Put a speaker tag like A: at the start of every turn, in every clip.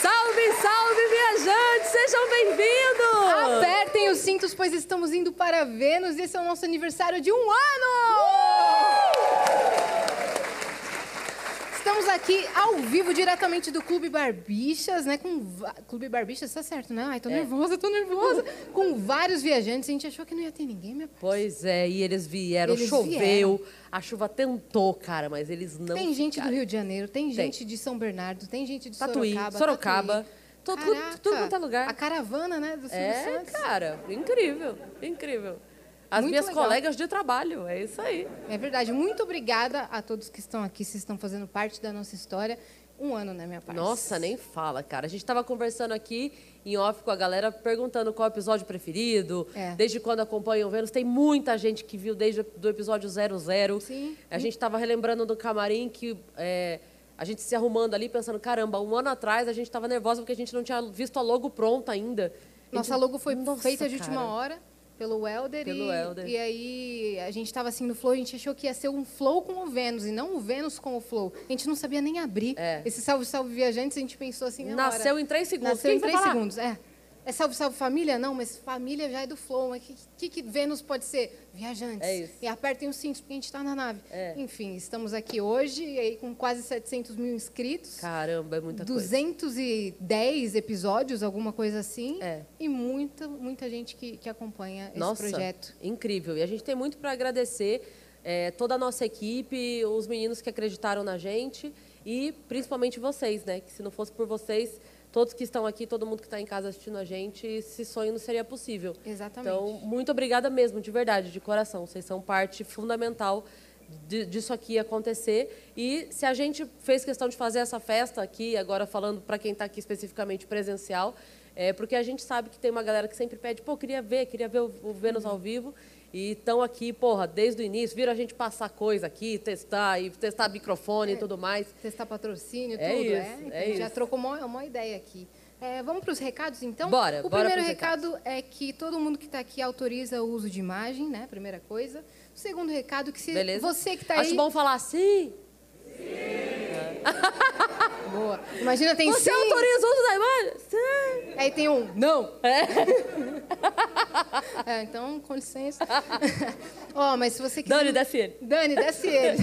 A: Salve, salve, viajantes! Sejam bem-vindos!
B: Apertem os cintos, pois estamos indo para Vênus. Esse é o nosso aniversário de um ano! Estamos aqui ao vivo, diretamente do Clube Barbichas, né? Com va- Clube Barbichas, tá certo, né?
A: É.
B: Ai, tô nervosa, tô nervosa. Com vários viajantes. A gente achou que não ia ter ninguém, minha p...
A: Pois é, e eles vieram,
B: Eles
A: choveu, a chuva tentou, cara, mas eles não
B: Tem gente do
A: ficaram.
B: Rio de Janeiro, tem gente de São Bernardo, tem gente de
A: Tatuí,
B: Sorocaba. tá
A: Sorocaba. Tô-
B: Tatuí.
A: tudo- tudo quanto é lugar.
B: A caravana, né? Do Silvio
A: É,
B: Santos.
A: cara, incrível, incrível. As
B: Muito
A: minhas
B: legal.
A: colegas de trabalho, é isso aí.
B: É verdade. Muito obrigada a todos que estão aqui, vocês estão fazendo parte da nossa história. Um ano, né, minha parte?
A: Nossa, nem fala, cara. A gente tava conversando aqui em off com a galera, perguntando qual é o episódio preferido,
B: É.
A: desde quando acompanham o Vênus. Tem muita gente que viu desde o episódio 00.
B: Sim.
A: A gente tava relembrando do camarim que é, a gente se arrumando ali, pensando, caramba, um ano atrás a gente tava nervosa porque a gente não tinha visto a logo pronta ainda. A
B: Nossa
A: gente-
B: logo foi
A: Nossa,
B: feita de última
A: cara.
B: hora pelo Welder.
A: Pelo
B: e,
A: Welder.
B: E aí a gente tava assim no flow, a gente achou que ia ser um flow com o Vênus e não o Vênus com o flow. A gente não sabia nem abrir.
A: É.
B: Esse salve, salve viajantes, a gente pensou assim. na hora.
A: Nasceu em três segundos.
B: Nasceu
A: Quem
B: em
A: vai
B: três
A: falar?
B: segundos, é. É salve, salve família? Não, mas família já é do flow. Mas o que, que, que Vênus pode ser? Viajantes.
A: É isso.
B: E apertem os cintos, porque a gente está na nave.
A: É.
B: Enfim, estamos aqui hoje e aí, com quase 700 mil inscritos.
A: Caramba, é muita coisa.
B: 210 episódios, alguma coisa assim.
A: É.
B: E muita, muita gente que, que acompanha esse
A: Nossa,
B: projeto.
A: incrível. E a gente tem muito para agradecer eh, toda a nossa equipe, os meninos que acreditaram na gente e principalmente vocês, né? Que se não fosse por vocês, todos que estão aqui, todo mundo que está em casa assistindo a gente, esse sonho não seria possível.
B: Exatamente.
A: Então, muito obrigada mesmo, de verdade, de coração. Vocês são parte fundamental de- disso aqui acontecer. E se a gente fez questão de fazer essa festa aqui, agora falando para quem está aqui especificamente presencial, é porque a gente sabe que tem uma galera que sempre pede, pô, queria ver, queria ver o, o Vênus ao vivo. E estão aqui, porra, desde o início, viram a gente passar coisa aqui, testar, e testar microfone e tudo mais.
B: É. Testar patrocínio,
A: É
B: tudo,
A: isso,
B: é? Então,
A: é
B: a gente Já
A: isso.
B: trocou uma, uma ideia aqui. É, vamos para os recados, então?
A: Bora,
B: O
A: bora
B: primeiro
A: pros
B: recado é que todo mundo que está aqui autoriza o uso de imagem, né? Primeira coisa. O segundo recado é que se
A: Beleza?
B: você que está aí...
A: Acho bom falar assim.
B: Boa. Imagina, tem
A: Você
B: sim,
A: autoriza o uso da imagem? Sim.
B: aí tem um...
A: Não.
B: É, então, com licença. Ó, mas se você quiser...
A: Dani, desce ele.
B: Dani, desce ele.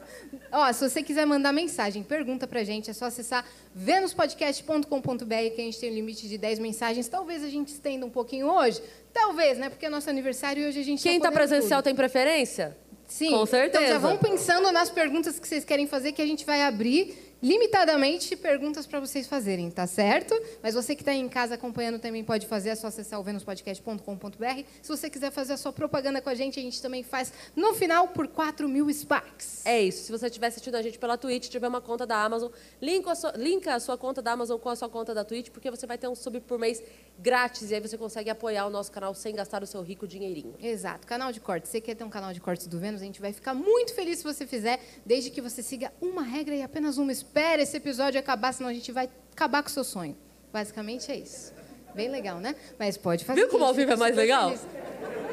B: Ó, se você quiser mandar mensagem, pergunta pra gente, é só acessar venuspodcast.com.br, que a gente tem um limite de 10 mensagens. Talvez a gente estenda um pouquinho hoje. Talvez, né? Porque é nosso aniversário e hoje a gente
A: Quem
B: tá
A: tá
B: podendo
A: presencial
B: tudo.
A: tem preferência?
B: Sim.
A: Com certeza.
B: Então já vão pensando nas perguntas que vocês querem fazer, que a gente vai abrir limitadamente perguntas para vocês fazerem, tá certo? Mas você que está em casa acompanhando também pode fazer, é só acessar o venuspodcast.com.br. Se você quiser fazer a sua propaganda com a gente, a gente também faz no final por 4 mil Sparks.
A: É isso. Se você estiver assistindo a gente pela Twitch, tiver uma conta da Amazon, linka a, sua, linka a sua conta da Amazon com a sua conta da Twitch, porque você vai ter um sub por mês grátis e aí você consegue apoiar o nosso canal sem gastar o seu rico dinheirinho.
B: Exato, canal de cortes. Você quer ter um canal de cortes do Vênus? A gente vai ficar muito feliz se você fizer, desde que você siga uma regra e apenas uma. Espera esse episódio acabar, senão a gente vai acabar com o seu sonho. Basicamente é isso. Bem legal, né? Mas pode fazer.
A: Viu como
B: que a
A: ao
B: gente
A: vivo é
B: fica
A: mais
B: super
A: legal?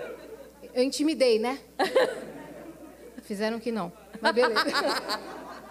B: feliz. Eu intimidei, né? Fizeram que não. Mas beleza.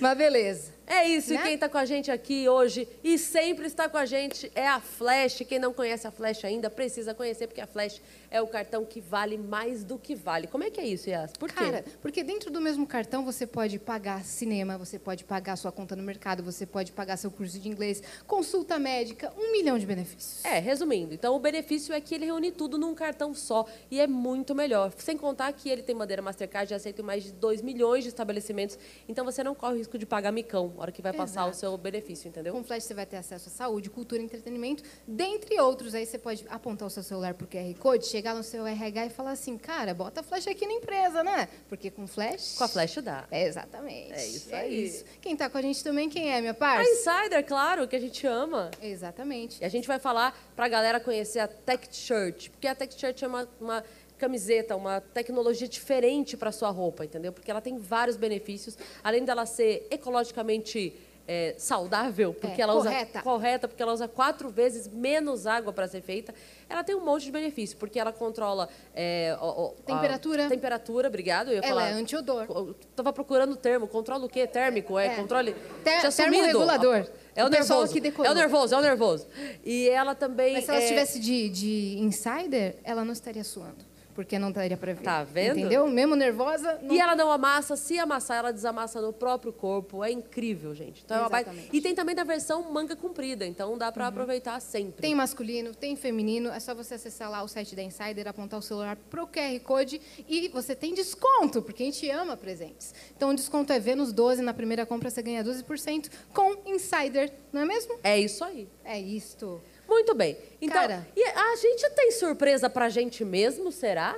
B: Mas beleza.
A: É isso, e
B: Né?
A: quem está com a gente aqui hoje e sempre está com a gente é a Flash. Quem não conhece a Flash ainda precisa conhecer, porque a Flash é o cartão que vale mais do que vale. Como é que é isso, Yas? Por quê?
B: Cara, porque dentro do mesmo cartão você pode pagar cinema, você pode pagar sua conta no mercado, você pode pagar seu curso de inglês, consulta médica, um milhão de benefícios.
A: É, resumindo, então o benefício é que ele reúne tudo num cartão só e é muito melhor. Sem contar que ele tem bandeira Mastercard, já aceita em mais de 2 milhões de estabelecimentos, então você não corre o risco de pagar micão na hora que vai passar o
B: Exato.
A: seu benefício, entendeu?
B: Com Flash você vai ter acesso à saúde, cultura, entretenimento, dentre outros. Aí você pode apontar o seu celular pro QR Code, chegar no seu RH e falar assim, cara, bota Flash aqui na empresa, né? Porque com Flash...
A: Com a Flash dá.
B: É, exatamente.
A: É isso
B: É
A: aí. Ah,
B: isso. Quem tá com a gente também, quem é, minha
A: A
B: parça?
A: Insider, claro, que a gente ama.
B: Exatamente.
A: E a gente vai falar pra galera conhecer a Tech Church, porque a Tech Church é uma, uma camiseta, uma tecnologia diferente para sua roupa, entendeu? Porque ela tem vários benefícios, além dela ser ecologicamente é, saudável, porque
B: É,
A: ela
B: correta.
A: usa correta, porque ela usa quatro vezes menos água para ser feita. Ela tem um monte de benefício, porque ela controla é, o- o- a-
B: Temperatura.
A: temperatura, obrigado. Eu ia
B: Ela
A: falar,
B: é antiodor.
A: Eu Tava procurando o termo, controla o quê? Térmico, é,
B: É.
A: controle.
B: Ter-
A: Tinha sumido.
B: termorregulador.
A: É o,
B: O pessoal
A: nervoso.
B: que decorou.
A: É o nervoso, é o nervoso. E ela também.
B: Mas se ela
A: é,
B: estivesse de, de insider, ela não estaria suando. Porque não daria pra ver.
A: Tá vendo?
B: Entendeu? Mesmo nervosa, não
A: E ela não amassa, se amassar, ela desamassa no próprio corpo. É incrível, gente. Então é uma baita-
B: Exatamente.
A: E tem também da versão manga comprida, então dá pra aproveitar sempre.
B: Uhum. Tem masculino, tem feminino, é só você acessar lá o site da Insider, apontar o celular pro QR Code e você tem desconto, porque a gente ama presentes. Então o desconto é Vênus 12, na primeira compra você ganha 12% com Insider, não é mesmo?
A: É isso aí.
B: É isto.
A: Muito bem. Então,
B: Cara.
A: e a gente tem surpresa pra gente mesmo, será?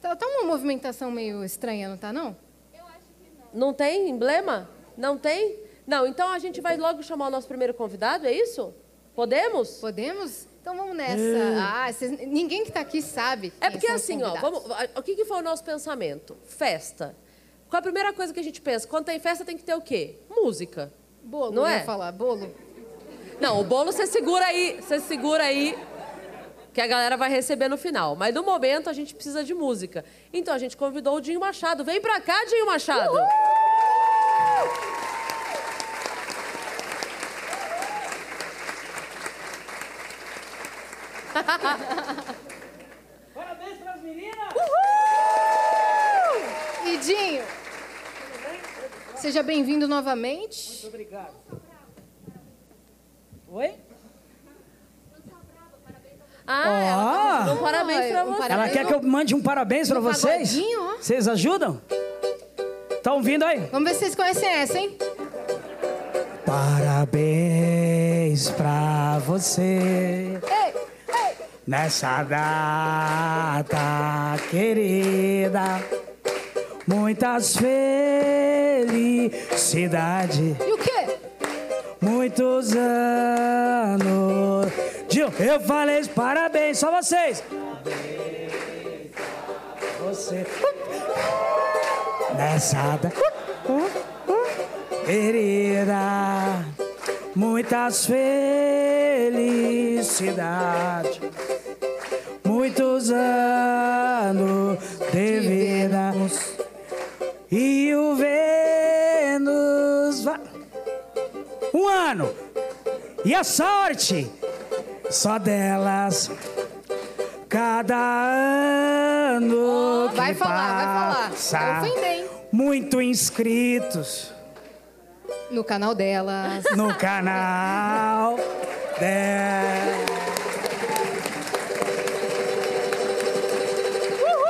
B: Tá, tá uma movimentação meio estranha, não tá não?
A: Não tem emblema? Não tem? Não, então a gente vai logo chamar o nosso primeiro convidado, é isso? Podemos?
B: Podemos? Então vamos nessa. Ah, vocês- ninguém que tá aqui sabe.
A: É
B: quem
A: porque
B: são os
A: assim, ó,
B: convidados.
A: vamos, a- o que, que foi o nosso pensamento? Festa. Qual é a primeira coisa que a gente pensa? Quando tem festa tem que ter o quê? Música.
B: Bolo,
A: não
B: eu ia
A: é?
B: falar, bolo.
A: Não, o bolo você segura aí, você segura aí, que a galera vai receber no final. Mas no momento a gente precisa de música. Então a gente convidou o Dinho Machado. Vem pra cá, Dinho Machado!
C: Parabéns para as meninas!
B: Idinho, seja bem-vindo novamente.
C: Muito obrigado. Oi?
A: Ah, ela tá
C: Ah!
A: dando um parabéns pra
B: Um
A: você.
B: parabéns.
C: Ela quer que eu mande um parabéns para
B: No
C: vocês?
B: pagodinho, ó.
C: Vocês ajudam? Estão ouvindo aí?
B: Vamos ver se vocês conhecem essa, hein?
C: Parabéns pra você
B: Ei, ei.
C: nessa data querida. Muitas felicidades.
B: E o quê?
C: muitos anos. Gil, eu falei isso, parabéns, só vocês. Você. Nessa da. Querida, muitas felicidades, muitos anos de vida. E o Vênus vai um ano. E a sorte só delas. Cada ano.
B: Ó, vai
C: que
B: falar, vai falar.
C: passa,
B: Vai ofender, hein?
C: Muito inscritos
B: No canal delas.
C: no canal dela.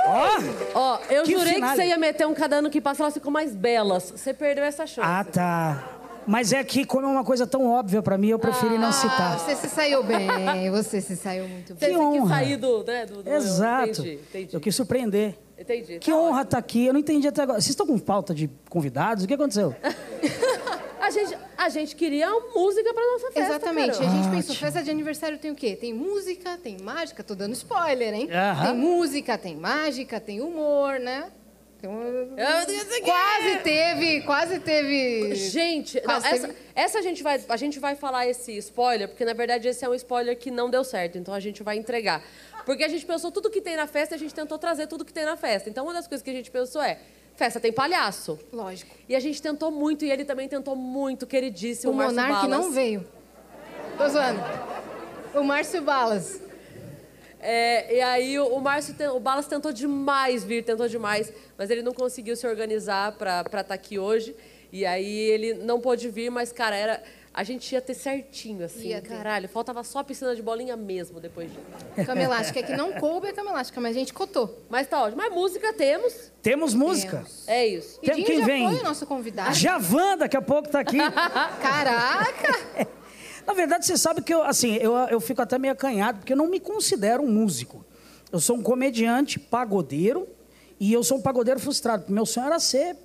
C: Ó!
A: Ó, eu
C: Que
A: jurei
C: finale.
A: que você ia meter um cada ano que passa, elas ficam mais belas. Você perdeu essa chance.
C: Ah, tá. Mas é que, como é uma coisa tão óbvia pra mim, eu preferi não
B: Ah,
C: citar.
B: você se saiu bem, você se saiu muito
A: você
B: bem.
C: que
A: tem que
C: honra.
A: sair do, né, do, do-
C: Exato.
A: Entendi, entendi.
C: Eu quis surpreender.
A: Entendi.
C: Que
A: Tá
C: honra estar aqui. Eu não entendi até agora. Vocês estão com pauta de convidados? O que aconteceu?
A: ótimo. A gente, a gente queria um música pra nossa festa,
B: Exatamente,
A: Carol.
B: a gente pensou,
C: Ótimo.
B: festa de aniversário tem o quê? Tem música, tem mágica, tô dando spoiler, hein?
C: Aham.
B: Tem música, tem mágica, tem humor, né? Tem um-
A: Eu-
B: Quase teve, quase teve...
A: Gente, não,
B: Quase
A: essa,
B: teve-
A: essa a, gente vai, a gente vai falar esse spoiler, porque na verdade esse é um spoiler que não deu certo, então a gente vai entregar. Porque a gente pensou tudo que tem na festa, a gente tentou trazer tudo que tem na festa. Então uma das coisas que a gente pensou é: festa tem palhaço.
B: Lógico,
A: E a gente tentou muito, e ele também tentou muito, queridíssimo
B: o
A: Márcio
B: Monark
A: Balas.
B: não veio. Tô zoando. O Márcio Balas.
A: É, e aí o, o Márcio, ten- o Balas tentou demais vir, tentou demais, mas ele não conseguiu se organizar pra estar aqui hoje. E aí ele não pôde vir, mas, cara, era. A gente ia ter certinho, assim.
B: Ia ter.
A: caralho, faltava só a piscina de bolinha mesmo depois disso.
B: Cama elástica, é que não coube a cama elástica, mas a gente cotou.
A: Mas tá ótimo. Mas música temos.
C: Temos música.
A: É isso.
C: Tem-
B: Idinho
C: quem
B: já
C: vem?
B: foi o nosso convidado.
C: Javan, daqui a pouco tá aqui.
B: Caraca!
C: Na verdade, você sabe que eu, assim, eu, eu fico até meio acanhado, porque eu não me considero um músico. Eu sou um comediante pagodeiro e eu sou um pagodeiro frustrado. porque Meu sonho era ser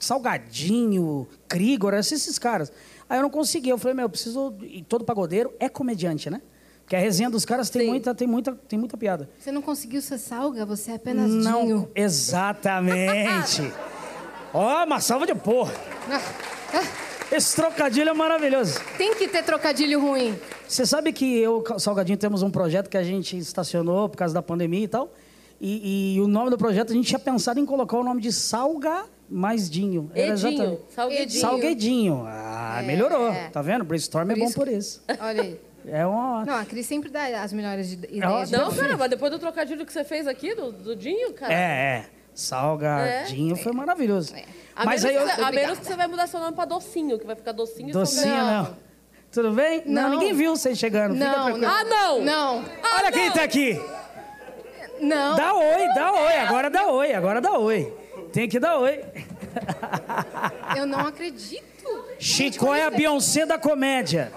C: Salgadinho, Krigor, esses, esses caras. Aí eu não consegui. Eu falei, meu, eu preciso. E todo pagodeiro é comediante, né? Porque a resenha dos caras tem
A: Sim.
C: muita, tem muita, tem muita piada.
B: Você não conseguiu ser salga, você é apenas
C: Não,
B: Dinho.
C: exatamente. Ó, uma salva de porra.
B: Ah, ah,
C: Esse trocadilho é maravilhoso.
B: Tem que ter trocadilho ruim.
C: Você sabe que eu, Salgadinho, temos um projeto que a gente estacionou por causa da pandemia e tal. E, e o nome do projeto, a gente tinha pensado em colocar o nome de Salga mais Dinho. Era
A: Edinho,
C: exatamente-
A: salguedinho.
C: Salguedinho. Ah, melhorou.
B: é.
C: Tá vendo? Brainstorm é
B: Por
C: bom
B: isso-
C: por isso.
B: Olha aí.
C: É uma...
B: Não, a Cris sempre dá as melhores de-
C: Ela-
B: ideias. de-
A: Não, cara, mas depois do trocadilho que você fez aqui, do, do Dinho,
B: Ah.
A: cara.
C: É, é.
A: É.
C: Salgadinho foi maravilhoso.
B: É.
A: A,
C: Mas aí
A: menos,
C: eu...
A: que você- a
B: Obrigada.
A: menos que você vai mudar seu nome pra Docinho, que vai ficar Docinho,
C: Docinho,
A: e
C: não. Tudo bem? Não.
B: Não.
C: ninguém viu você chegando. Fica
B: Não,
C: tranquilo.
B: não.
A: Ah, não!
B: Não.
A: Ah,
C: Olha quem
A: não!
C: tá aqui.
B: Não.
C: Dá oi, dá oi. Agora dá oi, agora dá oi. Tem que dar oi.
B: Eu não acredito.
C: Chicó é a Beyoncé da comédia.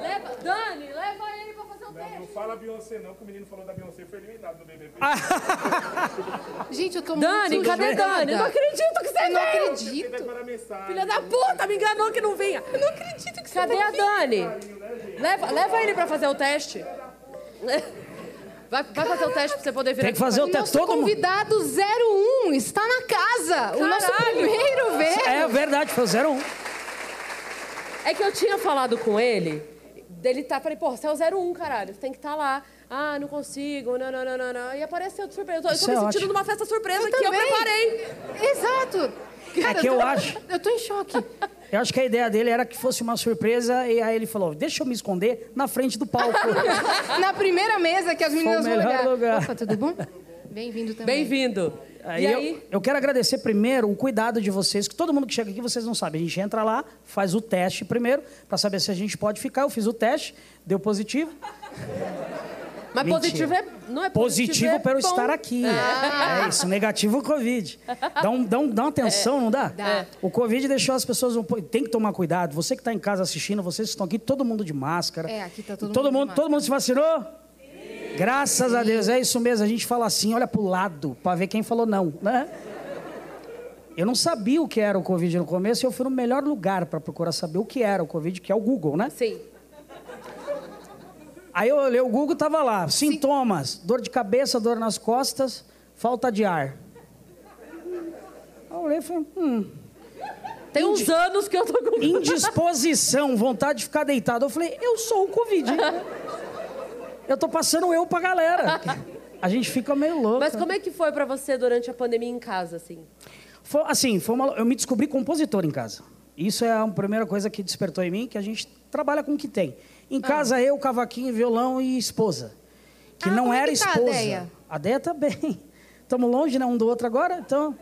A: Leva, Dani, leva ele pra fazer o
D: Não
A: teste.
D: fala Beyoncé não, que o menino falou da Beyoncé foi eliminado no BBB.
B: Gente, eu tô
A: Dani,
B: muito
A: cadê
B: chocada.
A: Dani? Eu não acredito que você
B: Eu
A: veio!
B: não
D: Você vai
B: acredito.
D: mandar mensagem.
A: Filha da puta, me enganou que não vinha. Eu não acredito que você Cadê a Dani? Leva, leva ele pra fazer o teste. Vai, vai fazer o teste pra você poder virar.
C: Tem que fazer o
B: O
C: teste
B: nosso
C: todo mundo.
B: convidado 01 está na casa. O nosso
A: Caralho.
B: primeiro ver.
C: É verdade, foi 01.
A: É que eu tinha falado com ele, dele tá, falei, pô, você é o 01, caralho, você tem que estar lá. Ah, não consigo, não, não, não, não, não. E apareceu de surpresa. Eu tô, eu tô
C: Isso
A: me
C: é
A: sentindo
C: ótimo.
A: numa festa surpresa que eu
B: também.
A: preparei.
B: Exato. Cara,
C: que eu
B: tô-
C: acho.
B: Eu tô em choque.
C: Eu acho que a ideia dele era que fosse uma surpresa e aí ele falou: deixa eu me esconder na frente do palco.
B: Na primeira mesa que as meninas vão
C: melhor
B: olhar.
C: lugar.
B: Opa, tudo bom? Bem-vindo também.
A: Bem-vindo.
C: Aí
A: e
C: eu-
A: aí?
C: Eu, quero agradecer primeiro o cuidado de vocês, que todo mundo que chega aqui vocês não sabem. A gente entra lá, faz o teste primeiro, pra saber se a gente pode ficar. Eu fiz o teste, deu positivo.
A: Mas
C: Mentira.
A: positivo é. Não é
C: Positivo
A: é
C: pelo
A: bom. Ah.
C: estar aqui. É isso, negativo Covid. Dá, um, dá, um, dá uma atenção, não dá?
B: dá.
C: O Covid deixou as pessoas um pouco. Tem que tomar cuidado. Você que está em casa assistindo, vocês que estão aqui, todo mundo de máscara.
B: É, aqui tá todo
C: todo
B: mundo de
C: mundo. Todo mundo se vacinou? Graças a Deus, é isso mesmo. A gente fala assim, olha pro lado, pra ver quem falou não, né? Eu não sabia o que era o Covid no começo e eu fui no melhor lugar para procurar saber o que era o Covid, que é o Google, né?
A: Sim.
C: Aí eu olhei o Google tava lá, sintomas, dor de cabeça, dor nas costas, falta de ar. Aí eu olhei e falei, hum,
A: Tem uns anos que eu tô com.
C: indisposição, vontade de ficar deitado. Eu falei, eu sou o Covid. Eu tô passando eu pra galera. A gente fica meio louco.
A: Mas como é que foi pra você durante a pandemia em casa, assim?
C: Foi, assim, foi uma- eu me descobri compositor em casa. Isso é a primeira coisa que despertou em mim, que a gente trabalha com o que tem. Em
B: Ah.
C: casa, eu, cavaquinho, violão e esposa. Que
B: Ah,
C: não
B: como é
C: era
B: que tá a
C: esposa.
B: Deia?
C: A Deia tá bem. Estamos longe né, um do outro agora, então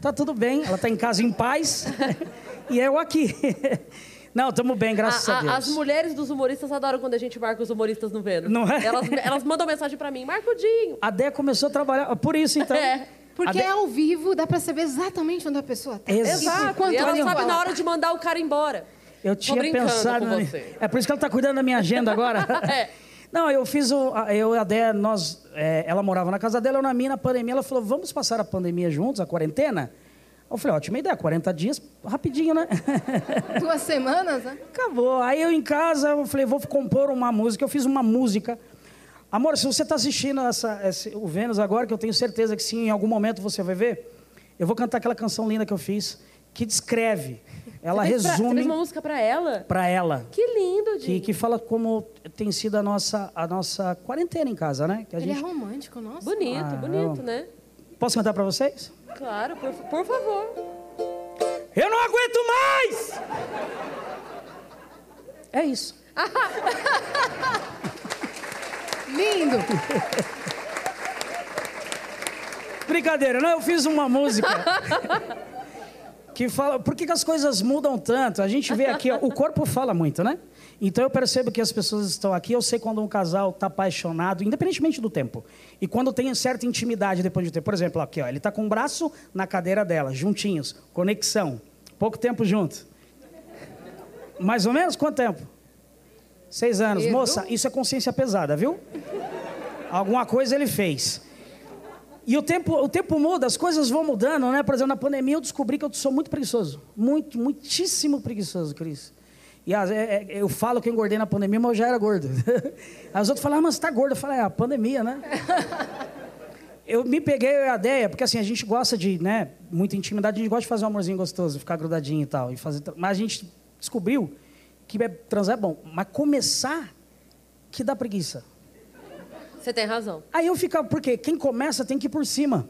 C: tá tudo bem. Ela tá em casa em paz e eu aqui. Não, estamos bem, graças a,
A: A- a-
C: Deus.
A: as mulheres dos humoristas adoram quando a gente marca os humoristas no Vênus.
C: Não é?
A: Elas, elas mandam mensagem pra mim, marca o Dinho.
C: A Deia começou a trabalhar, por isso então.
A: É,
C: A
B: Porque
C: Deia-
B: é ao vivo, dá pra saber exatamente onde a pessoa tá.
C: Exato.
B: E por quanto
A: e ela
B: tempo
A: sabe
B: ela
A: na hora de mandar o cara embora.
C: Eu
A: Tô
C: tinha
A: brincando
C: pensado.
A: com
C: na-
A: você.
C: É por isso que ela tá cuidando da minha agenda agora.
A: É.
C: Não, eu fiz o. a- Eu e a Dé, nós. é, ela morava na casa dela, eu na minha, na pandemia. Ela falou: vamos passar a pandemia juntos, a quarentena? Eu falei: ótima ideia, 40 dias, rapidinho, né?
B: tá? Duas semanas, né?
C: Acabou. Aí eu em casa, eu falei: vou compor uma música. Eu fiz uma música. Amor, se você está assistindo essa, esse- o Vênus agora, que eu tenho certeza que sim, em algum momento você vai ver, eu vou cantar aquela canção linda que eu fiz, que descreve, ela
A: Você fez pra- Você fez
C: resume
A: uma música pra ela?
C: para ela
A: Que lindo,
C: que,
A: Dinho.
C: que fala como tem sido a nossa, a nossa quarentena em casa, né? Que a
B: Ele é
C: gente...
B: romântico, nossa.
A: Bonito,
C: Ah,
A: bonito,
C: eu-
A: né?
C: Posso cantar pra vocês?
A: Claro, por, por favor.
C: Eu não aguento mais! É isso.
B: Lindo.
C: Brincadeira, não, eu fiz uma música que fala por que, que as coisas mudam tanto. A gente vê aqui, ó, o corpo fala muito, né? Então eu percebo que as pessoas estão aqui, eu sei quando um casal está apaixonado, independentemente do tempo. E quando tem certa intimidade depois de tempo. Por exemplo, aqui, ó, ele está com o braço na cadeira dela, juntinhos, conexão, pouco tempo junto. Mais ou menos quanto tempo? Seis anos.
B: Edu?
C: Moça, isso é consciência pesada, viu? Alguma coisa ele fez. E o tempo, o tempo muda, as coisas vão mudando, né? Por exemplo, na pandemia eu descobri que eu sou muito preguiçoso. Muito, muitíssimo preguiçoso, Cris. E as- é- é- eu falo que eu engordei na pandemia, mas eu já era gordo. As outras falavam, ah, mas você tá gordo. Eu falei, é a pandemia, né? Eu me peguei eu e a ideia, porque assim, a gente gosta de, né, muita intimidade, a gente gosta de fazer um amorzinho gostoso, ficar grudadinho e tal. E fazer, tra- mas a gente descobriu que é- transar é bom. Mas começar que dá preguiça.
A: Você tem razão.
C: Aí eu ficava, porque quem começa tem que ir por cima.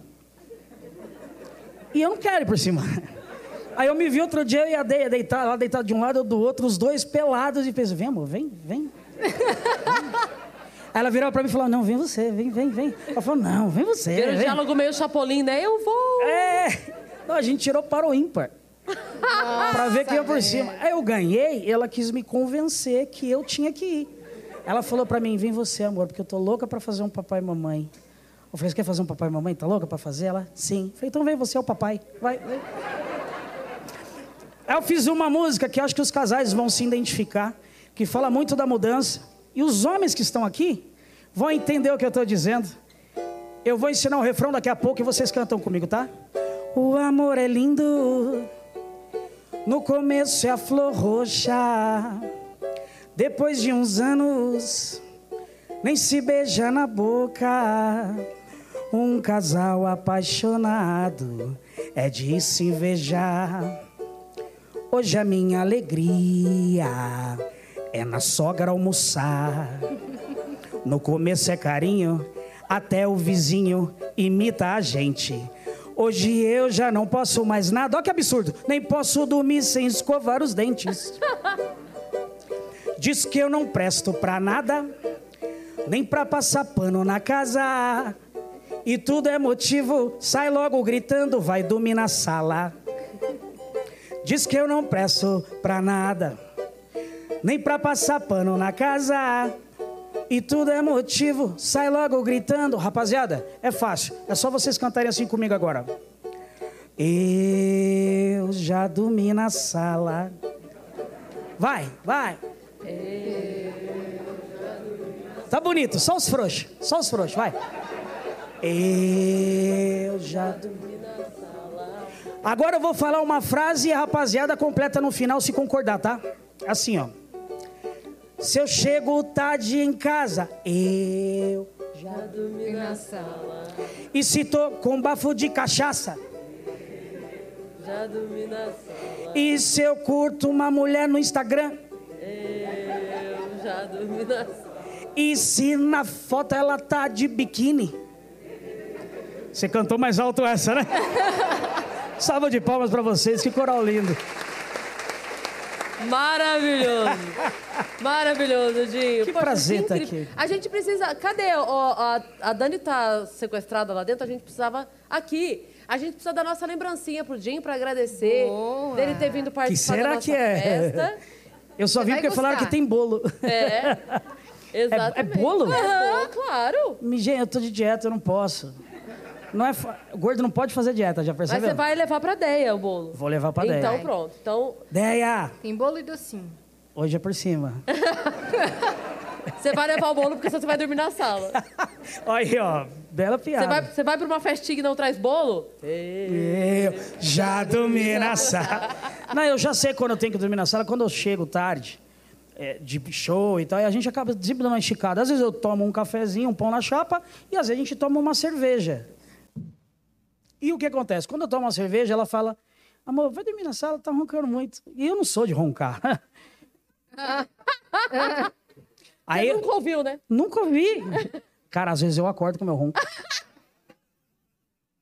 C: E eu não quero ir por cima. Aí eu me vi outro dia e a Deia deitar lá, deitada de um lado, eu do outro, os dois pelados, e pensei, vem amor, vem, vem. vem. Aí ela virava pra mim e falava, não, vem você, vem, vem, vem. Ela falou, não, vem você,
A: Era um
C: vem.
A: diálogo meio chapolim, né? Eu vou.
C: É. Não, a gente tirou para o ímpar. pra ver quem ia por
B: velho.
C: cima. Aí eu ganhei, ela quis me convencer que eu tinha que ir. Ela falou pra mim: vem você, amor, porque eu tô louca pra fazer um papai e mamãe. Eu falei: você quer fazer um papai e mamãe? Tá louca pra fazer? Ela: sim. Eu falei: então vem, você é o papai. Vai, vem. Aí eu fiz uma música que eu acho que os casais vão se identificar, que fala muito da mudança. E os homens que estão aqui vão entender o que eu estou dizendo. Eu vou ensinar o refrão daqui a pouco e vocês cantam comigo, tá? O amor é lindo, no começo é a flor roxa, depois de uns anos, nem se beija na boca. Um casal apaixonado é de se invejar. Hoje a minha alegria é na sogra almoçar. No começo é carinho, até o vizinho imita a gente. Hoje eu já não posso mais nada. Olha que absurdo! Nem posso dormir sem escovar os dentes. Diz que eu não presto pra nada, nem pra passar pano na casa. E tudo é motivo, sai logo gritando, vai dormir na sala. Diz que eu não presto pra nada, nem pra passar pano na casa. E tudo é motivo, sai logo gritando. Rapaziada, é fácil, é só vocês cantarem assim comigo agora. Eu já dormi na sala. Vai, vai. Tá bonito, só os frouxos, só os frouxos, vai. Eu já dormi. Agora eu vou falar uma frase e a rapaziada completa no final se concordar, tá? Assim, ó. Se eu chego tarde em casa, eu.
B: Na sala.
C: E se tô com bafo de cachaça?
A: Já dormi na
C: E se eu curto uma mulher no Instagram?
A: Eu já dormi na sala.
C: E se na foto ela tá de biquíni? Você cantou mais alto essa, né? Salva de palmas pra vocês, que coral lindo.
A: Maravilhoso. Maravilhoso, Dinho.
C: Que prazer
A: incrível.
C: tá aqui.
A: A gente precisa... Cadê? ó, a, a Dani tá sequestrada lá dentro, a gente precisava... Aqui. A gente precisa da nossa lembrancinha pro Dinho pra agradecer.
B: Boa.
A: Dele ter vindo participar
C: Que será
A: da nossa
C: que é?
A: festa.
C: Eu só
B: Você
C: vim
B: vai
C: porque falaram
B: gostar.
C: que tem bolo.
A: É. Exatamente.
C: bolo?
A: Aham, claro.
C: Me- Gente, eu tô de dieta, eu não posso. Não é fa- Gordo não pode fazer dieta, já
A: Mas
C: percebeu?
A: você vai levar pra Deia o bolo.
C: Vou levar pra Deia.
A: Então pronto. Então
C: Deia,
B: Tem bolo e docinho.
C: hoje é por cima.
A: você vai levar o bolo porque senão você vai dormir na sala.
C: Olha aí, ó. Bela
A: Você vai,
C: piada.
A: você vai pra uma festinha e não traz bolo?
C: Eu já dormi na sala. Não, eu já sei quando eu tenho que dormir na sala, quando eu chego tarde, é, de show e tal, e a gente acaba sempre dando uma esticada. Às vezes eu tomo um cafezinho, um pão na chapa, e às vezes a gente toma uma cerveja. E o que acontece? Quando eu tomo uma cerveja, ela fala: amor, vai dormir na sala, tá roncando muito. E eu não sou de roncar. Aí,
A: Você nunca ouviu, né?
C: Nunca vi. Cara, às vezes eu acordo com meu ronco.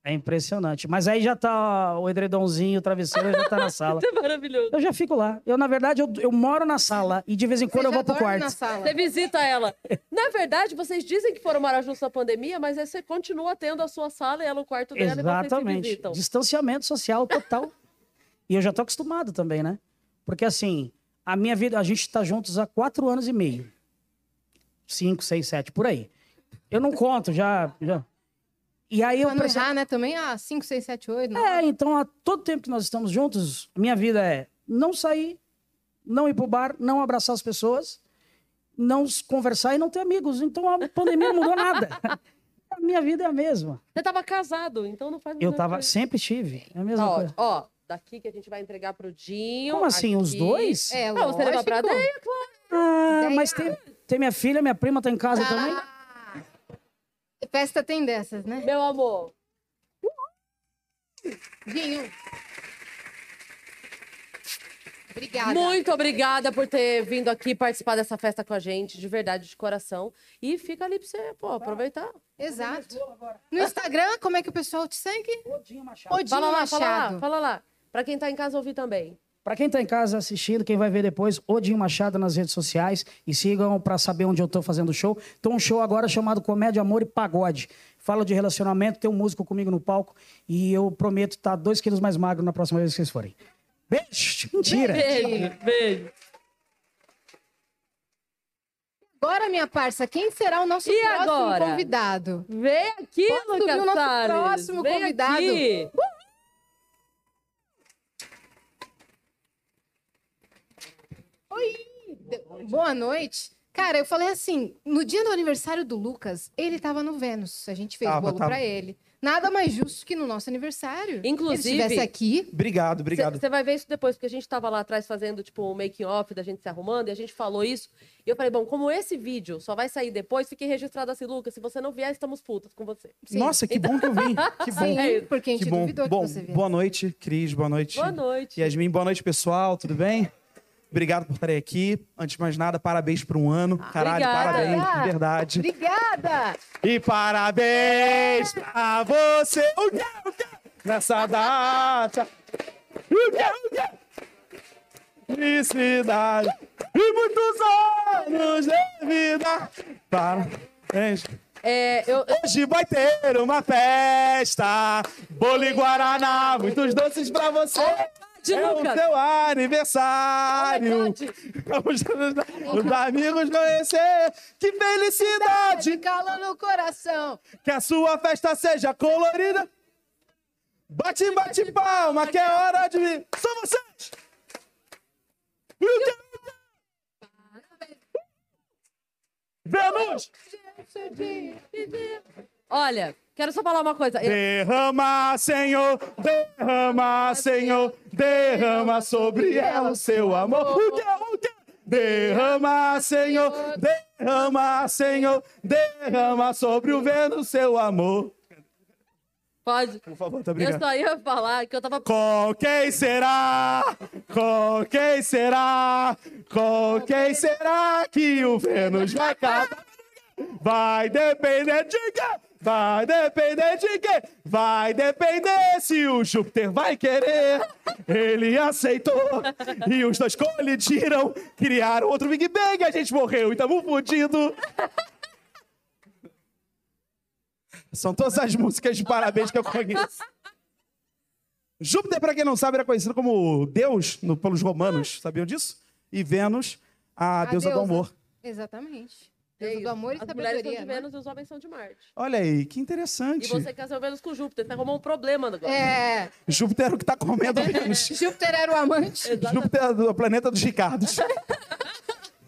C: É impressionante. Mas aí já tá o edredomzinho, o travesseiro já tá na sala.
A: Isso é maravilhoso.
C: Eu já fico lá. Eu, na verdade, eu, eu moro na sala e de vez em quando eu
B: Você já
C: vou pro
B: dorme
C: quarto.
B: Na sala.
A: Você visita ela. Na verdade, vocês dizem que foram morar juntos na pandemia, mas aí você continua tendo a sua sala e ela o quarto
B: é
A: dela e vocês se
C: Exatamente.
A: visitam.
C: Distanciamento social total. e eu já tô acostumado também, né? Porque assim, a minha vida, a gente tá juntos há quatro anos e meio. Cinco, seis, sete, por aí. Eu não conto, já. já. E aí eu
B: Pra não
C: perce-
B: errar, né? Também, ah, 5, 6, 7, 8.
C: É, então a todo tempo que nós estamos juntos, minha vida é não sair, não ir pro bar, não abraçar as pessoas, não s- conversar e não ter amigos. Então a pandemia não mudou nada. A minha vida é a mesma.
A: Você tava casado, então não faz
C: Eu
A: muita
C: tava,
A: coisa.
B: Uhum.
C: sempre estive. É a mesma
A: Tá
C: coisa.
A: ótimo. Ó, daqui que a gente vai entregar pro Dinho.
C: Como assim, os
A: aqui.
C: dois?
B: É,
A: Não, Ah, você leva pra
B: lógico.
A: dentro.
C: Ah,
B: Daí,
C: mas
B: ah.
C: tem, tem minha filha, minha prima tá em casa também.
B: Ah, festa tem dessas, né?
A: Meu amor,
B: Dinho. Obrigada.
A: muito obrigada por ter vindo aqui participar dessa festa com a gente, de verdade, de coração. E fica ali pra você, pô, aproveitar.
B: Exato. No Instagram, como é que o pessoal te segue? Odinho
A: Fala lá,
B: Machado.
A: fala lá, fala lá. Pra quem tá em casa ouvir também.
C: Pra quem tá em casa assistindo, quem vai ver depois, Odinho Machado nas redes sociais e sigam pra saber onde eu tô fazendo show. Tô um show agora chamado Comédia, Amor e Pagode. Fala de relacionamento, tem um músico comigo no palco e eu prometo estar tá dois quilos mais magro na próxima vez que vocês forem. Beijo! Mentira!
A: Beijo, beijo.
B: Agora, minha parça, quem será o nosso
A: E
B: próximo
A: agora?
B: convidado?
A: Vem aqui,
B: Pode subir
A: Lucas
B: o nosso
A: Salles.
B: próximo
A: Vem
B: convidado.
A: aqui.
B: Oi! de- Boa noite. Cara, eu falei assim, no dia do aniversário do Lucas, ele tava no Vênus. A gente fez
E: Tava,
B: bolo
E: tava.
B: pra ele. Nada mais justo que no nosso aniversário.
A: Inclusive-
B: Se ele estivesse aqui,
E: Obrigado, obrigado.
A: Você vai ver isso depois, porque a gente estava lá atrás fazendo, tipo, um making-off da gente se arrumando, e a gente falou isso. E eu falei, bom, como esse vídeo só vai sair depois, fiquei registrado assim, Lucas, se você não vier, estamos putas com você.
B: sim.
E: Nossa, que bom que eu vim. Que bom.
B: sim,
A: é isso.
B: porque a gente
E: que bom.
B: duvidou
E: bom,
B: que você viesse.
E: boa noite, Cris. Boa noite.
A: Boa noite.
E: Yasmin, boa noite, pessoal. Tudo bem? Obrigado por estarem aqui. Antes de mais nada, parabéns por um ano. Caralho,
A: Ah, obrigada.
E: parabéns, de verdade.
B: Obrigada!
E: E parabéns a você é uga, uga, nessa data. Uga, uga. Felicidade e muitos anos de vida. Parabéns.
A: É, eu,
E: Hoje vai ter uma festa. Bolo e Guaraná, muitos doces pra você.
A: de
E: é
A: Lucas.
E: o seu aniversário. Vamos os amigos conhecer. Que felicidade
B: De calor no coração.
E: que a sua festa seja colorida. Bate, bate palma, que é hora de vir. Só vocês! é Vamos!
A: olha, quero só falar uma coisa. Eu-
E: Derrama, Senhor, derrama, Senhor, derrama sobre ela o é, seu amor. Uga, uga. Derrama, Senhor, derrama, Senhor, derrama sobre o vento o seu amor.
A: pode.
E: Por favor, tá
A: Eu
E: brincando.
A: só ia falar que eu tava.
E: Com quem será? Com quem será? Com quem será que o Vênus vai casar? Vai depender de quem? Vai depender de quem? Vai depender se o Júpiter vai querer. Ele aceitou e os dois colidiram, criaram outro Big Bang e a gente morreu e tamo fudido. São todas as músicas de parabéns que eu conheço. Júpiter, para quem não sabe, era conhecido como Deus no- pelos romanos, sabiam disso? E Vênus, a, deusa, do amor.
B: Exatamente.
A: É
B: Deusa do
A: isso.
B: amor e
A: As mulheres são de
B: sabedoria. né?
A: Vênus e os homens são de Marte.
E: Olha aí, que
A: E
E: interessante.
A: você casou Vênus com Júpiter, você arrumou um problema agora.
B: É,
E: Júpiter era o que tá comendo Vênus.
B: Júpiter era o amante.
E: Júpiter é o planeta dos Ricardos.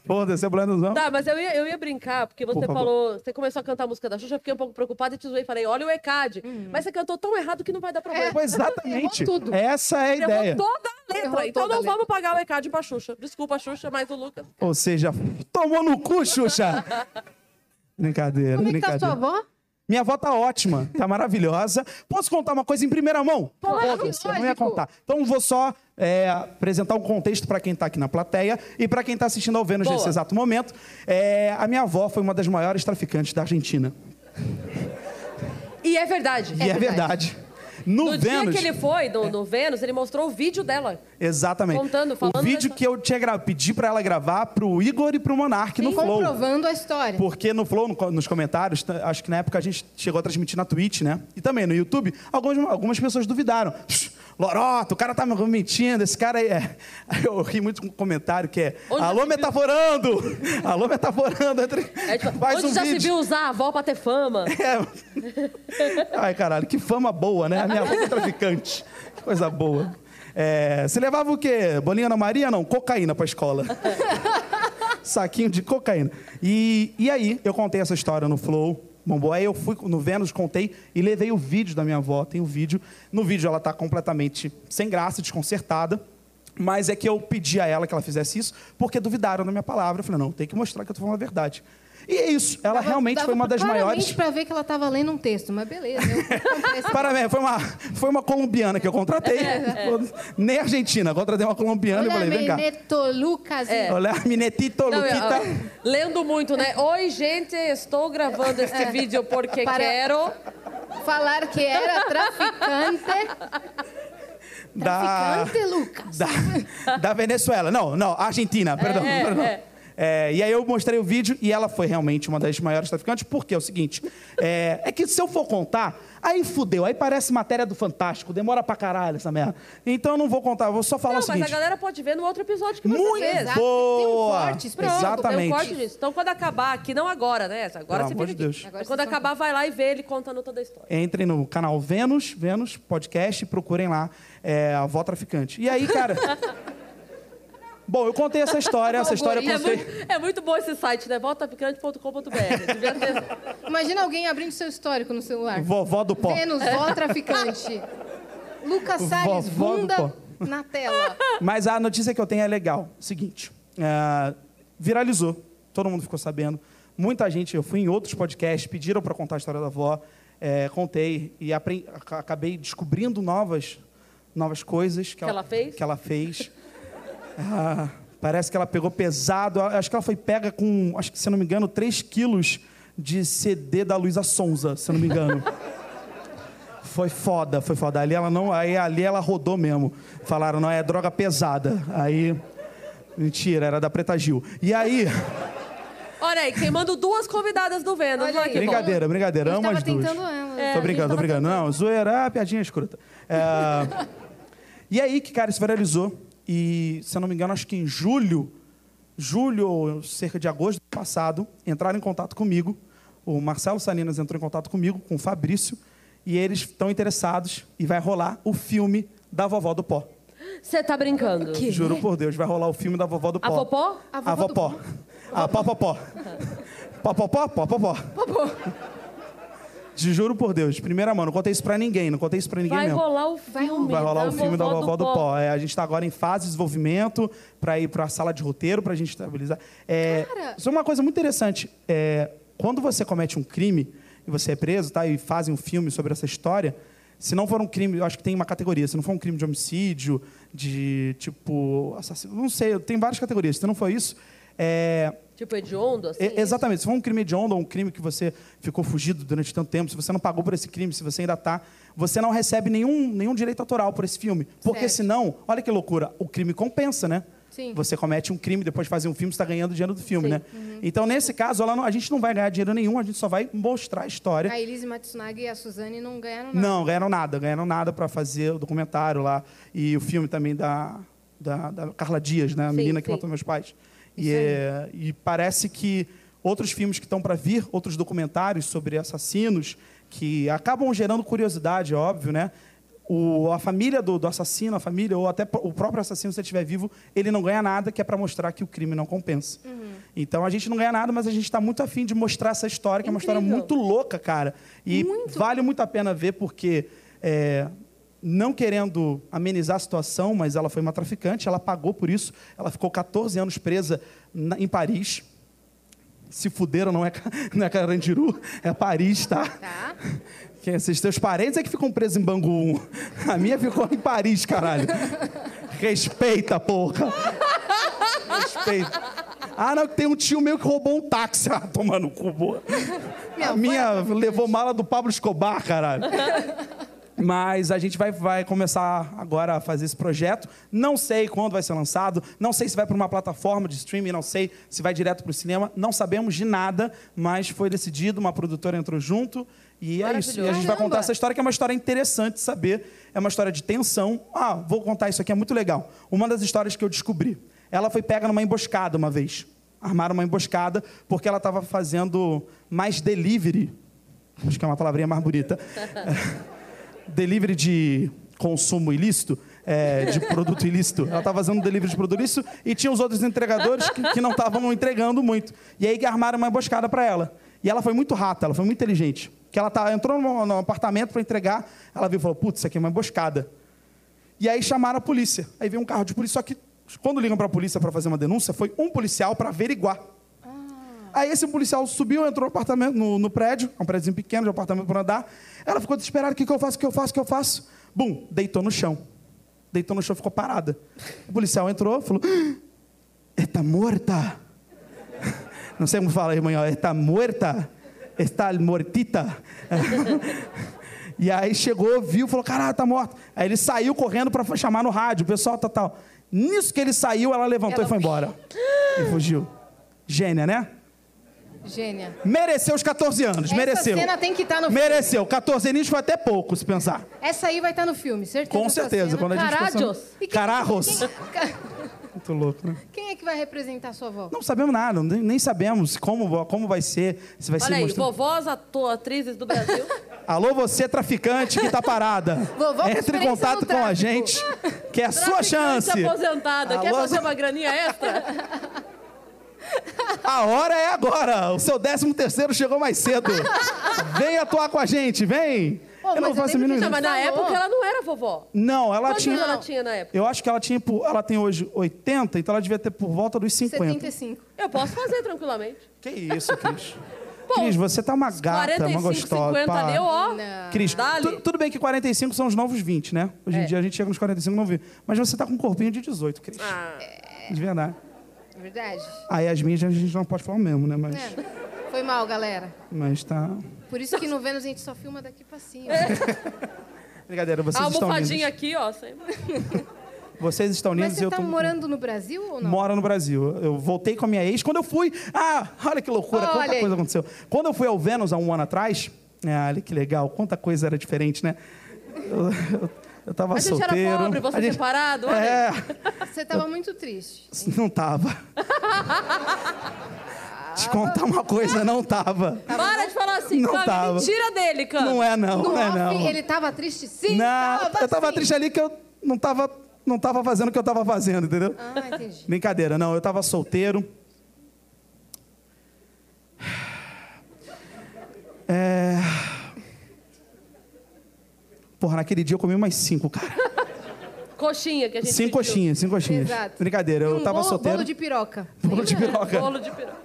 E: Foda-se, é o planeta dos
A: Tá, mas eu ia, eu ia brincar, porque você
E: Por favor.
A: falou, você começou a cantar a música da Xuxa, eu fiquei um pouco preocupada e te zoei. Falei, olha o ECAD. Mas você cantou tão errado que não vai dar problema.
E: Pois Exatamente.
B: Hum. É. Errou tudo.
E: Essa é a
A: Errou
E: ideia.
A: toda a letra.
B: Errou
A: então
B: toda a
A: não
B: letra.
A: vamos pagar o ECAD pra Xuxa. Desculpa, Xuxa, mas o Lucas.
E: é, Ou seja, tomou no cu, Xuxa. Brincadeira,
B: Como é que tá
E: Ah, brincadeira.
B: sua avó?
E: Minha avó tá ótima, tá maravilhosa. Posso contar uma coisa em primeira mão?
B: Claro,
E: Foda-se, eu não ia
B: lógico.
E: contar. Então vou só é, apresentar um contexto para quem tá aqui na plateia e para quem tá assistindo ao Vênus
A: Boa.
E: nesse exato momento. É, a minha avó foi uma das maiores traficantes da Argentina.
A: E é verdade.
E: e é verdade. No,
A: No dia
E: Vênus.
A: que ele foi, no, no Vênus, ele mostrou o vídeo dela.
E: Exatamente.
A: Contando, falando
E: o vídeo
A: dessa-
E: que eu tinha gra... pedi para ela gravar pro Igor e pro Monark no Flow.
B: Comprovando a história.
E: Porque no Flow, no co- nos comentários, t- acho que na época a gente chegou a transmitir na Twitch, né? E também no YouTube, algumas, algumas pessoas duvidaram. Psh, Lorota, o cara tá me mentindo, esse cara aí é. Aí Eu ri muito com um comentário que é.
A: Onde já
E: Alô,
A: se viu?"
E: metaforando! Alô, metaforando! Entre...
A: É tipo,
E: Faz
A: onde
E: um
A: já
E: vídeo.
A: se viu usar a avó pra ter fama?
E: É. Ai, caralho, que fama boa, né? A minha avó é traficante. Que coisa boa. É, você levava o quê? Bolinha na Maria? Não, cocaína pra escola. Saquinho de cocaína. E, e aí, eu contei essa história no Flow. bombou. Aí eu fui no Vênus, contei e levei o vídeo da minha avó. Tem o vídeo. No vídeo ela está completamente sem graça, desconcertada. Mas é que eu pedi a ela que ela fizesse isso, porque duvidaram da minha palavra. Eu falei, não, tem que mostrar que eu estou falando a verdade. E é isso. Ela realmente foi uma das maiores.
B: para ver que ela estava lendo um texto, mas beleza. Eu...
E: Parabéns, foi uma, foi uma colombiana que eu contratei.
A: É.
E: Nem argentina, contratei uma colombiana e
B: Olha,
E: falei, vem cá.
B: Meneto, Lucas.
A: É.
E: Olha, Minetito,
A: Não, eu-
B: tá
E: Luquita.
A: eu- lendo muito, né? Oi, gente, estou gravando este vídeo porque
B: É. Para-
A: quero.
B: Falaram que era traficante.
E: da,
B: Traficante, Lucas.
E: da, da Venezuela. Não, não, Argentina, perdão.
A: é,
E: perdão.
A: é.
E: É, e aí eu mostrei o vídeo e ela foi realmente uma das maiores traficantes, porque é o seguinte, é, é que se eu for contar, aí fudeu, aí parece matéria do Fantástico, demora pra caralho essa merda. Então eu não vou contar, eu vou só falar
A: Não,
E: o
A: mas a
E: seguinte.
A: galera pode ver no outro episódio que você
E: Muito
A: fez.
B: Exato,
E: boa!
B: tem um corte específico, tem um
A: Tem um corte
E: Exatamente.
A: disso. Então, quando acabar aqui, não agora, né? Agora
E: Pelo
A: você
E: amor
A: fica
E: de
A: aqui.
E: Deus.
B: Agora
A: quando
B: vocês
A: acabar, vai lá e vê ele contando toda a história.
E: Entrem no canal Vênus, Vênus Podcast, e procurem lá é, a avó traficante. E aí, cara. Bom, eu contei essa história, essa história eu
A: É
E: contei.
A: muito, é muito bom esse site, né? Voltapicante.com.br. né? Devia ter-
B: Imagina alguém abrindo seu histórico no celular.
E: Vovó do pó.
B: Vênus, vó traficante. Lucas Salles,
E: Vovó do
B: bunda
E: pó.
B: na tela.
E: Mas a notícia que eu tenho é legal. Seguinte, é, viralizou, todo mundo ficou sabendo. Muita gente, eu fui em outros podcasts, pediram para contar a história da avó, é, contei e apre- ac- acabei descobrindo novas, novas coisas que,
A: Que ela fez?
E: Que ela fez. Ah, parece que ela pegou pesado. a- Acho que ela foi pega com, acho que se eu não me engano, 3 quilos de CD da Luísa Sonza, se eu não me engano. Foi foda, foi foda. Ali ela não, aí ali ela rodou mesmo. Falaram, não é droga pesada. Aí mentira, era da Preta Gil. E aí,
A: Olha aí, queimando duas convidadas do Vênus.
B: Olha
A: Olha
B: aí.
A: que bom.
E: brincadeira, brincadeira,
B: Eu
E: amo
B: tava
E: as duas.
B: tentando ela.
A: É,
E: tô
A: a gente
E: brincando, tô
A: tava
E: brincando. Não, zoeira, piadinha escrota. É, e aí que cara isso viralizou e, se eu não me engano, acho que em julho, julho ou cerca de agosto do passado, entraram em contato comigo. O Marcelo Salinas entrou em contato comigo com o Fabrício e eles estão interessados e vai rolar o filme da Vovó do Pó.
A: Você tá brincando?
E: Juro por Deus, vai rolar o filme da vovó do pó.
A: A popó?
B: A
E: A Ah,
B: vovó do
E: popó. A popopó. Popopó, popopó. Te juro por Deus. Primeira mão, não contei isso pra ninguém, não contei isso pra ninguém
A: Vai
E: mesmo.
A: rolar o filme. tá?
E: Vai rolar o filme da Vovó do
A: Pó.
E: Pó. É, a gente está agora em fase de desenvolvimento para ir para a sala de roteiro, para a gente estabilizar. É,
B: Cara!
E: Isso é uma coisa muito interessante. É, quando você comete um crime e você é preso tá, e fazem um filme sobre essa história, se não for um crime, eu acho que tem uma categoria. Se não for um crime de homicídio, de tipo assassino, não sei, tem várias categorias. Se não for isso, é,
A: Tipo, hediondo, assim?
E: é, exatamente. Se for um crime hediondo ou um crime que você ficou fugido durante tanto tempo, se você não pagou por esse crime, se você ainda está, você não recebe nenhum, nenhum direito autoral por esse filme. Porque
B: Certo.
E: senão, olha que loucura, o crime compensa, né?
B: Sim.
E: Você comete um crime, depois de fazer um filme, você está ganhando dinheiro do filme, né?
B: Uhum.
E: Então, nesse caso, ela não- a gente não vai ganhar dinheiro nenhum, a gente só vai mostrar a história.
B: A Elise Matsunaga e a Suzane não ganharam nada.
E: Não, ganharam nada. Ganharam nada para fazer o documentário lá. E o filme também da, da, da Carla Dias, né? A
A: Sim,
E: menina que
A: sim.
E: matou meus pais. E, é, e parece que outros filmes que estão para vir, outros documentários sobre assassinos, que acabam gerando curiosidade, é óbvio, né? O, a família do, do assassino, a família, ou até p- o próprio assassino, se ele estiver vivo, ele não ganha nada, que é para mostrar que o crime não compensa.
A: Uhum.
E: Então a gente não ganha nada, mas a gente está muito afim de mostrar essa história, que é uma história
A: Incrível.
E: muito louca, cara. E vale muito a pena ver, porque é, não querendo amenizar a situação, mas ela foi uma traficante, ela pagou por isso, ela ficou 14 anos presa na- em Paris. Se fuderam, não é, Ca- não é Carandiru, é Paris, tá?
B: Tá?
E: Que esses teus parentes é que ficam presos em Bangu. um. A minha ficou em Paris, caralho. Respeita, porra. Respeita. Ah, não, que tem um tio meu que roubou um táxi. Ah, toma no cu, boa.
B: Minha
E: a
B: avó é
E: minha
B: era
E: levou mala do Pablo Escobar, caralho. Mas a gente vai, vai começar agora a fazer esse projeto. Não sei quando vai ser lançado, não sei se vai para uma plataforma de streaming, não sei se vai direto para o cinema, não sabemos de nada, mas foi decidido, uma produtora entrou junto e é isso. E a gente vai
B: Caramba!
E: contar essa história, que é uma história interessante de saber, é uma história de tensão. Ah, vou contar isso aqui, é muito legal. Uma das histórias que eu descobri. Ela foi pega numa emboscada uma vez. Armaram uma emboscada porque ela estava fazendo mais delivery. Acho que é uma palavrinha mais bonita delivery de consumo ilícito, é, de produto ilícito. Ela estava fazendo delivery de produto ilícito e tinha os outros entregadores que, que não estavam entregando muito. E aí que armaram uma emboscada para ela. E ela foi muito rata, ela foi muito inteligente. Que ela tá, entrou no, no apartamento para entregar, ela viu e falou: Putz, isso aqui é uma emboscada. E aí chamaram a polícia. Aí veio um carro de polícia, só que quando ligam para a polícia para fazer uma denúncia, foi um policial para averiguar. Aí esse policial subiu, entrou no apartamento, no, no prédio, é um prédio pequeno, de apartamento para andar. Ela ficou desesperada, o que, que eu faço, o que eu faço, o que eu faço? Bum, deitou no chão. Deitou no chão, ficou parada. O policial entrou, falou, "Ah, está morta. Não sei como fala, irmão, "Ah, está morta, está mortita. E aí chegou, viu, falou, caralho, tá morta. Aí ele saiu correndo para chamar no rádio, o pessoal tá tal. Nisso que ele saiu, ela levantou
A: Ela-
E: e foi embora. E fugiu. Gênia, né?
B: Gênia.
E: Mereceu os 14 anos, mereceu.
B: Essa cena tem que
A: tá
B: estar no filme.
E: Mereceu. 14 aninhos foi até pouco, se pensar.
B: Essa aí vai estar no filme, certeza.
E: Com
B: essa
E: certeza.
B: cena.
E: Quando a gente
A: Caralhos.
E: pensou-
B: E quem-
E: Carajos.
B: Quem, é-
E: Muito louco, né?
B: quem é que vai representar sua avó?
E: Não sabemos nada, nem nem sabemos como, como vai ser, se vai
A: Olha
E: ser
A: aí,
E: mostrado.
A: vovós, ato- atrizes do Brasil.
E: Alô, você traficante que tá parada.
B: Vovó com
E: Entre em
B: experiência
E: contato
B: no
E: com a
B: tráfico.
E: gente, que é a sua
A: um Traficante
E: chance.
A: aposentada. Quer
E: Alô,
A: fazer
E: zo-
A: uma graninha extra?
E: A hora é agora. O seu 13 terceiro chegou mais cedo. vem atuar com a gente, vem.
B: Pô, mas eu lembro que
E: mínima
A: Não, mas na
B: Falou.
A: época ela não era vovó.
E: Não, ela
A: Quantos
E: tinha.
A: anos ela tinha na época?
E: Eu acho que ela tinha, por- ela tem hoje 80, então ela devia ter por volta dos 50.
B: 75.
A: Eu posso fazer tranquilamente.
E: Que isso, Cris?
A: Pô,
E: Cris, você tá uma gata, uma
A: 45,
E: gostosa.
A: 50
E: pá.
A: deu, ó.
B: Não.
E: Cris,
A: Dá-lhe.
E: tu- tudo bem que 45 são os novos 20, né? Hoje em
A: É.
E: dia a gente chega nos 45 e não vê. Mas você tá com um corpinho de 18, Cris.
A: Ah,
E: De verdade.
B: É Verdade.
E: Aí as minhas a gente não pode falar o mesmo, né? Mas,
B: É. Foi mal, galera.
E: mas tá.
B: Por isso que no Vênus a gente só filma daqui pra cima.
E: Brincadeira, vocês
A: a
E: estão lindos.
A: almofadinha aqui, ó. sempre.
E: Vocês estão
B: Mas
E: lindos e
B: você
E: eu tô.
B: tá morando no Brasil ou não?
E: Mora no Brasil. Eu voltei com a minha ex. Quando eu fui. Ah, olha que loucura,
B: Olha
E: quanta
B: aí.
E: coisa aconteceu. Quando eu fui ao Vênus há um ano atrás, é, olha que legal, quanta coisa era diferente, né? Eu, eu, eu tava
A: A gente era
E: solteiro.
A: pobre, você
E: a gente-
A: separado, olha
E: É,
B: Você tava muito triste.
E: não tava. Te contar uma coisa, não tava.
A: Para de falar assim,
E: Não
A: Cami,
E: tava.
A: mentira dele, Cami.
E: Não é, não,
B: No
E: não é,
B: off,
E: não.
B: ele tava triste sim? assim.
E: Não, eu tava
B: sim.
E: triste ali que eu não tava, não tava fazendo o que eu tava fazendo, entendeu?
B: Ah, entendi.
E: Brincadeira, não, eu tava solteiro. É... Porra, naquele dia eu comi umas cinco, cara.
A: Coxinha que a gente
E: Cinco
A: pediu.
E: coxinhas, cinco coxinhas.
B: Exato.
E: Brincadeira,
A: Hum,
E: eu
B: um
E: tava
B: bolo,
E: solteiro.
B: Bolo de piroca.
E: Bolo de piroca.
A: Bolo de piroca.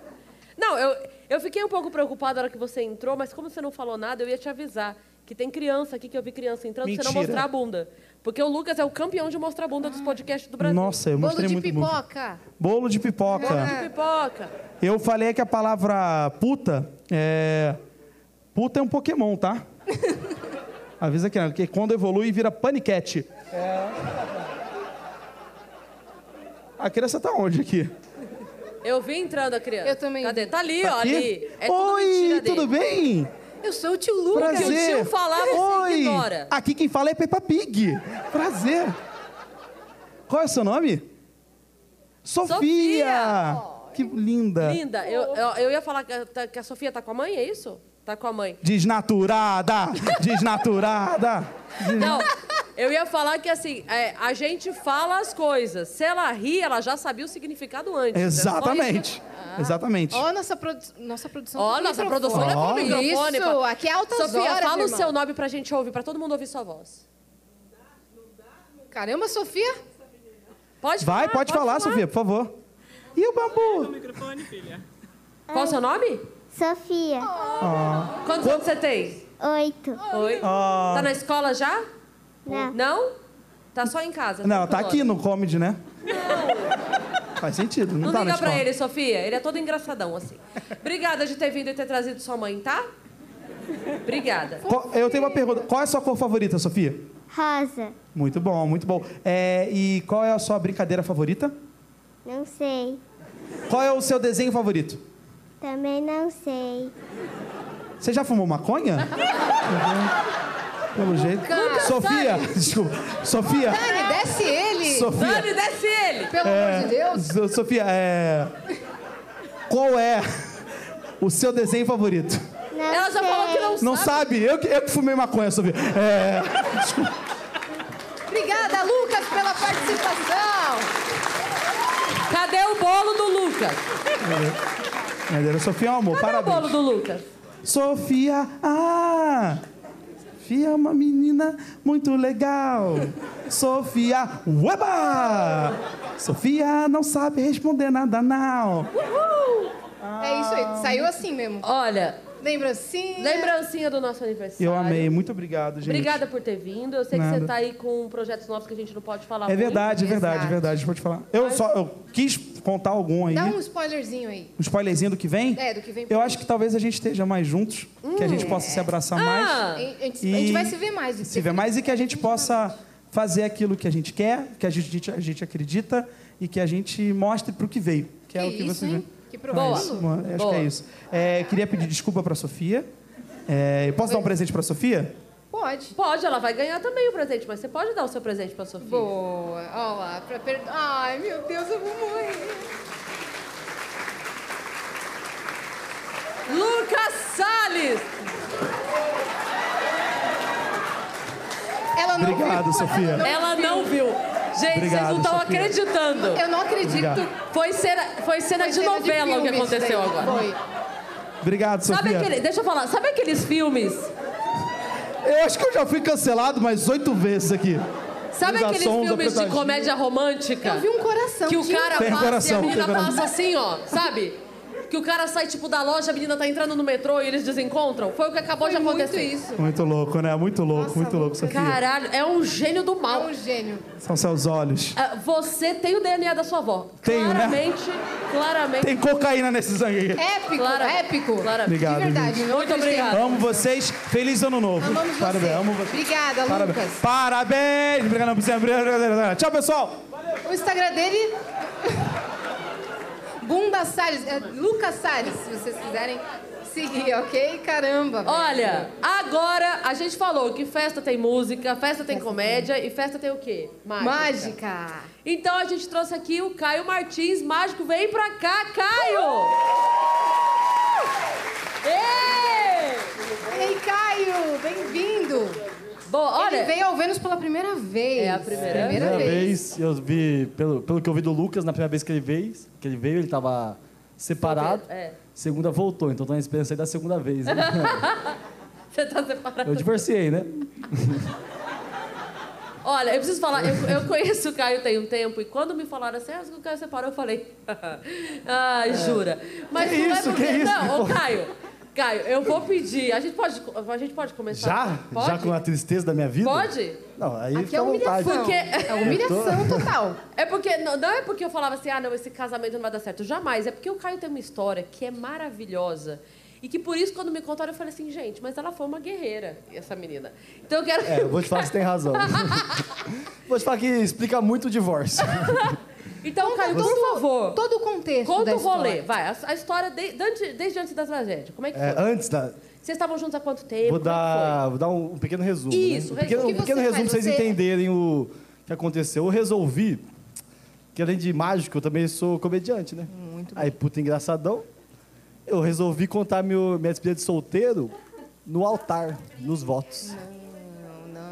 A: Não, eu, eu fiquei um pouco preocupada na hora que você entrou, mas como você não falou nada, eu ia te avisar que tem criança aqui que eu vi criança entrando, você não
E: Mentira.
A: mostrar a bunda. Porque o Lucas é o campeão de mostrar a bunda dos podcasts do Brasil.
E: Nossa, eu
B: Bolo
E: mostrei
B: de
E: muito bunda.
B: pipoca.
E: Bolo de pipoca.
B: Ah.
A: De pipoca.
E: Eu falei que a palavra puta é. Puta é um Pokémon, tá? Avisa aqui, né? Porque quando evolui vira paniquete. É. A criança tá onde aqui?
A: Eu vi entrando a criança.
B: Eu também
A: Cadê?
B: vi.
A: Tá ali, ó,
E: Tá aqui?
A: ali. É tudo
E: Oi,
A: mentira
E: tudo
A: dele.
E: bem?
B: Eu sou o tio Lucas.
A: Prazer.
E: Prazer.
A: tio falar, você
E: Oi.
A: ignora.
E: Aqui quem fala é Peppa Pig. Prazer. Qual é o seu nome? Sofia!
A: Sofia.
E: Que linda.
A: Linda, eu, eu, eu ia falar que a, tá- que a Sofia tá com a mãe, é isso? Tá com a mãe.
E: Desnaturada! Desnaturada!
A: Não, eu ia falar que assim, é, a gente fala as coisas. Se ela ri, ela já sabia o significado antes. É só isso que-
E: Exatamente. Exatamente.
B: Ó, nossa, produ- nossa produção. tá
A: Ó,
B: com
A: nossa
B: microfone.
A: produção é olha pro
E: Ó.
A: microfone.
B: Isso,
A: pá.
B: aqui é altas
A: Sofia,
B: horas,
A: fala o
B: irmão.
A: seu nome pra gente ouvir, pra todo mundo ouvir sua voz.
B: Caramba, Sofia.
A: Pode
E: Vai,
A: falar,
E: pode falar, Sofia, por favor. E o bambu?
A: Qual o seu nome?
F: Sofia,
A: Quantos anos você tem?
F: oito.
A: Ah. Oi.
E: Ah.
A: Tá na escola já?
F: Não.
A: Não? Tá só em casa?
E: Não, tá
A: tranquilona.
E: aqui no comedy, né? Faz sentido, não,
A: Não
E: tá na
A: liga pra
E: escola.
A: ele, Sofia. Ele é todo engraçadão, assim. Obrigada de ter vindo e ter trazido sua mãe, tá? Obrigada.
E: Qual- Eu tenho uma pergunta. Qual é a sua cor favorita, Sofia?
F: Rosa,
E: Muito bom, muito bom. É, e qual é a sua brincadeira favorita?
F: não sei.
E: Qual é o seu desenho favorito?
F: Também não sei.
E: Você já fumou maconha? Pelo jeito. Sofia, desculpa. Sofia,
B: Dani, desce ele.
E: Sofia. É.
A: Dani, desce ele!
B: Pelo amor de Deus.
E: So- Sofia, é... qual é o seu desenho favorito?
F: Não
A: Ela já
F: sei.
A: falou que não
E: Não sabe? Eu, que- eu que fumei maconha, Sofia. É...
B: Obrigada, Lucas, pela participação.
A: Cadê o bolo do Lucas?
E: Mas era Sofia, um amor,
A: Cadê o
E: parabéns.
A: bolo do Lucas?
E: Sofia, ah! Sofia é uma menina muito legal. Sofia, ueba! Sofia não sabe responder nada, não.
B: É isso aí, saiu assim mesmo.
A: Olha,
B: Lembra assim?
A: lembrancinha do nosso aniversário.
E: Eu amei, muito obrigado, gente.
A: Obrigada por ter vindo. Eu sei que
E: Nada.
A: você tá aí com projetos novos que a gente não pode falar
E: É
A: muito. tá.
E: verdade, é verdade, é
B: Exato.
E: verdade. Pode falar. Eu só eu quis contar algum aí.
B: Dá
E: Um
B: um spoilerzinho aí.
E: spoilerzinho do que vem.
B: É, do que vem. Hum,
E: Eu acho que talvez a gente esteja mais juntos, que a gente possa se abraçar mais.
B: é. A
A: Ah,
B: gente, a gente
E: E-
B: vai se ver mais. do que
E: se ver mais e que a gente possa fazer aquilo que a gente quer, que a gente, a gente acredita e que a gente mostre pro que veio, que, é o que
B: isso,
E: você
B: hein?
E: vê.
B: Que
E: Então é
B: problema.
E: isso, mano, acho
A: Boa.
E: que é isso. É, eu queria pedir desculpa pra Sofia. É, eu posso dar um presente pra Sofia?
B: Pode.
A: pode, ela vai ganhar também o presente, mas você pode dar o seu presente pra Sofia.
B: Boa. Olha lá. Pra per... Ai, meu Deus, eu vou morrer.
A: Lucas Salles!
B: Ela não
E: Obrigado,
B: viu.
E: Sofia.
A: Ela não viu. Gente, vocês
E: Obrigado,
A: não estão
E: Sofia.
A: acreditando.
B: Eu não acredito.
E: Obrigado.
A: Foi cena, foi cena
B: Foi
A: de
B: cena
A: novela o
B: filme
A: que aconteceu
B: isso daí.
A: agora.
B: Foi.
E: Obrigado,
A: Sabe
E: Sofia.
A: aquele, deixa eu falar, sabe aqueles filmes?
E: Eu acho que eu já fui cancelado mais oito vezes aqui.
A: Sabe
E: Dos
A: aqueles
E: Assuntos,
A: filmes de
E: apertadinho.
A: comédia romântica?
B: Eu vi um coração.
A: Que o
B: tinha um
A: cara
E: Tem
A: passa e a
E: coração,
A: menina
E: tem coração.
A: passa assim, ó, sabe? Que o cara sai, tipo, da loja, a menina tá entrando no metrô e eles desencontram. Foi o que acabou
B: Foi
A: de
B: muito
A: acontecer.
B: isso. assim.
E: Muito louco, né? Muito louco, muito louco, Sofia.
A: Caralho, é um gênio do
B: É
A: mal.
B: um gênio.
E: São seus olhos.
A: Ah, Você tem o DNA da sua avó.
E: Tenho, né?
A: claramente, claramente.
E: Tem cocaína nesse sangue aqui.
B: Épico,
A: Clara-
B: épico.
A: claramente.
E: Obrigado,
B: É, De verdade.
E: gente.
B: não
A: Muito
B: acreditei.
A: obrigado.
E: Amo vocês. Feliz ano novo.
B: Amamos você.
E: Parabéns, amo vocês.
B: Obrigada,
E: Parabéns.
B: Lucas.
E: Parabéns. Obrigado por sempre. Tchau, pessoal.
B: O Instagram dele... Bunda Salles. É Lucas Salles, se vocês quiserem seguir, ok? Caramba. velho.
A: Olha, agora a gente falou que festa tem música, festa tem comédia e festa tem o quê? Mágica.
B: Mágica.
A: Então a gente trouxe aqui o Caio Martins, mágico, vem pra cá, Caio! Ê!
B: Ei, Caio, bem-vindo.
A: Bom,
B: Ele
A: olha,
B: veio ao Vênus pela primeira vez.
A: É a primeira
G: Primeira vez, eu vi, pelo, pelo que eu vi do Lucas, na primeira vez que ele veio, que ele veio, ele tava separado.
A: Solteiro, é.
G: Segunda voltou, então tá na esperança aí da segunda vez. né?
A: você tá separado.
G: Eu divorciei, né?
A: Olha, eu preciso falar, eu, eu conheço o Caio tem um tempo e quando me falaram assim, ah, o Caio separou, eu falei,
G: É.
A: ai, jura. Mas
E: Que
A: não é
E: isso,
A: porque...
E: que isso, que
A: não, ô
E: porra.
A: Caio, Caio, eu vou pedir, a gente pode, a gente pode começar?
G: Já?
A: Pode?
G: Já com a tristeza da minha vida?
A: Pode?
G: Não, aí
B: Aqui
G: fica
B: é
G: à vontade.
B: humilhação.
A: Porque-
B: É humilhação total.
A: É porque, não, não é porque eu falava assim, ah, não, esse casamento não vai dar certo. Jamais. É porque o Caio tem uma história que é maravilhosa. E que por isso, quando me contaram, eu falei assim, gente, mas ela foi uma guerreira, essa menina. Então eu quero.
G: É, eu vou te falar que você tem razão. vou te falar que explica muito o divórcio.
A: Então, Caio, por favor,
B: Todo o contexto
A: conta
B: da
A: o rolê.
B: história.
A: Vai, a, a história de- dante- desde antes da tragédia. Como é que foi?
G: É, antes da.
A: Vocês estavam juntos há quanto tempo?
G: Vou
A: Como é que
G: dar, vou dar um, um pequeno resumo.
A: Isso,
G: né? um pequeno,
A: resumo.
G: um
B: O que
G: pequeno
B: você
G: resumo pra
B: faz?
G: vocês
B: Você-
G: entenderem o que aconteceu. Eu resolvi que, além de mágico, eu também sou comediante, né? Muito Aí, puta engraçadão, eu resolvi contar meu, minha despedida de solteiro no altar, nos votos.
A: foi?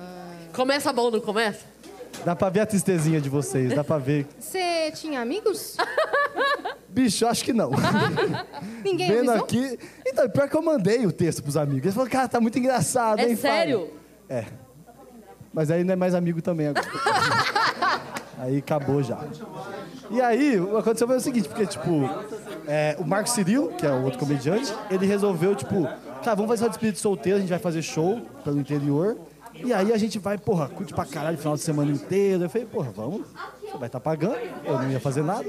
A: Começa bom, não começa?
G: Dá pra ver a tristezinha de vocês, dá pra ver.
B: Você tinha amigos?
G: Bicho, eu acho que não.
B: Ninguém
G: Vendo
B: avisou?
G: aqui. Então, pior que eu mandei o texto pros amigos. Eles falaram, cara, tá muito engraçado,
A: É
G: hein? Fábio?"
A: sério?
G: É. Mas aí não é mais amigo também agora. aí acabou já. E aí, o que aconteceu foi o seguinte, porque, tipo, é, o Marco Cirilo, que é o outro comediante, ele resolveu, tipo, cara, vamos fazer uma despedida de solteiro, a gente vai fazer show pelo interior. E aí a gente vai, porra, curte pra caralho o final de semana inteiro. Eu falei, porra, vamos, você vai estar pagando, eu não ia fazer nada.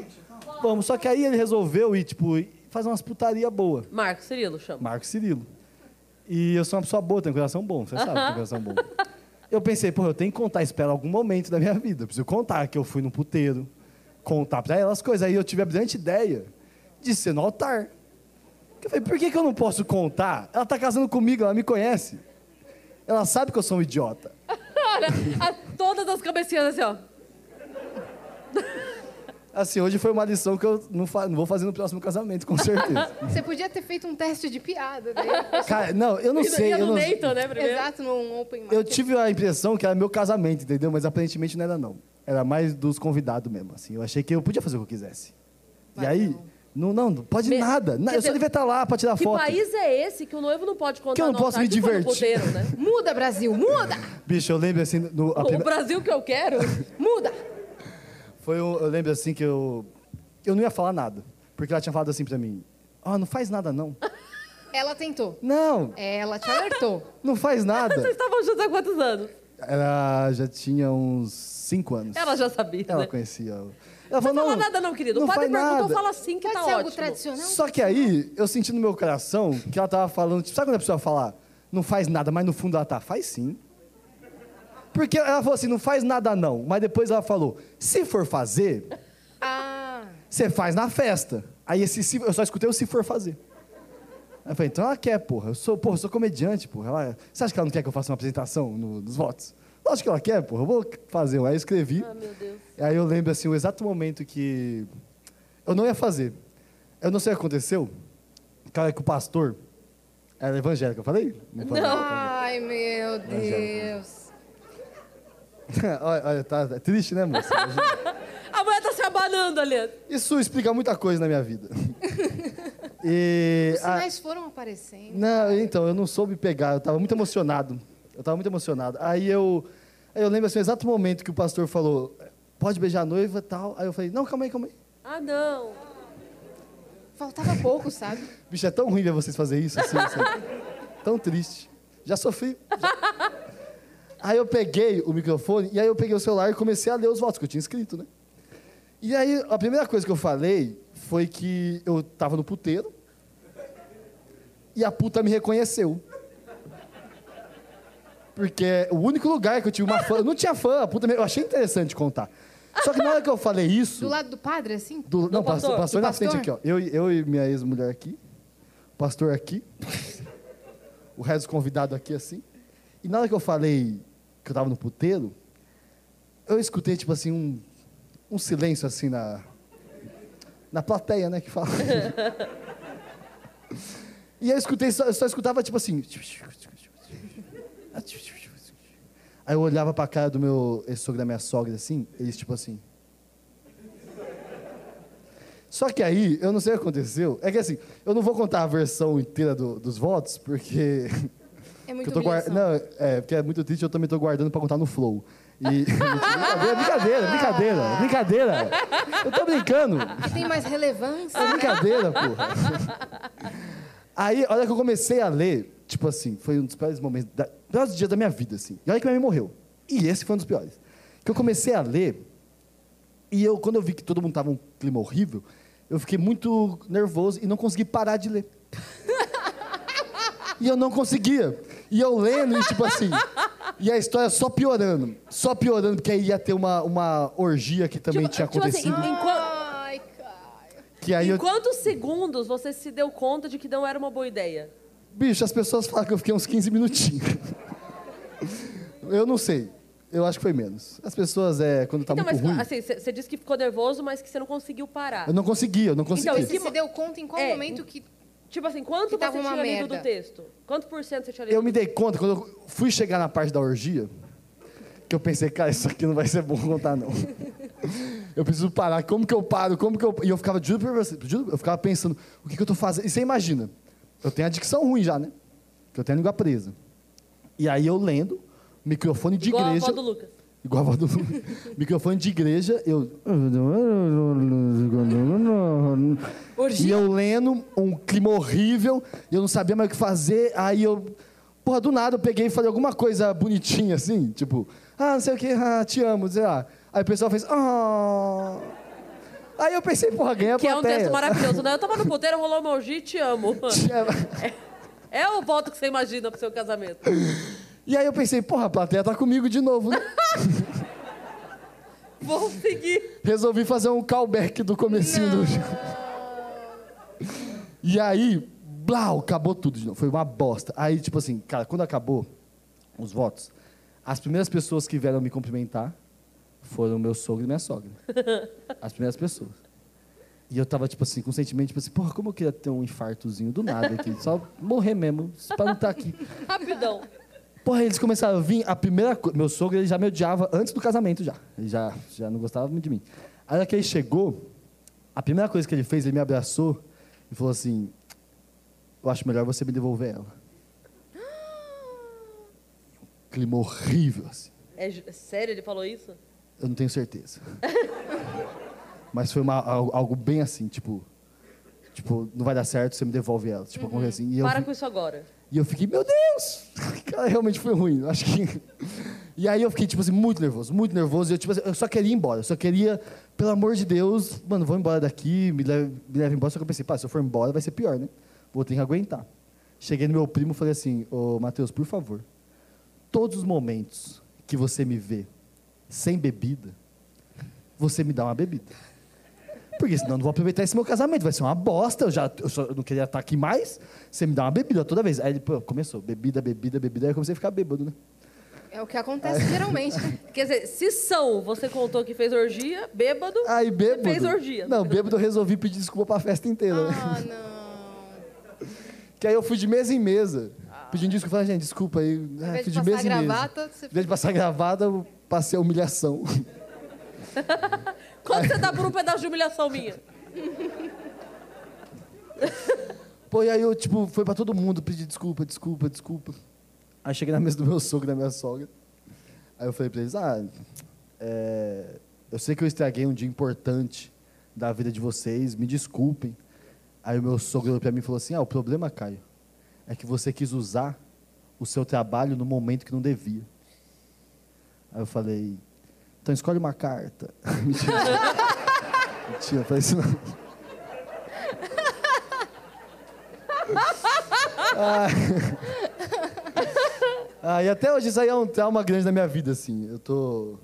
G: Vamos, só que aí ele resolveu ir, tipo, fazer umas putaria boa.
A: Marco, Cirilo, chama.
G: Marco Cirilo. E eu sou uma pessoa boa, tenho um coração bom, você sabe que eu tenho coração bom. Eu pensei, pô, eu tenho que contar isso pra ela em algum momento da minha vida. Eu preciso contar que eu fui num puteiro, contar pra ela as coisas. Aí eu tive a brilhante ideia de ser no altar. Eu falei, por que, que eu não posso contar? Ela tá casando comigo, ela me conhece. Ela sabe que eu sou um idiota.
A: Olha, a- todas as cabecinhas assim, ó.
G: Assim, hoje foi uma lição que eu não, fa- não vou fazer no próximo casamento, com certeza.
B: Você podia ter feito um teste de piada, né?
G: Cara, não, eu não
A: E-
G: sei.
A: e a
G: eu
A: do
G: não-
A: Nathan, né, primeiro?
B: Exato, num open mic.
G: Eu tive a impressão que era meu casamento, entendeu? Mas aparentemente não era, não. Era mais dos convidados mesmo, assim. Eu achei que eu podia fazer o que eu quisesse. e aí, Não, não, não pode
A: Me-
G: nada. Na-
A: quer
G: Eu só
A: dizer,
G: devia estar lá pra tirar
A: Que
G: foto.
A: país é esse que o noivo não pode contar
G: Que eu não
A: no
G: posso
A: altar?
G: me
A: Tipo no
G: divertir.
A: puteiro, né?
B: Muda, Brasil, muda!
G: Bicho, eu lembro assim. No,
A: Pô,
G: a
A: O
G: prime-
A: Brasil que eu quero.
B: Muda!
G: Foi um- eu lembro assim que eu. Eu não ia falar nada. Porque ela tinha falado assim pra mim: Ah, não faz nada não.
B: Ela tentou.
G: Não,
B: É, Ela te alertou.
G: não faz
A: Vocês
G: nada.
A: estavam juntos há quantos anos?
G: Ela já tinha uns cinco anos.
A: Ela já sabia,
G: Ela
A: né?
G: conhecia. Ela não
A: Não fala nada não, querido. O padre
G: faz
A: perguntou,
G: nada."
A: fala assim que
B: Pode
A: tá
B: ser
A: ótimo.
B: algo tradicional?
G: Só que aí, eu senti no meu coração que ela tava falando, tipo, sabe quando a pessoa fala, não faz nada, mas no fundo ela tá, faz sim. Porque ela falou assim, não faz nada não, mas depois ela falou, se for fazer,
B: Ah,
G: você faz na festa. Aí esse se- eu só escutei o se for fazer. Aí eu falei, então ela quer, porra. Eu sou, porra, eu sou comediante, porra. Ela, você acha que ela não quer que eu faça uma apresentação no- nos votos? Lógico que ela quer, porra. Eu vou fazer. Aí eu escrevi.
A: Ah, meu Deus.
G: Aí eu lembro assim, o exato momento que eu não ia fazer. Eu não sei o que aconteceu. Cara, que o pastor era evangélico, eu falei? Não. falei.
B: ai, meu Deus.
G: olha, olha, tá, é triste, né, moça?
A: A mulher tá se abanando ali.
G: Isso explica muita coisa na minha vida. E,
B: Os
G: a-
B: sinais foram aparecendo.
G: Não, então, eu não soube pegar, eu tava muito emocionado. Eu tava muito emocionado. Aí eu, aí eu lembro assim, o exato momento que o pastor falou, pode beijar a noiva e tal. Aí eu falei, não, calma aí, calma aí.
A: Ah, não.
B: Faltava pouco, sabe?
G: Bicho, é tão ruim ver vocês fazer isso assim, sabe? Tão triste. Já sofri. já. Aí eu peguei o microfone e aí eu peguei o celular e comecei a ler os votos que eu tinha escrito, né? E aí a primeira coisa que eu falei foi que eu tava no puteiro e a puta me reconheceu. Porque é o único lugar que eu tinha uma fã, eu não tinha fã, a puta me... eu achei interessante contar. Só que na hora que eu falei isso,
B: Do lado do padre, assim?
G: do- não,
A: pastor?
G: pastor, pastor
B: Do
G: na
B: pastor?
G: frente aqui, ó. Eu, e- eu e minha ex-mulher aqui, o pastor aqui, o resto dos convidados aqui, assim. E na hora que eu falei que eu tava no puteiro, eu escutei, tipo assim, um, um silêncio, assim, na, na plateia, né, que fala. e eu escutei, só, eu só escutava, tipo assim... Aí eu olhava pra cara do meu sogro e da minha sogra, assim, eles, tipo assim... Só que aí, eu não sei o que aconteceu. É que assim, eu não vou contar a versão inteira do- dos votos, porque.
B: É
G: porque
B: muito
G: eu tô guar-
B: humilhação.
G: Não, é, porque é muito triste, eu também tô guardando pra contar no flow. E. brincadeira, brincadeira, brincadeira, brincadeira. Eu tô brincando.
B: E tem mais relevância.
G: É brincadeira, porra. Aí, a hora que eu comecei a ler, tipo assim, foi um dos piores momentos, da, piores dias da minha vida, assim. E olha que minha mãe morreu. E esse foi um dos piores. Que eu comecei a ler, e eu, quando eu vi que todo mundo tava um clima horrível, eu fiquei muito nervoso e não consegui parar de ler. E eu não conseguia. E eu lendo, e tipo assim. E a história só piorando. Só piorando, porque aí ia ter uma, uma orgia que também
A: Tipo,
G: tinha
A: tipo assim,
G: acontecido.
A: enquanto...
B: Ai, cara.
G: que aí
A: Em
G: eu,
A: quantos segundos você se deu conta de que não era uma boa ideia?
G: Bicho, as pessoas falam que eu fiquei uns 15 minutinhos. Eu não sei. Eu acho que foi menos. As pessoas, é, quando tá
A: então,
G: muito
A: mas
G: ruim...
A: assim, você disse que ficou nervoso, mas que você não conseguiu parar.
G: Eu não conseguia, eu não
A: Então,
G: conseguia.
A: e
B: Você
A: Que
B: se
A: mo-
B: deu conta em qual
A: É,
B: momento que...
A: Tipo assim, quanto
B: Que
A: você
B: tava
A: tinha
B: uma
A: lido
B: merda.
A: do texto? Quanto por cento você tinha lido?
G: Eu me dei conta, quando eu fui chegar na parte da orgia, que eu pensei, cara, isso aqui não vai ser bom contar, não. Eu preciso parar. Como que eu paro? Como que eu... E eu ficava, juro pra você, juro, eu ficava pensando, o que, que eu tô fazendo? E você imagina, eu tenho a dicção ruim já, né? Que eu tenho a língua presa. E aí eu lendo, microfone de
A: Igual a
G: igreja...
A: avó do Lucas.
G: Igual a voz do microfone de igreja, eu. E eu lendo um clima horrível, e eu não sabia mais o que fazer, aí eu. Porra, do nada eu peguei e falei alguma coisa bonitinha assim, tipo, ah, não sei o que, ah, te amo, sei lá. Aí o pessoal fez, ah. Aí eu pensei, porra, ganha
A: Que é um
G: plateia.
A: texto maravilhoso, né? Eu tava no ponteiro, rolou uma orgia e te amo. É o voto que você imagina pro seu casamento.
G: E aí eu pensei, porra, a plateia tá comigo de novo, né?
A: Vou seguir.
G: resolvi fazer um callback do comecinho do jogo. E aí, blau, acabou tudo de novo. Foi uma bosta. Aí, tipo assim, cara, quando acabou os votos, as primeiras pessoas que vieram me cumprimentar foram meu sogro e minha sogra. As primeiras pessoas. E eu tava, tipo assim, com um sentimento, tipo assim, porra, como eu queria ter um infartozinho do nada aqui. Só morrer mesmo, pra não estar aqui.
A: Rapidão.
G: Porra, eles começaram a vir. A primeira coisa. Meu sogro ele já me odiava antes do casamento, já. Ele já, já não gostava muito de mim. Aí na hora que ele chegou, A primeira coisa que ele fez, ele me abraçou e falou assim: Eu acho melhor você me devolver ela. Clima horrível, assim.
A: É ju- sério, ele falou isso?
G: Eu não tenho certeza. Mas foi uma- algo, algo bem assim, tipo. Tipo, não vai dar certo, você me devolve ela. Tipo, alguma coisa assim. E eu,
A: Para
G: fi-
A: com isso agora.
G: e eu fiquei, meu Deus! Cara, realmente foi ruim. eu Acho que. E aí eu fiquei, tipo assim, muito nervoso, muito nervoso. E eu, tipo assim, eu só queria ir embora. Eu só queria, pelo amor de Deus, mano, vou embora daqui, me leve, me leve embora. Só que eu pensei, pá, se eu for embora vai ser pior, né? Vou ter que aguentar. Cheguei no meu primo e falei assim, ô Matheus, por favor, todos os momentos que você me vê sem bebida, você me dá uma bebida. Porque senão eu não vou aproveitar esse meu casamento. Vai ser uma bosta. Eu já eu só- eu não queria estar aqui mais. Você me dá uma bebida toda vez. Aí ele pô, começou, bebida, bebida, bebida. Aí eu comecei a ficar bêbado, né?
B: É o que acontece geralmente. né?
A: Quer dizer, se são, você contou que fez orgia, bêbado,
G: Aí bêbado.
A: você fez orgia.
G: Não, bêbado eu resolvi pedir desculpa pra festa inteira. né?
B: Ah, não.
G: Que aí eu fui de mesa em mesa. Pedindo desculpa. Falei, gente, desculpa aí.
B: Ao
G: Ah,
B: invés
G: fui
B: de
G: de
B: passar a
G: mesa em mesa.
B: gravata, você
G: Em vez de passar gravada, eu passei a humilhação.
A: Quanto você dá por um pedaço de humilhação minha?
G: Pô, e aí eu, tipo, foi pra todo mundo pedir desculpa, desculpa, desculpa. Aí cheguei na mesa do meu sogro e da minha sogra. Aí eu falei pra eles, ah, é, eu sei que eu estraguei um dia importante da vida de vocês, me desculpem. Aí o meu sogro olhou pra mim e falou assim, ah, o problema, Caio, é que você quis usar o seu trabalho no momento que não devia. Aí eu falei, então escolhe uma carta. Mentira. Mentira, eu falei isso não. Ah, e até hoje isso aí é um trauma grande da minha vida, assim. Eu tô.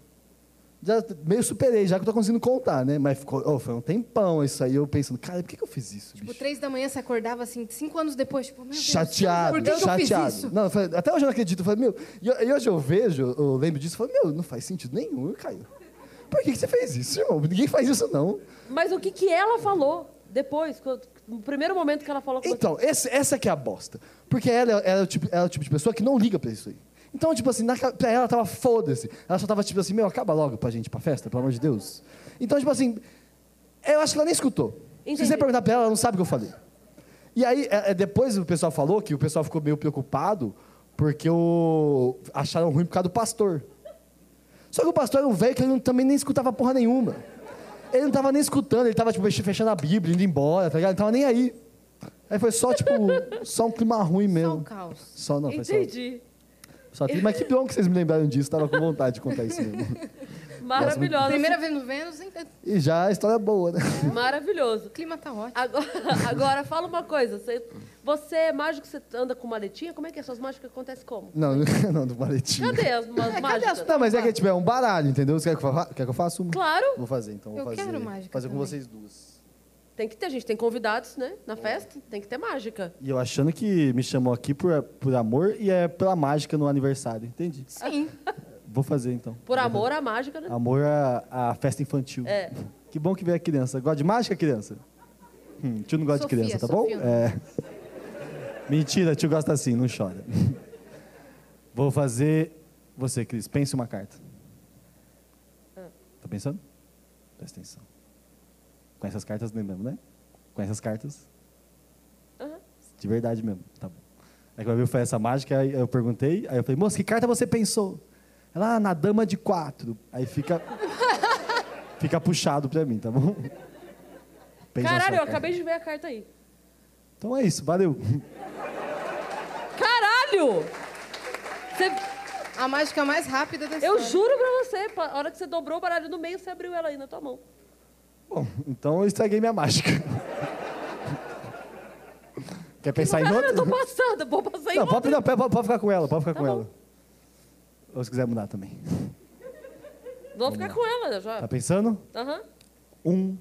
G: Já meio superei, já que eu tô conseguindo contar, né? Mas ficou, oh, foi um tempão isso aí, eu pensando, cara, por que, que eu fiz isso?
B: Tipo,
G: bicho?
B: três da manhã você acordava assim, cinco anos depois, tipo, meu Deus,
G: chateado,
B: por que que eu fiz
G: chateado.
B: isso?
G: Não, eu falei, até hoje eu não acredito. Eu falei, meu, e, eu- e hoje eu vejo, eu lembro disso, eu falei, meu, não faz sentido nenhum, Caio. Por que, que você fez isso, irmão? Ninguém faz isso, não.
A: Mas o que, que ela falou depois, quando- no primeiro momento que ela falou com
G: Então, esse- essa que é a bosta. Porque ela, é- ela é o tipo, ela é o tipo de pessoa que não liga pra isso aí. Então, tipo assim, na, ca- pra ela tava foda-se. Ela só tava tipo assim, meu, acaba logo pra gente ir pra festa, pelo amor de Deus. Então, tipo assim, eu acho que ela nem escutou. Se
A: Entendi.
G: você perguntar pra ela, ela não sabe o que eu falei. E aí, é- é, depois o pessoal falou que o pessoal ficou meio preocupado porque o, acharam ruim por causa do pastor. Só que o pastor era um velho que ele não- também nem escutava porra nenhuma. Ele não tava nem escutando, ele tava tipo, fechando a Bíblia, indo embora, tá ligado? Não tava nem aí. Aí foi só, tipo, só um clima ruim
B: Só o
G: mesmo.
B: caos.
G: Só não, foi só,
A: Entendi.
G: só um clima. Mas que bom que vocês me lembraram disso, tava com vontade de contar isso mesmo.
A: Maravilhosa.
B: Primeira vez no Vênus, hein?
G: E já a história é boa, né?
A: Maravilhoso.
B: o clima tá ótimo.
A: Agora, agora fala uma coisa. Você, você é mágico, você anda com maletinha? Como é que é? Suas mágicas acontecem como?
G: Não, não, do paletinho.
A: Cadê as ma- mágicas?
G: Não, mas é que tipo, é um baralho, entendeu? Você quer que eu fa- quer que eu faça uma?
A: Claro,
G: Vou fazer, então. Vou
B: Eu
G: fazer,
B: quero mágica
G: fazer com
B: também.
G: vocês duas.
A: tem que ter, a gente tem convidados, né? Na festa, tem que ter mágica.
G: E eu achando que me chamou aqui por, por amor e é pela mágica no aniversário. Entendi.
B: Sim.
G: Vou fazer, então.
A: Por amor à mágica, né?
G: Amor à, à festa infantil.
A: É.
G: Que bom que veio a criança. Gosta de mágica, criança? Hum, tio não gosta
B: Sofia,
G: de criança, tá bom?
B: Sofia.
G: É. Mentira, tio gosta assim, não chora. Vou fazer você, Cris. Pense uma carta.
B: Ah.
G: Tá pensando? Presta atenção. Com essas cartas lembramos, né? Com essas cartas. De verdade mesmo, tá bom. Aí quando eu falei essa mágica, aí eu perguntei, aí eu falei, moça, que carta você pensou? Ela, ah, na dama de quatro. Aí fica. fica puxado pra mim, tá bom? Pensa na sua
A: Caralho, eu
G: carta.
A: acabei de ver a carta aí.
G: Então é isso, valeu.
A: Caralho! Você-
B: A mágica mais rápida da
A: eu
B: história.
A: juro pra você, pa- a hora que você dobrou o baralho no meio, você abriu ela aí na tua mão.
G: Bom, então eu estraguei minha mágica. Quer pensar em
A: Caralho, eu
G: outra?
A: tô passada, vou passar em
G: Não, pode,
A: outra.
G: não, pode, pode ficar com ela, pode ficar com
A: bom.
G: ela. Ou se quiser mudar também.
A: Vou ficar com ela
G: Tá
A: já.
G: pensando?
A: Aham.
G: Um.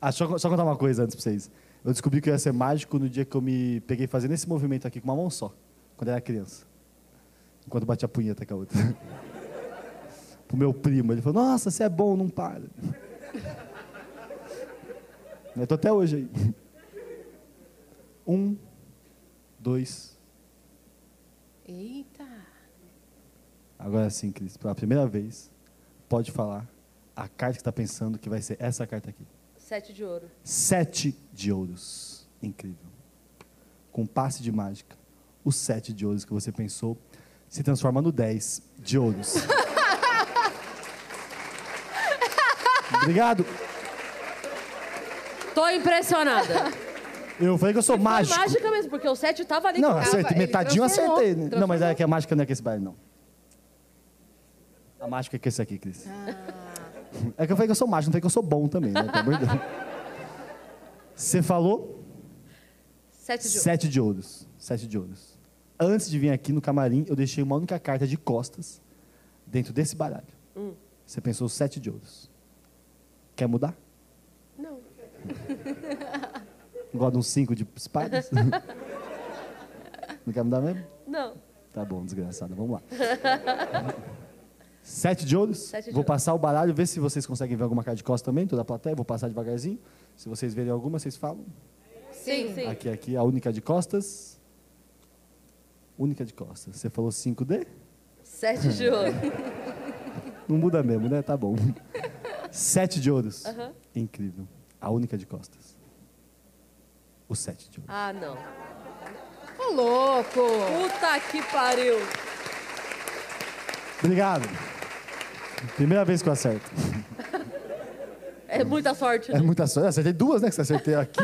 G: Ah, só, só contar uma coisa antes pra vocês. Eu descobri que eu ia ser mágico no dia que eu me peguei fazendo esse movimento aqui com uma mão só, quando eu era criança. Enquanto batia a punheta com a outra. Pro meu primo. Ele falou: Nossa, você é bom, não para. Eu tô até hoje aí. Um, dois.
B: Eita.
G: Agora sim, Cris, pela primeira vez, pode falar a carta que você tá pensando que vai ser essa carta aqui.
A: Sete de ouro.
G: Sete de ouros. Incrível. Com passe de mágica. Os sete de ouros que você pensou se transforma no dez de ouros. Obrigado.
A: Tô impressionada.
G: Eu falei que eu sou mágico.
A: Mágica mesmo, porque o sete tava ali.
G: Não,
A: com-
G: acertei.
B: ele
G: Metadinho eu
B: transformou,
G: acertei. Né? Não, mas é que a mágica não é com esse baile, não. A mágica é com esse aqui, Cris. É que eu falei que eu sou mágico, não falei que eu sou bom também, né? Pelo amor de Deus. Você falou
A: Sete de ouro.
G: sete de ouros. Sete de ouros. Antes de vir aqui no camarim, eu deixei uma única carta de costas dentro desse baralho.
A: Um.
G: Você pensou sete de ouros. Quer mudar?
A: Não.
G: Gosta de um cinco de espadas? não quer mudar mesmo?
A: Não.
G: Tá bom, desgraçado. Vamos lá. Sete de ouros.
A: Sete de
G: vou
A: ouros.
G: passar o baralho, ver se vocês conseguem ver alguma cara de costa também, toda a plateia. Vou passar devagarzinho. Se vocês verem alguma, vocês falam.
A: Sim, sim.
G: Aqui, aqui, a única de costas. Única de costas. Você falou 5D?
A: Sete de ouro.
G: Não muda mesmo, né? Tá bom. Sete de ouros. Incrível. A única de costas. O sete de ouros.
A: Ah, não.
B: Ô, louco!
A: Puta que pariu.
G: Obrigado. Primeira vez que eu acerto.
A: É muita sorte.
G: É muita sorte. Eu Acertei duas, né? Que você acertei aqui.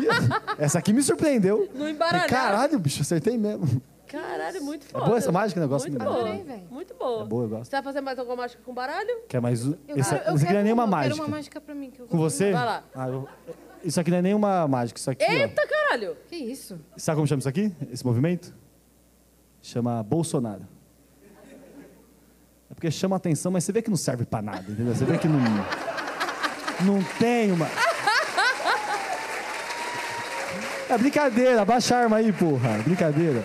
G: Essa aqui me surpreendeu.
A: No embaralhado.
G: Caralho, bicho, acertei mesmo.
A: Caralho, é muito foda.
G: boa essa mágica, né? Eu gosto
A: Muito
G: muito
A: boa.
B: Adorei, velho.
A: Muito boa.
G: É boa, eu gosto.
A: Você vai fazer mais alguma mágica com baralho?
G: Quer mais um?
B: Eu
G: Esse-
B: quero- eu
G: isso aqui não é
B: quero
G: nenhuma
B: uma- eu
G: mágica.
B: Quero uma mágica pra mim. Que eu
G: Com
B: gosto
G: você?
A: Vai lá.
G: Ah, eu- Isso aqui não é nenhuma mágica. Isso aqui,
B: É?
A: Eita, caralho.
B: muito. Que isso?
G: ó. Sabe como chama isso aqui? Esse movimento? Chama Bolsonaro. É porque chama atenção, mas você vê que não serve pra nada, entendeu? Você vê que não. Não tem uma. É brincadeira, baixa a arma aí, porra. Brincadeira.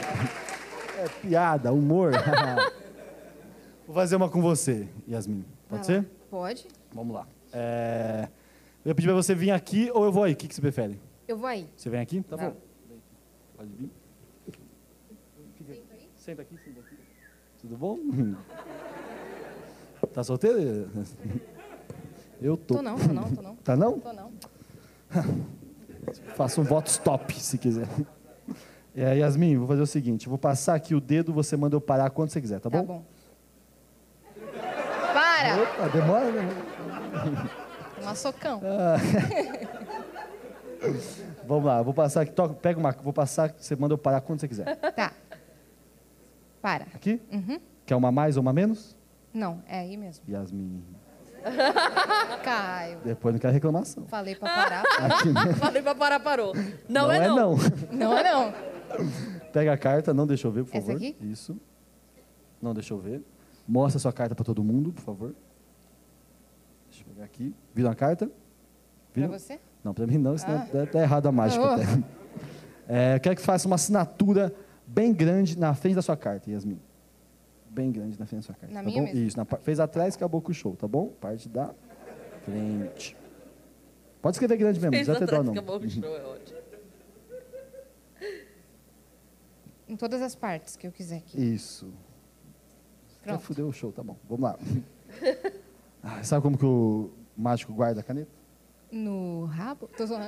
G: É piada, humor. Vou fazer uma com você, Yasmin. Pode
B: Vai
G: ser?
B: lá. Pode.
G: Vamos lá. É, Eu ia pedir pra você vir aqui ou eu vou aí. O que, que você prefere?
B: Eu vou aí.
G: Você vem aqui? Tá
B: Tá.
G: bom. Pode vir. Fica- Senta aqui, senta aqui. Tudo bom? Tá solteiro? Eu tô.
B: Tô não, tô não, tô não.
G: Tá não?
B: Tô não.
G: Faça um voto stop, se quiser. É, Yasmin, vou fazer o seguinte. eu Vou passar aqui o dedo, você manda eu parar quando você quiser, tá bom?
B: Tá bom. Para!
G: Opa, demora, né?
B: Um açocão.
G: Ah. Vamos lá, eu vou passar aqui. Toca, pega uma... Vou passar, você manda eu parar quando você quiser.
B: Tá. Para. Uhum.
G: Aqui? Quer uma mais ou uma menos?
B: Não, é aí mesmo.
G: Yasmin,
B: Caio.
G: depois não quero reclamação.
B: Falei pra parar.
A: Falei pra parar, parou. Não, é, não.
B: não é não.
G: Pega a carta, não deixa eu ver, por
B: Essa
G: favor.
B: aqui?
G: Isso. Não deixa eu ver. Mostra sua carta pra todo mundo, por favor. Deixa eu pegar aqui. Viram a carta?
B: Pra
G: Viram?
B: você?
G: Não, pra mim não, isso
B: Ah.
G: tá, tá errado a mágica
B: Ah, ô.
G: até. É, eu quero que faça uma assinatura bem grande na frente da sua carta, Yasmin. Bem grande na frente da sua carta.
B: Na
G: tá
B: minha
G: bom?
B: mesmo?
G: Isso, na par- fez atrás, acabou com o show, tá bom? Parte da frente. Pode escrever grande mesmo, não
A: Fez
G: precisa ter dó
A: atrás,
G: não. Uhum.
A: acabou o show, é ótimo.
B: Em todas as partes que eu quiser aqui.
G: Isso. Já
B: Pronto.
G: fudeu o show, tá bom. Vamos lá. Ah, Sabe como que o mágico guarda a caneta?
B: No rabo? Tô zoando.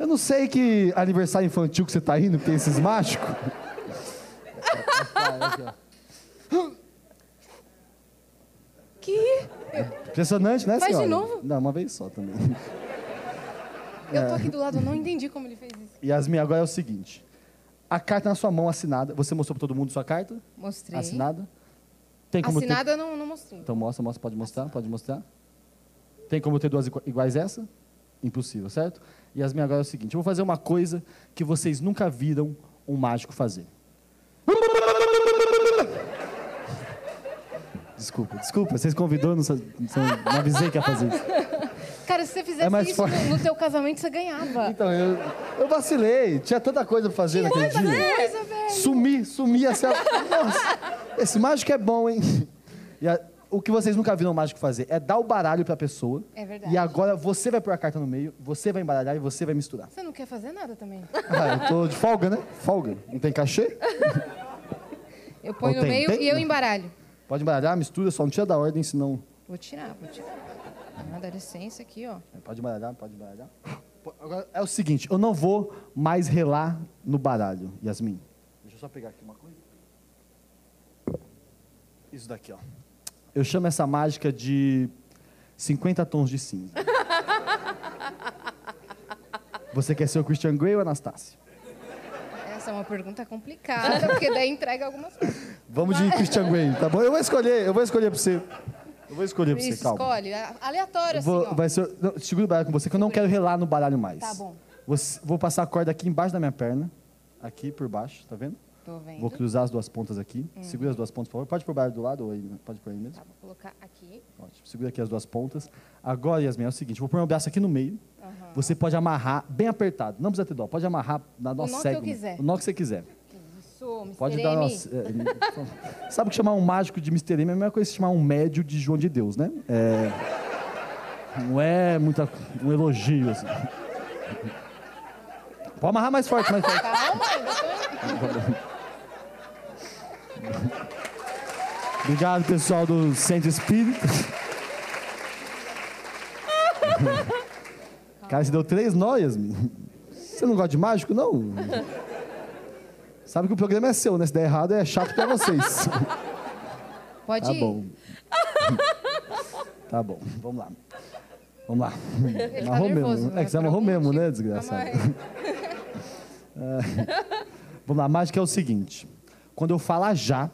G: Eu não sei que aniversário infantil que você tá indo, que tem esses mágicos.
B: Que?
G: Impressionante, né,
B: Faz de
G: senhora?
B: novo?
G: Não, uma vez só também.
B: Eu tô aqui do lado, eu
G: É.
B: não entendi como ele fez isso.
G: Yasmin, agora é o seguinte. A carta na sua mão assinada. Você mostrou pra todo mundo sua carta?
B: Mostrei.
G: Assinada? Tem como ter-
B: Assinada eu não, não mostrei.
G: Então mostra, mostra, pode mostrar, pode mostrar. Tem como ter duas igua- iguais essa? Impossível, certo? E as minhas agora é o seguinte, eu vou fazer uma coisa que vocês nunca viram um mágico fazer. Desculpa, desculpa, vocês convidou, não, sa- não sa- não avisei que ia fazer isso.
B: Cara, se você fizesse
G: É mais
B: isso
G: forte.
B: no, no teu casamento, você ganhava.
G: Então, eu, eu vacilei, tinha tanta coisa pra fazer naquele dia.
B: Coisa, velho.
G: Sumi, sumi essa. Nossa, esse mágico é bom, hein? E a- o que vocês nunca viram o mágico fazer é dar o baralho pra pessoa.
B: É verdade.
G: E agora você vai pôr a carta no meio, você vai embaralhar e você vai misturar.
B: Você não quer fazer nada também.
G: Ah, eu tô de folga, né? Folga. Não tem cachê?
B: Eu ponho
G: Ou
B: no
G: tem?
B: meio
G: Tem?
B: e eu embaralho.
G: Pode embaralhar, mistura, só não tira da ordem, senão.
B: Vou tirar, vou tirar. Ah, dá licença aqui, ó.
G: Pode baralhar, pode baralhar. Pô, Agora é o seguinte, eu não vou mais relar no baralho, Yasmin. Deixa eu só pegar aqui uma coisa. Isso daqui, ó. Eu chamo essa mágica de 50 tons de cinza. Você quer ser o Christian Grey ou Anastácio?
B: Essa é uma pergunta complicada, porque daí entrega algumas coisas.
G: Vamos de Christian Grey, tá bom? Eu vou escolher, eu vou escolher pra você. Eu vou escolher pra você,
B: Isso,
G: calma.
B: escolhe. a- Aleatório, assim,
G: Vou,
B: ó.
G: vai ser, não, segura o baralho com você, que eu não quero relar no baralho mais.
B: Tá bom.
G: Você- vou passar a corda aqui embaixo da minha perna. Aqui por baixo, tá vendo?
B: Tô vendo. É.
G: Vou cruzar as duas pontas aqui. Segura as duas pontas, por favor. Pode pôr o baralho do lado ou aí, pode pôr aí mesmo?
B: Tá, vou colocar aqui.
G: Ótimo. Segura aqui as duas pontas. Agora, Yasmin, é o seguinte. Vou pôr meu braço aqui no meio. Você pode amarrar bem apertado. Não precisa ter dó. Pode amarrar na nossa
B: nó que
G: cega.
B: eu quiser.
G: O nó que você quiser.
B: Isso, Mr.
G: Pode
B: M.
G: dar uma... é, Sabe que chamar um mágico de Mr. M é a mesma coisa que chamar um médio de João de Deus, né? É... Não é muita... um elogio, assim. Pode amarrar mais forte, mais forte.
B: Calma, ainda tô-
G: Obrigado, pessoal do Centro Espírita. Cara, você deu três noias. Você não gosta de mágico, não? Sabe que o programa é seu, né? Se der errado, é chato pra vocês.
B: Pode
G: Tá
B: ir.
G: bom. tá bom, vamos lá. Vamos lá.
B: Ele tá
G: amarrou
B: nervoso.
G: mesmo. É que você
B: por
G: amarrou
B: algum
G: mesmo, né,
B: motivo.
G: desgraçado?
B: Calma aí.
G: Vamos lá, a mágica é o seguinte. Quando eu falar já,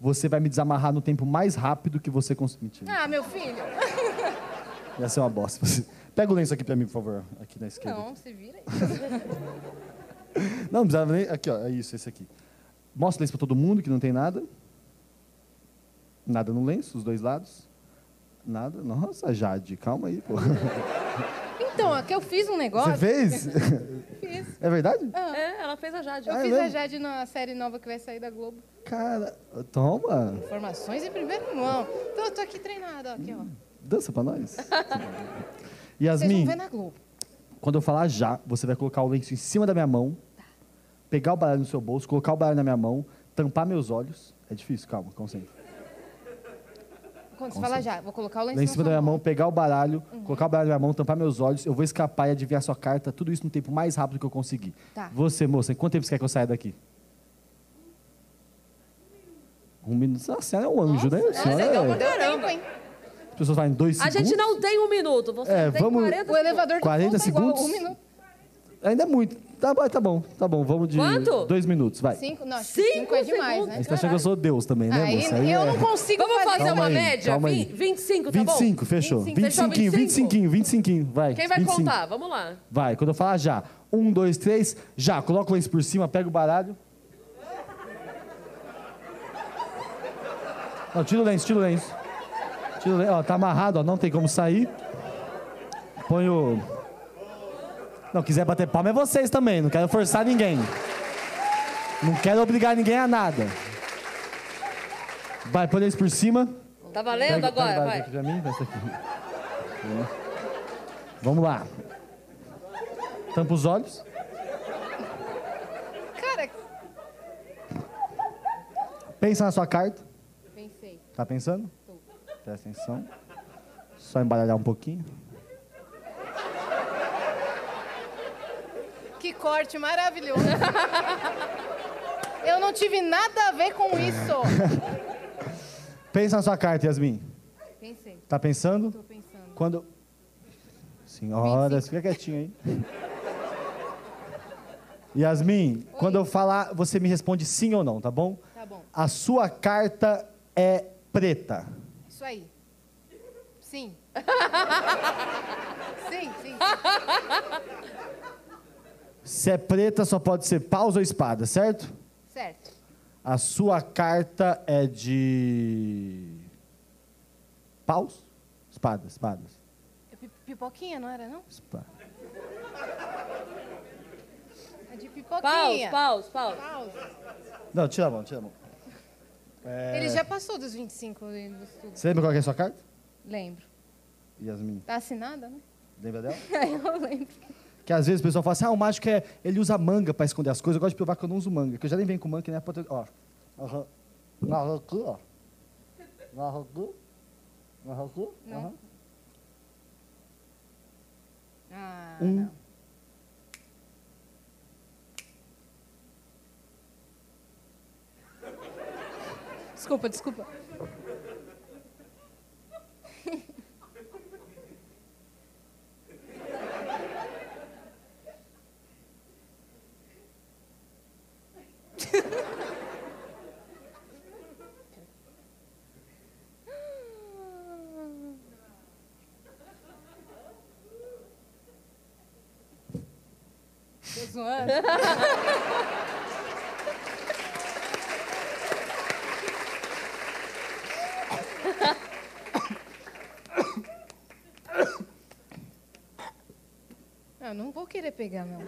G: você vai me desamarrar no tempo mais rápido que você conseguir. Mentira.
B: Ah, meu filho.
G: Ia ser uma bosta. Pega o lenço aqui pra mim, por favor. Aqui na esquerda.
B: Não, se vira aí.
G: Não, não precisava nem. Aqui, ó. É isso, esse aqui. Mostra o lenço pra todo mundo que não tem nada. Nada no lenço, os dois lados. Nada. Nossa, Jade, calma aí, pô.
B: Então, aqui eu fiz um negócio.
G: Você fez?
B: Fiz.
G: É verdade?
A: É, ela fez a Jade.
B: Eu
G: Ah, é
B: fiz a
G: mesmo?
B: Jade na série nova que vai sair da Globo.
G: Cara, toma.
B: Informações em primeiro mão. Tô, tô aqui treinada, ó, aqui, ó.
G: Dança pra nós.
B: Vocês
G: Yasmin,
B: vão ver né? na Globo.
G: quando eu falar já, você vai colocar o lenço em cima da minha mão,
B: Tá.
G: pegar o baralho no seu bolso, colocar o baralho na minha mão, tampar meus olhos. É difícil, calma, concentra.
B: Quando você fala já, vou colocar o lenço
G: assim? Lá em
B: na
G: cima da
A: tá
B: sua
G: minha mão, pegar o baralho,
A: Uhum.
G: colocar o baralho na minha mão, tampar meus olhos, eu vou escapar e adivinhar sua carta, tudo isso no tempo mais rápido que eu conseguir.
B: Tá.
G: Você, moça, em quanto tempo você quer que eu saia daqui? Um minuto. Nossa, a senhora é um anjo, né? A senhora
A: legal
G: é-
A: pra
B: Deu tempo,
A: Caramba.
B: hein?
G: As pessoas falam em dois
A: A
G: segundos.
A: gente não tem um minuto. Você
G: É,
A: tem
G: vamos-
A: 40
B: O elevador
G: 40
B: do fundo tá igual
G: segundos?
B: um minuto.
G: Ainda é muito. Tá, bom, tá bom, tá bom. Vamos de
A: Quanto?
G: dois minutos, vai.
B: Cinco, não, acho que cinco,
A: Cinco
B: é demais, né?
G: Aí você achou que eu sou Deus também, né,
B: Aí,
G: moça? Aí
B: eu
G: é-
B: não consigo
A: Vamos fazer
B: fazer.
G: Calma
A: uma
G: aí,
A: média?
G: calma aí.
A: Vin- 25, tá bom?
G: 25, fechou.
A: 25, fechou
G: 25, 25, 25, vai.
A: Quem vai
G: 25.
A: contar? Vamos lá.
G: Vai, quando eu falar já. Um, dois, três, já. Coloca o lenço por cima, pega o baralho. Ó, tira o lenço, tira o lenço. Tira o lenço. Ó, tá amarrado, ó, não tem como sair. Põe o. Não, quiser bater palma é vocês também, não quero forçar ninguém. Não quero obrigar ninguém a nada. Vai, põe o lenço por cima.
A: Tá valendo
G: Pega- pega
A: agora?
G: o baralho
A: Vai.
G: aqui pra mim, vai ser aqui. Vamos lá. Tampa os olhos.
B: Cara,
G: Pensa na sua carta.
B: pensei.
G: Tá pensando? Presta atenção. Só embaralhar um pouquinho.
B: Que corte maravilhoso. eu não tive nada a ver com isso.
G: Pensa na sua carta, Yasmin.
B: Pensei,
G: Tá pensando?
B: tô pensando.
G: Quando. Senhora, fica quietinho aí. Yasmin, quando eu falar, você me responde sim ou não, tá bom?
B: Tá bom.
G: A sua carta é preta.
B: Isso aí. Sim. sim, sim.
G: Se é preta, só pode ser paus ou espada, certo?
B: Certo.
G: A sua carta é de. Paus? Espadas, espadas.
B: É pi- Pipoquinha, não era, não?
G: espadas.
B: É de pipoquinha.
A: Paus, paus, paus.
B: Pausa.
G: Não, tira a mão, tira a mão. É,
B: Ele já passou dos 25 do estudo.
G: Você lembra qual que é a sua carta?
B: Lembro.
G: Yasmin,
B: Tá assinada, né?
G: lembra dela?
B: Eu lembro.
G: Que às vezes o pessoal fala assim, ah, o mágico é, ele usa manga pra esconder as coisas. Eu gosto de provar que eu não uso manga, que eu já nem venho com manga, que nem a ponta... Ó. Aham. Aham. Aham. Aham. Aham.
B: Não. Ah,
G: um.
B: Desculpa, desculpa. Tô zoando. Eu Ah, não vou querer pegar, não.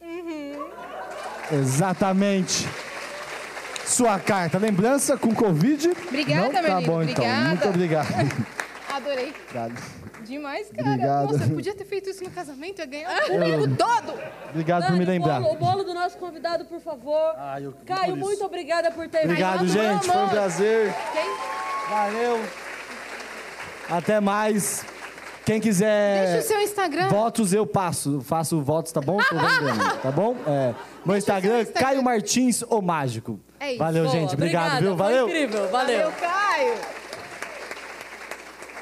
F: Uhum.
G: Exatamente. Sua carta, lembrança com Covid.
B: Obrigada,
G: Não?
B: meu
G: Tá
B: lindo,
G: bom, então.
B: obrigada.
G: Muito obrigado.
B: Adorei.
G: Obrigado.
B: Demais, cara.
G: Obrigado.
B: Nossa, eu podia ter feito isso no casamento, É ia ganhar o público
G: Eu-
B: todo.
G: Obrigado por me
A: Ah, Dani,
G: lembrar.
A: O bolo, o bolo do nosso convidado, por favor.
G: Ah, eu- por
A: Caio,
G: isso.
A: muito obrigada por ter
G: Obrigado,
A: vindo.
G: gente. Foi um prazer.
B: Quem-
G: Valeu. Até mais. Quem quiser.
B: Deixa o seu Instagram.
G: Votos eu passo. Faço votos, tá bom? Tô vendendo, tá bom? É. Meu Instagram,
B: Instagram.
G: Caio Martins, o Mágico.
B: É isso.
G: Valeu,
A: Boa,
G: gente. Obrigado,
A: obrigada, foi
G: viu? Valeu.
A: incrível,
B: Valeu,
A: valeu.
B: Caio.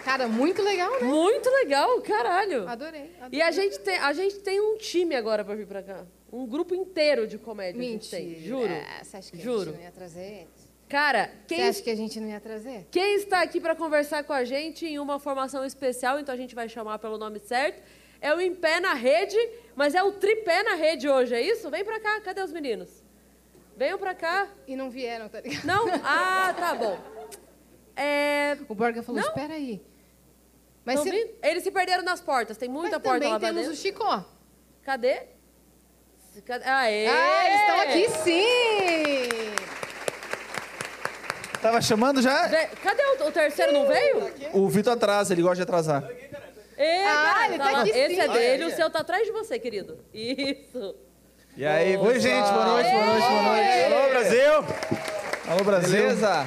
B: Cara, muito legal, né?
A: Muito legal, caralho.
B: Adorei. adorei.
A: E a gente, tem, a gente tem um time agora pra vir pra cá. Um grupo inteiro de comédia que a gente
B: Mentira.
A: tem, juro.
B: Ah, Você acha que a gente
A: Juro.
B: não ia trazer eles?
A: Cara,
B: Você
A: quem,
B: acha que a gente não ia trazer?
A: quem está aqui pra conversar com a gente em uma formação especial, então a gente vai chamar pelo nome certo, é o Em Pé na Rede, mas é o Tripé na Rede hoje, é isso? Vem pra cá, cadê os meninos? Venham pra cá.
B: E não vieram, tá ligado?
A: Não? Ah, tá bom. É,
B: O Borga falou,
A: Não.
B: espera aí. Mas,
A: tão
B: se...
A: vindo? Eles se perderam nas portas, tem
B: Mas
A: muita porta
B: também
A: lá pra
B: temos
A: dentro.
B: o Chicó.
A: Cadê? Cadê? Aê!
B: Ah, eles estão aqui sim!
H: Tava chamando já?
A: Vê- Cadê o, o terceiro? Não veio?
H: O Vitor atrasa, ele gosta de atrasar.
A: Ê,
B: Ah, ele tá
A: lá.
B: aqui
A: Esse
B: sim.
A: é dele,
H: Olha
A: o
H: aí.
A: seu tá atrás de você, querido. Isso.
H: E aí, oi gente, boa noite, boa noite, boa noite. Alô, Brasil! Alô, Brasil! Beleza?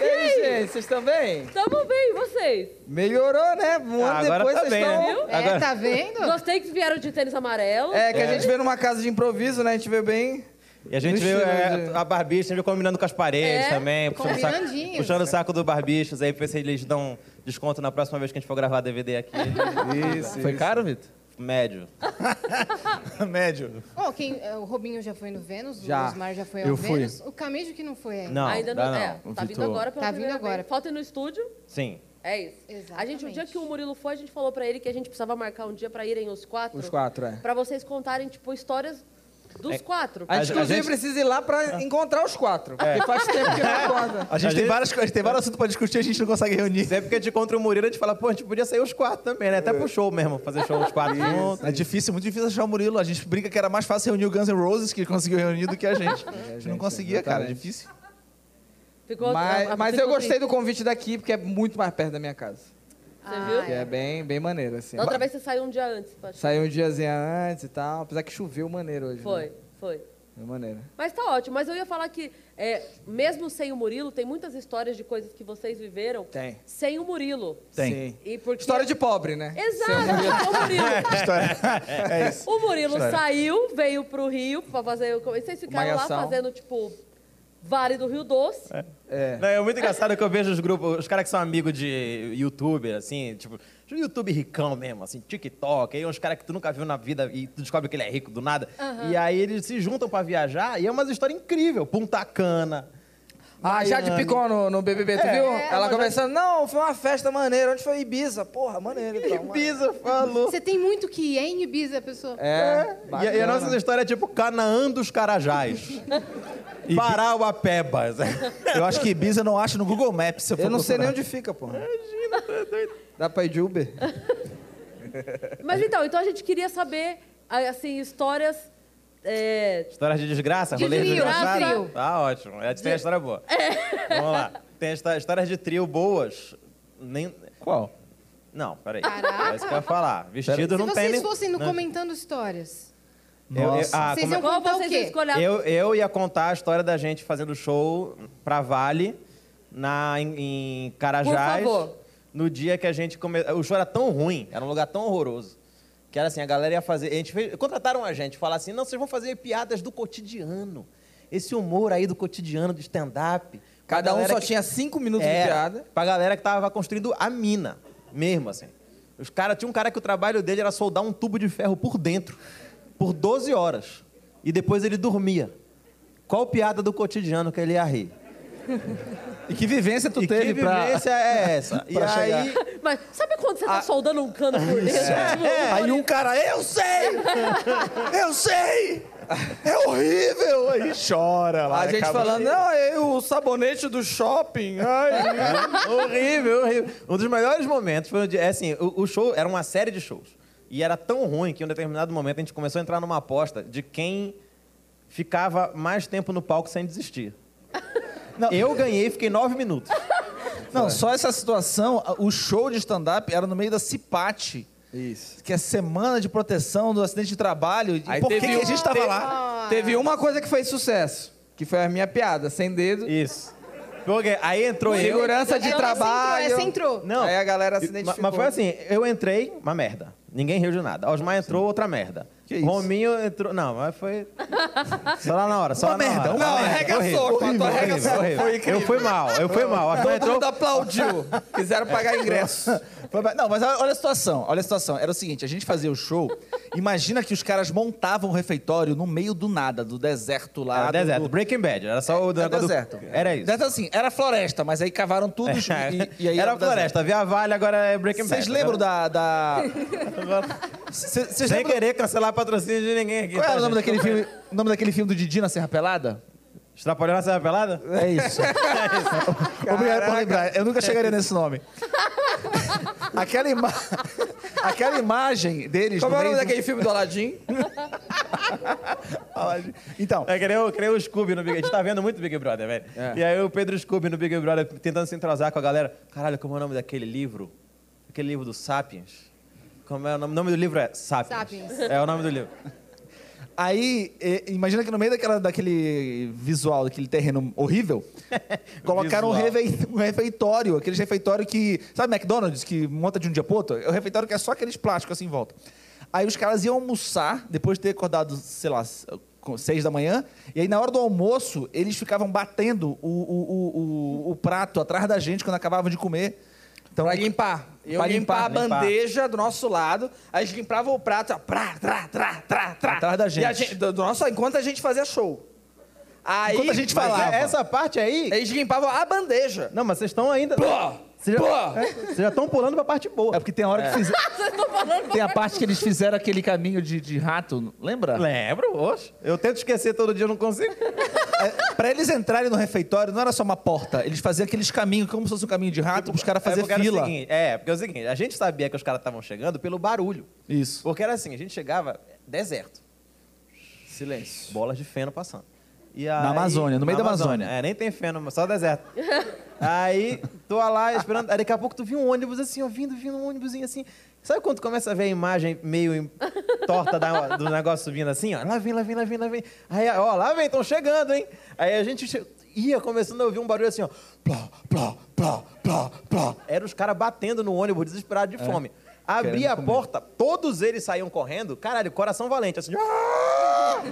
I: E aí, gente, vocês estão bem?
A: Tamo bem, e vocês?
I: Melhorou, né? Um
H: Ah,
I: ano
H: agora
I: depois
H: tá
I: vocês
H: bem,
I: estão.
H: né?
A: Viu?
B: É, tá vendo?
A: Gostei que vieram de tênis amarelo.
I: É, que a gente veio numa casa de improviso, né? A gente veio bem.
H: E a gente
I: No
H: veio
I: estilo
H: é,
I: de-
H: a Barbicha sempre combinando com as paredes
A: É,
H: também, puxando o, saco,
B: combinandinhos.
H: puxando o saco do Barbichas aí pra ver se eles dão desconto na próxima vez que a gente for gravar DVD aqui.
I: Isso. Foi caro, Vitor?
H: Médio.
I: Médio.
B: Ó, quem, eh, o Robinho já foi no Vênus, o
I: Já.
B: Osmar já foi ao
G: Eu fui.
B: Vênus. O Camejo que não foi ainda.
H: Não,
A: Ainda
H: dá
A: não.
H: não.
A: é,
H: O
A: tá vindo
H: Vitor-
A: agora pela
B: Tá vindo
A: primeira vez.
B: agora.
A: Falta ir no estúdio.
H: Sim.
A: É isso. A gente, o
B: Exatamente.
A: dia que o Murilo foi, a gente falou pra ele que a gente precisava marcar um dia pra irem os quatro.
I: Os quatro, é.
A: Pra vocês contarem, tipo, histórias dos quatro.
I: A gente, É.
H: A- a
I: inclusive,
H: gente-
I: precisa ir lá pra encontrar os quatro. Porque faz tempo que não encontra.
H: A gente, tem, várias coisas, tem vários assuntos pra discutir, a gente não consegue reunir. Sempre que a gente encontra o Murilo, a gente fala, pô, a gente podia sair os quatro também, né? Até pro show mesmo, fazer show os quatro juntos.
J: É difícil, muito difícil achar o Murilo. A gente brinca que era mais fácil reunir o Guns N' Roses, que conseguiu reunir, do que a
H: É,
J: gente. A gente não conseguia, cara. é
I: exatamente.
J: Difícil.
A: Ficou- a- a-
I: Mas, mas eu
A: ficou-
I: gostei do convite daqui, porque é muito mais perto da minha casa.
A: Você viu?
I: Que é bem, bem maneiro, assim.
A: Da outra vez você saiu um dia antes, pode.
I: Saiu um diazinho antes e tal. Apesar que choveu maneiro hoje.
A: Foi,
I: Né?
A: foi.
I: Foi maneiro.
A: Mas tá ótimo. Mas eu ia falar que, é, mesmo sem o Murilo, tem muitas histórias de coisas que vocês viveram
I: Tem.
A: sem o Murilo.
I: Tem.
A: E porque...
I: História de pobre, né? É
A: Exato, o Murilo. O Murilo saiu, veio pro Rio pra fazer... o- Vocês ficaram
I: Malhação.
A: lá fazendo, tipo, Vale do Rio Doce.
I: É.
H: Não, é muito engraçado que eu vejo os grupos, os caras que são amigos de youtuber, assim, tipo, de um YouTube ricão mesmo, assim, TikTok, aí uns caras que tu nunca viu na vida e tu descobre que ele é rico do nada. E aí eles se juntam pra viajar e é uma história incrível. Punta Cana.
I: A Jade
H: Miami.
I: Ah,
H: É.
I: Picon no, no BBB, tu viu? Ela conversando, não, foi uma festa maneira. Onde foi Ibiza? Porra, maneiro. Então,
H: Ibiza falou.
B: Você tem muito que ir em Ibiza, pessoa.
I: É,
H: E, a- e a nossa história é tipo Canaã dos Carajás. Parauapebas.
J: Eu acho que Ibiza eu não acho no Google Maps. Se eu, for
I: Eu não sei nem
J: procurar. é
I: onde fica, porra. Imagina, Dá pra ir de Uber?
A: Mas então, então a gente queria saber, assim, histórias... é,
H: Histórias de desgraça, rolê
B: trio, de
H: desgraçado.
B: trio. É.
H: Tá ótimo. É, Tem a história boa. Vamos lá. Tem histó- histórias de trio boas. Nem...
J: Qual?
H: Não, peraí.
B: Caraca.
H: É isso que eu ia falar. Vestido
B: Se
H: não tem...
B: vocês
H: nem-
B: fossem no
H: não-
B: comentando histórias,
H: Eu- eu- ah,
B: vocês
H: como é-
B: iam contar o quê?
H: Eu, eu ia contar a história da gente fazendo show pra Vale na, em, em Carajás.
A: Por favor.
H: No dia que a gente começou. O show era tão ruim, era um lugar tão horroroso. Que era assim, a galera ia fazer. A gente fez- contrataram a gente, falar assim: não, vocês vão fazer piadas do cotidiano. Esse humor aí do cotidiano, do stand-up.
I: Cada
H: Pra
I: um
H: galera
I: só tinha cinco minutos de
H: Era,
I: piada.
H: Pra galera que tava construindo a mina, mesmo assim. Os cara, tinha um cara que o trabalho dele era soldar um tubo de ferro por dentro, por 12 horas. E depois ele dormia. Qual piada do cotidiano que ele ia rir?
J: E que vivência tu
H: que
J: teve pra...
H: vivência é essa? E
J: pra chegar? Ah,
H: aí-
A: Mas sabe quando você tá soldando um cano por dentro? Tipo,
J: Aí um cara, eu sei! Eu sei! É horrível! Aí chora lá.
I: A
F: né,
I: gente
J: acaba-
I: falando, né, não, eu, o sabonete do shopping. Ai,
H: horrível, horrível. Um dos melhores momentos foi onde, é assim, o, o show era uma série de shows. E era tão ruim que em um determinado momento a gente começou a entrar numa aposta de quem ficava mais tempo no palco sem desistir. Eu ganhei, fiquei nove minutos.
J: Não, só essa situação, o show de stand-up era no meio da Cipate. Isso. Que é a semana de proteção do acidente de trabalho. E
I: Aí
J: por que
I: teve
J: que a gente tava
I: te-
J: lá?
I: Teve uma coisa que fez sucesso, que foi a minha piada, sem dedo.
H: Isso. aí entrou eu.
I: Segurança de
H: Ela se entrou,
I: trabalho.
H: ela se entrou. Não.
I: Aí a galera se
H: Ma-
I: identificou.
H: Mas foi assim, eu entrei, uma merda. Ninguém riu de nada. Osmar entrou, outra merda. Rominho entrou. Não, mas foi. Só lá na hora, só
J: Tá
I: Uma
H: lá na
I: merda,
H: hora.
I: uma
H: Uma
I: merda. Arregaçou,
H: Horrível,
I: Quanto
H: horrível,
I: arregaçou.
H: horrível.
I: Foi
H: Eu
I: incrível.
H: fui mal, eu fui mal. Osmar
I: Todo
H: entrou.
I: mundo aplaudiu.
J: Ah,
I: Quiseram pagar ingresso.
J: Foi ba- Não, mas olha a situação, olha a situação. Era o seguinte, a gente fazia o show, imagina que os caras montavam o refeitório no meio do nada, do deserto lá.
H: Era
J: do-
H: deserto.
J: do-
H: Breaking Bad, era só o
J: Era
H: negócio do-
J: deserto.
H: Era isso. É.
J: Deserto assim, era floresta, mas aí cavaram tudo e, e aí
H: Era
J: o deserto.
H: floresta, via vale, agora é Breaking Bad.
J: Vocês lembram da... da... Cê- cês
H: Sem
J: lembram-
H: querer cancelar patrocínio de ninguém aqui.
J: Qual
H: tá,
J: era o nome
H: gente?
J: daquele filme, o nome daquele filme do Didi na Serra Pelada?
H: Estrapalhou na Serra Pelada?
J: É isso. Obrigado por lembrar. Eu nunca chegaria nesse nome. Aquela, ima- Aquela imagem deles.
I: Como é o nome
J: daquele
I: daquele filme do Aladdin?
J: Então.
H: É que nem, o- que nem o Scooby no Big Brother. A gente tá vendo muito Big Brother, velho. E aí o Pedro Scooby no Big Brother tentando se entrosar com a galera. Caralho, como é o nome daquele livro? Aquele livro do Sapiens? Como é o nome? O nome do livro é Sapiens.
B: Sapiens.
H: É o nome do livro.
J: Aí, eh, imagina que no meio daquela, daquele visual, daquele terreno horrível, colocaram um,
H: Visual.
J: revei- um refeitório, aqueles refeitório que. Sabe McDonald's, que monta de um dia pro outro? É o refeitório que é só aqueles plásticos assim em volta. Aí os caras iam almoçar, depois de ter acordado, sei lá, s- com seis da manhã, e aí na hora do almoço, eles ficavam batendo o, o- o- o- o prato atrás da gente quando acabavam de comer. Então,
I: Pra limpar. Eu
J: Pra
I: limpar,
J: limpar.
I: a bandeja do nosso lado, aí eles limpavam o prato, ó, pra, tra, tra, tra, tra.
J: Atrás da
I: E
J: gente.
I: a do, do nosso, enquanto a gente fazia show. Aí,
J: Enquanto a gente
I: Mas
J: falava.
I: é-
H: Essa parte aí.
I: Eles limpavam a bandeja.
H: Não, mas vocês estão ainda. Vocês já- é, vocês já estão pulando pra parte boa.
J: É porque tem a hora que fizeram.
A: Ah, Vocês estão falando
J: Tem a parte que eles fizeram aquele caminho de, de rato, lembra?
H: Lembro, oxe. Eu tento esquecer todo dia, eu não consigo.
J: É, Pra eles entrarem no refeitório, não era só uma porta. Eles faziam aqueles caminhos, como se fosse um caminho de rato, pros caras
H: é
J: fazer
H: porque era o
J: fila.
H: seguinte- é, porque é o seguinte, a gente sabia que os caras estavam chegando pelo barulho.
J: Isso.
H: Porque era assim, a gente chegava deserto.
I: Silêncio.
H: bolas de feno passando. E
J: Na
H: aí-
J: Amazônia, no meio da Amazônia.
H: É, nem tem feno, só deserto. aí, tô lá esperando. Aí, daqui a pouco, tu viu um ônibus assim, ó, vindo, vindo um ônibusinho assim. Sabe quando tu começa a ver a imagem meio em- torta da- do negócio vindo assim, ó? Lá vem, lá vem, lá vem, lá vem. Aí, ó, lá vem, estão chegando, hein? Aí a gente che- ia começando a ouvir um barulho assim, ó. Plá, plá, plá, plá, plá. Eram os caras batendo no ônibus, desesperados
J: É,
H: de fome. Abria a porta, todos eles saíam correndo, caralho, coração valente, assim, "Ah!"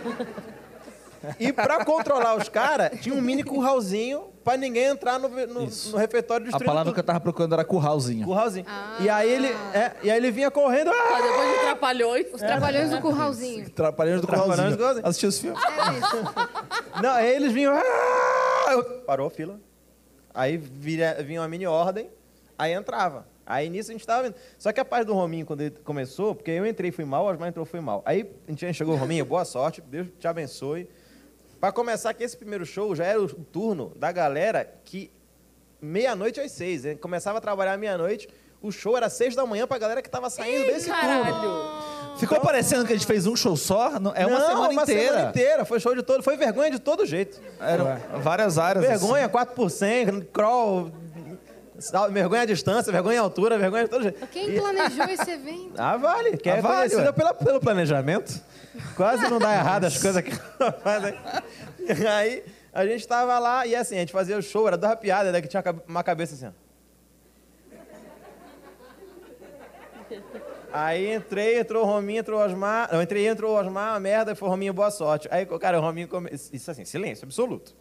H: E pra controlar os caras, tinha um mini curralzinho pra ninguém entrar no, no, no refeitório
J: A
H: destruindo
J: palavra
H: tudo.
J: que eu tava procurando era curralzinho.
H: Curralzinho. E, aí ele, é, e aí ele vinha correndo. "Ah!"
A: Ah, depois de trapalhões.
B: Os trapalhões do curralzinho.
J: Trapalhões do
H: Trapalhões
J: curralzinho.
H: do curralzinho.
J: Assistia os filmes.
H: Não, aí eles vinham. "Ah!" Eu- parou a fila. Aí vira, vinha uma mini ordem, aí entrava. Aí nisso a gente tava vendo. Só que a parte do Rominho, quando ele começou, porque eu entrei fui mal, o Osmar entrou fui mal. Aí a gente chegou, Rominho, boa sorte, Deus te abençoe. Pra começar, que esse primeiro show já era o turno da galera que meia-noite às seis. né? Começava a trabalhar meia-noite, o show era seis da manhã pra galera que tava saindo desse turno.
A: Caralho.
J: Ficou parecendo que a gente fez um show só? Não, É uma
H: Então- Não,
J: semana
H: uma
J: inteira.
H: semana inteira. Foi show de todo, foi vergonha de todo jeito.
J: assim. Eram várias áreas.
H: Vergonha, 4 por 100, crawl. Sal- Vergonha à distância, vergonha à altura, vergonha a todo jeito.
B: Quem planejou esse evento?
H: Ah, vale. Que é
B: Ah, vale,
H: conhecida
B: ué.
H: pela- pelo planejamento. Quase não dá errado as coisas que ela faz. aí. E aí, a gente tava lá e assim, a gente fazia o show, era duas piadas, daí que tinha uma cabe- uma cabeça assim, ó. Aí entrei, entrou o Rominho, entrou o Osmar. Não, entrei, entrou o Osmar, uma merda, foi o Rominho, boa sorte. Aí, cara, o Rominho. Come... Isso assim, silêncio absoluto.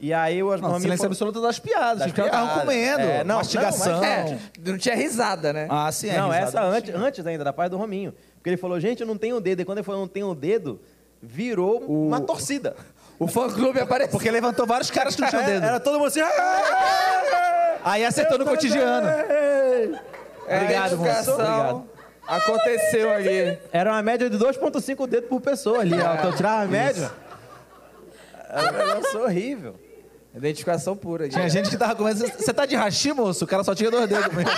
H: E aí o Osmar.
J: Não,
H: Rominho
J: silêncio
H: come-
J: absoluto das
I: Tá
J: piadas.
H: Das
J: os caras estavam
H: piadas.
J: comendo,
H: É, não,
J: mastigação.
H: não, mas-
J: é.
I: Não tinha risada, né?
J: Ah, sim, é
H: Não,
J: risada.
H: essa antes, antes ainda, da parte do Rominho. Porque ele falou, gente, eu não tenho dedo. E quando ele falou, eu não tenho dedo, virou uma torcida.
I: O fã-clube apareceu.
J: Porque levantou vários caras que não tinham
G: É,
J: dedo.
H: Era todo mundo assim...
J: Aí acertou no cotidiano.
I: É,
H: Obrigado,
I: educação.
H: moço. Obrigado.
I: Aconteceu ali.
H: Era uma média de 2,5 dedos por pessoa ali.
I: É.
H: ó. Então eu tirava a média. Era um negócio horrível.
I: Identificação pura.
J: Tinha gente que tava comendo. Você tá de hashi, moço? O cara só tinha dois dedos. mesmo."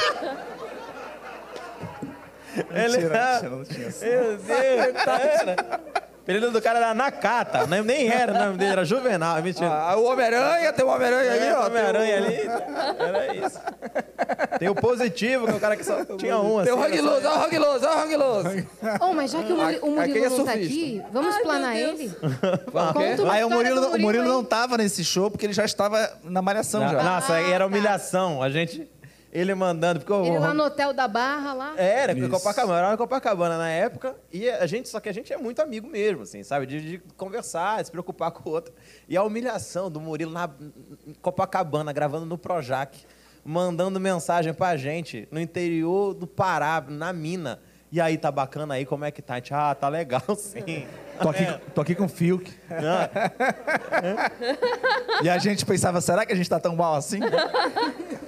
H: Ele
J: Mentira,
H: era... Meu Deus,
F: tá
H: era. O período do cara era Nakata, né? nem era o nome dele, era Juvenal, é mentira.
I: Ah, o Homem-Aranha, tem um- o Homem-Aranha ali,
H: É,
I: ó.
H: o Homem-Aranha
I: tem
H: ali. Era isso. Tem o positivo, que é o cara que só tinha um, assim.
I: Tem o Hang Loose, ó o Hang Loose, ó o Hang Loose.
B: Oh, mas já que o Murilo, o
I: Aquele
B: Murilo
I: é
B: não tá aqui,
I: surfista.
B: vamos planar ele? Conta uma
J: Ah, Aí o
B: história
J: Murilo,
B: do
J: o
B: Murilo
J: Murilo
B: aí.
J: não tava nesse show porque ele já estava na malhação
H: Na-
J: já.
H: Nossa, aí era humilhação. A gente. Ele mandando. Porque o-
B: Ele lá no hotel da Barra, lá.
H: É, Era, porque Copacabana, era uma Copacabana na época, e a gente, só que a gente é muito amigo mesmo, assim, sabe? De, de conversar, de se preocupar com o outro. E a humilhação do Murilo na em Copacabana, gravando no Projac, mandando mensagem pra gente no interior do Pará, na mina. E aí, tá bacana aí, como é que tá? A gente, ah, tá legal, sim.
J: Tô
H: É.
J: aqui, tô aqui com o Fiuk. E a gente pensava, será que a gente tá tão mal assim?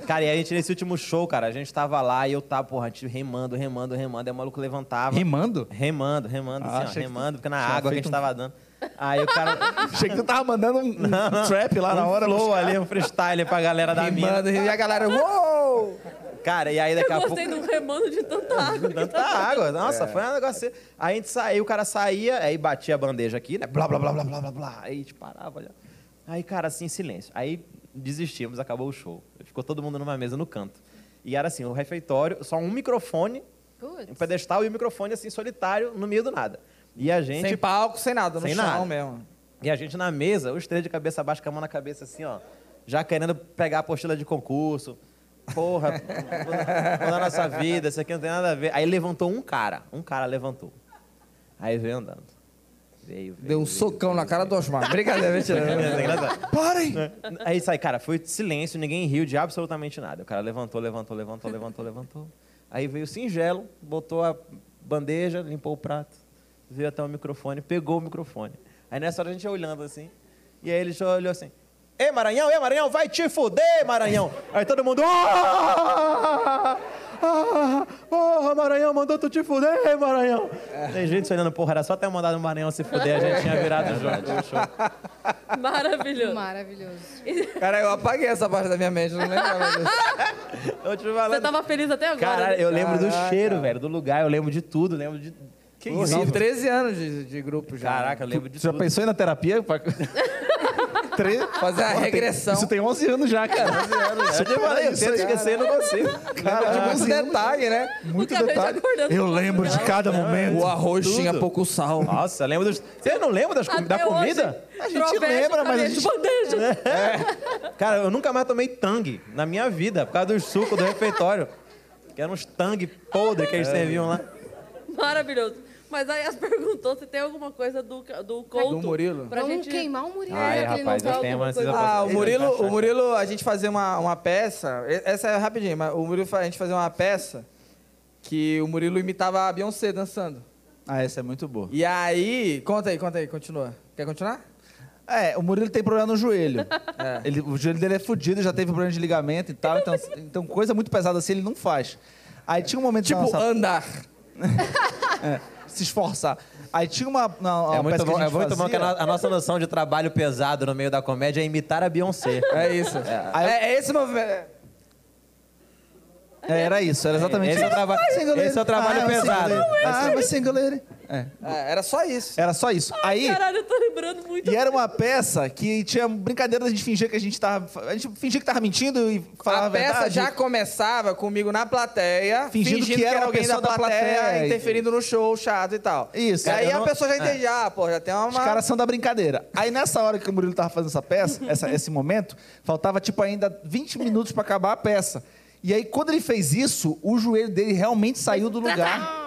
H: Cara, e a gente, nesse último show, cara, a gente tava lá e eu tava, porra, a gente remando, remando, remando. Aí o maluco levantava.
J: Rimando?
H: Remando, remando,
J: Ah,
H: assim, ó,
J: achei que
H: remando, porque na
J: tinha
H: água que a
J: feito
H: gente
J: um-
H: tava dando. Aí o cara.
J: Achei que tu tava mandando um, um trap lá na
H: Um
J: hora.
H: flow
J: buscar.
H: ali, um freestyle pra galera da mina.
I: Rimando, e a galera, uou!
H: Cara, e aí daqui a
A: Eu
H: pouco.
A: gostei do remando de tanta água. que
H: Tanta
A: tá-
H: água. Nossa,
F: É.
H: foi um negócio. assim. Aí a gente saiu, o cara saía, aí batia a bandeja aqui, né? Blá, blá, blá, blá, blá, blá, blá. Aí a gente parava, olha. Aí, cara, assim, silêncio. Aí desistimos, acabou o show. Ficou todo mundo numa mesa no canto. E era assim, o refeitório, só um microfone, um
B: Putz.
H: pedestal e um microfone, assim, solitário, no meio do nada. E a gente.
I: Sem palco, sem nada, no
H: Sem
I: chão
H: nada.
I: mesmo.
H: E a gente na mesa, os três de cabeça baixa, com a mão na cabeça assim, ó. Já querendo pegar a apostila de concurso. Porra, toda a nossa vida, isso aqui não tem nada a ver. Aí levantou um cara, um cara levantou. Aí veio andando. Veio, veio.
I: Deu um socão na cara do Osmar. Ah, Brincadeira,
J: É,
I: mentira.
H: é Engraçado. Né?
I: Parem!
H: Aí sai, cara, foi silêncio, ninguém riu de absolutamente nada. O cara levantou, levantou, levantou, levantou, levantou. Aí veio o singelo, botou a bandeja, limpou o prato, veio até o microfone, pegou o microfone. Aí nessa hora a gente olhando assim, e aí ele só olhou assim: Ei, Maranhão, ei, Maranhão, vai te fuder, Maranhão! Aí todo mundo. "Ah! Ah, porra, Maranhão, mandou tu te fuder, Maranhão! Tem gente olhando, porra, era só ter mandado o Maranhão se fuder, a gente tinha virado o jogo. o show.
A: Maravilhoso.
B: Maravilhoso.
I: Cara, eu apaguei essa parte da minha mente, não lembrava disso.
H: Eu te
A: Você
H: falando,
A: tava feliz até agora.
H: Caralho,
A: né?
H: eu lembro do
I: Caraca.
H: cheiro, velho, do lugar, eu lembro de tudo, lembro de. Que
I: São 13 anos de, de grupo já.
H: Caraca, eu lembro de
J: Tu já
H: tudo.
J: pensou em ir na terapia? Pra- Tre-
I: Fazer a regressão.
J: Isso tem 11 anos já, cara.
H: é. Eu te falei, eu
J: isso
H: tento
J: aí.
H: esquecer, eu não consigo. assim,
I: de
J: Cara, tipo,
I: muito detalhe, né?
J: muito
A: Nunca vejo
J: detalhe.
A: acordando.
J: Eu lembro
A: né?
J: de cada momento.
I: O arroz
H: Tudo.
I: tinha pouco sal.
H: Nossa, eu lembro dos. Você não lembra das,
A: Até
H: da comida?
A: hoje, troveja, cabeça de bandeja.
H: É. Cara, eu nunca mais tomei tangue na minha vida, por causa dos sucos do refeitório. Que eram uns tangue podre que eles serviam lá.
A: Maravilhoso. Mas aí as perguntou se tem alguma coisa do, do Couto.
I: Do Murilo?
A: Pra
B: Vamos
A: gente...
B: queimar o Murilo.
H: Ai,
B: já que ele não
H: rapaz, eu
B: tá.
H: tenho uma
I: Ah, o Murilo, o Murilo, a gente fazia uma, uma peça. e- Essa é rapidinho, mas o Murilo, fa- a gente fazia uma peça que o Murilo imitava a Beyoncé dançando.
J: Ah, essa é muito boa.
I: E aí. Conta aí, conta aí, continua. Quer continuar?
J: É, o Murilo tem problema no joelho. Ele- o joelho dele é fudido, já teve problema de ligamento e tal. Então, então coisa muito pesada assim ele não faz. Aí tinha um momento
I: Tipo,
J: da nossa- É,
I: andar.
J: se esforçar. Aí tinha uma. na- uma
H: É muito
J: peça que a
H: bom, é
J: gente
H: muito bom que
J: fazia,
H: a, no- a nossa noção de trabalho pesado no meio da comédia é imitar a Beyoncé.
I: É isso.
J: Aí-
I: É, é esse movimento.
J: É, era isso, era exatamente
H: Esse é o traba-
J: Single
H: esse é o
J: lady.
H: trabalho
J: I'm
H: pesado.
J: single lady. I'm a single lady. É,
I: É, era só isso.
J: era só isso. Aí,
A: Caralho, eu tô lembrando muito.
J: E era uma peça que tinha brincadeira da gente fingir que a gente tava. A gente fingia que tava mentindo e falava
I: A peça
J: verdade.
I: já começava comigo na plateia,
J: Fingindo
I: fingindo,
J: que
I: que,
J: era
I: era
J: uma
I: alguém da
J: pessoa da
I: plateia, é
J: plateia,
I: interferindo no show, chato e tal.
J: Isso.
I: E aí
J: Eu
I: a
J: não-
I: pessoa já entendia,
J: é.
I: ah, pô, já tem uma...
J: Os caras são da brincadeira. Aí nessa hora que o Murilo tava fazendo essa peça, essa- esse momento, faltava tipo ainda 20 minutos pra acabar a peça. E aí quando ele fez isso, o joelho dele realmente saiu do
A: Ah.
J: lugar.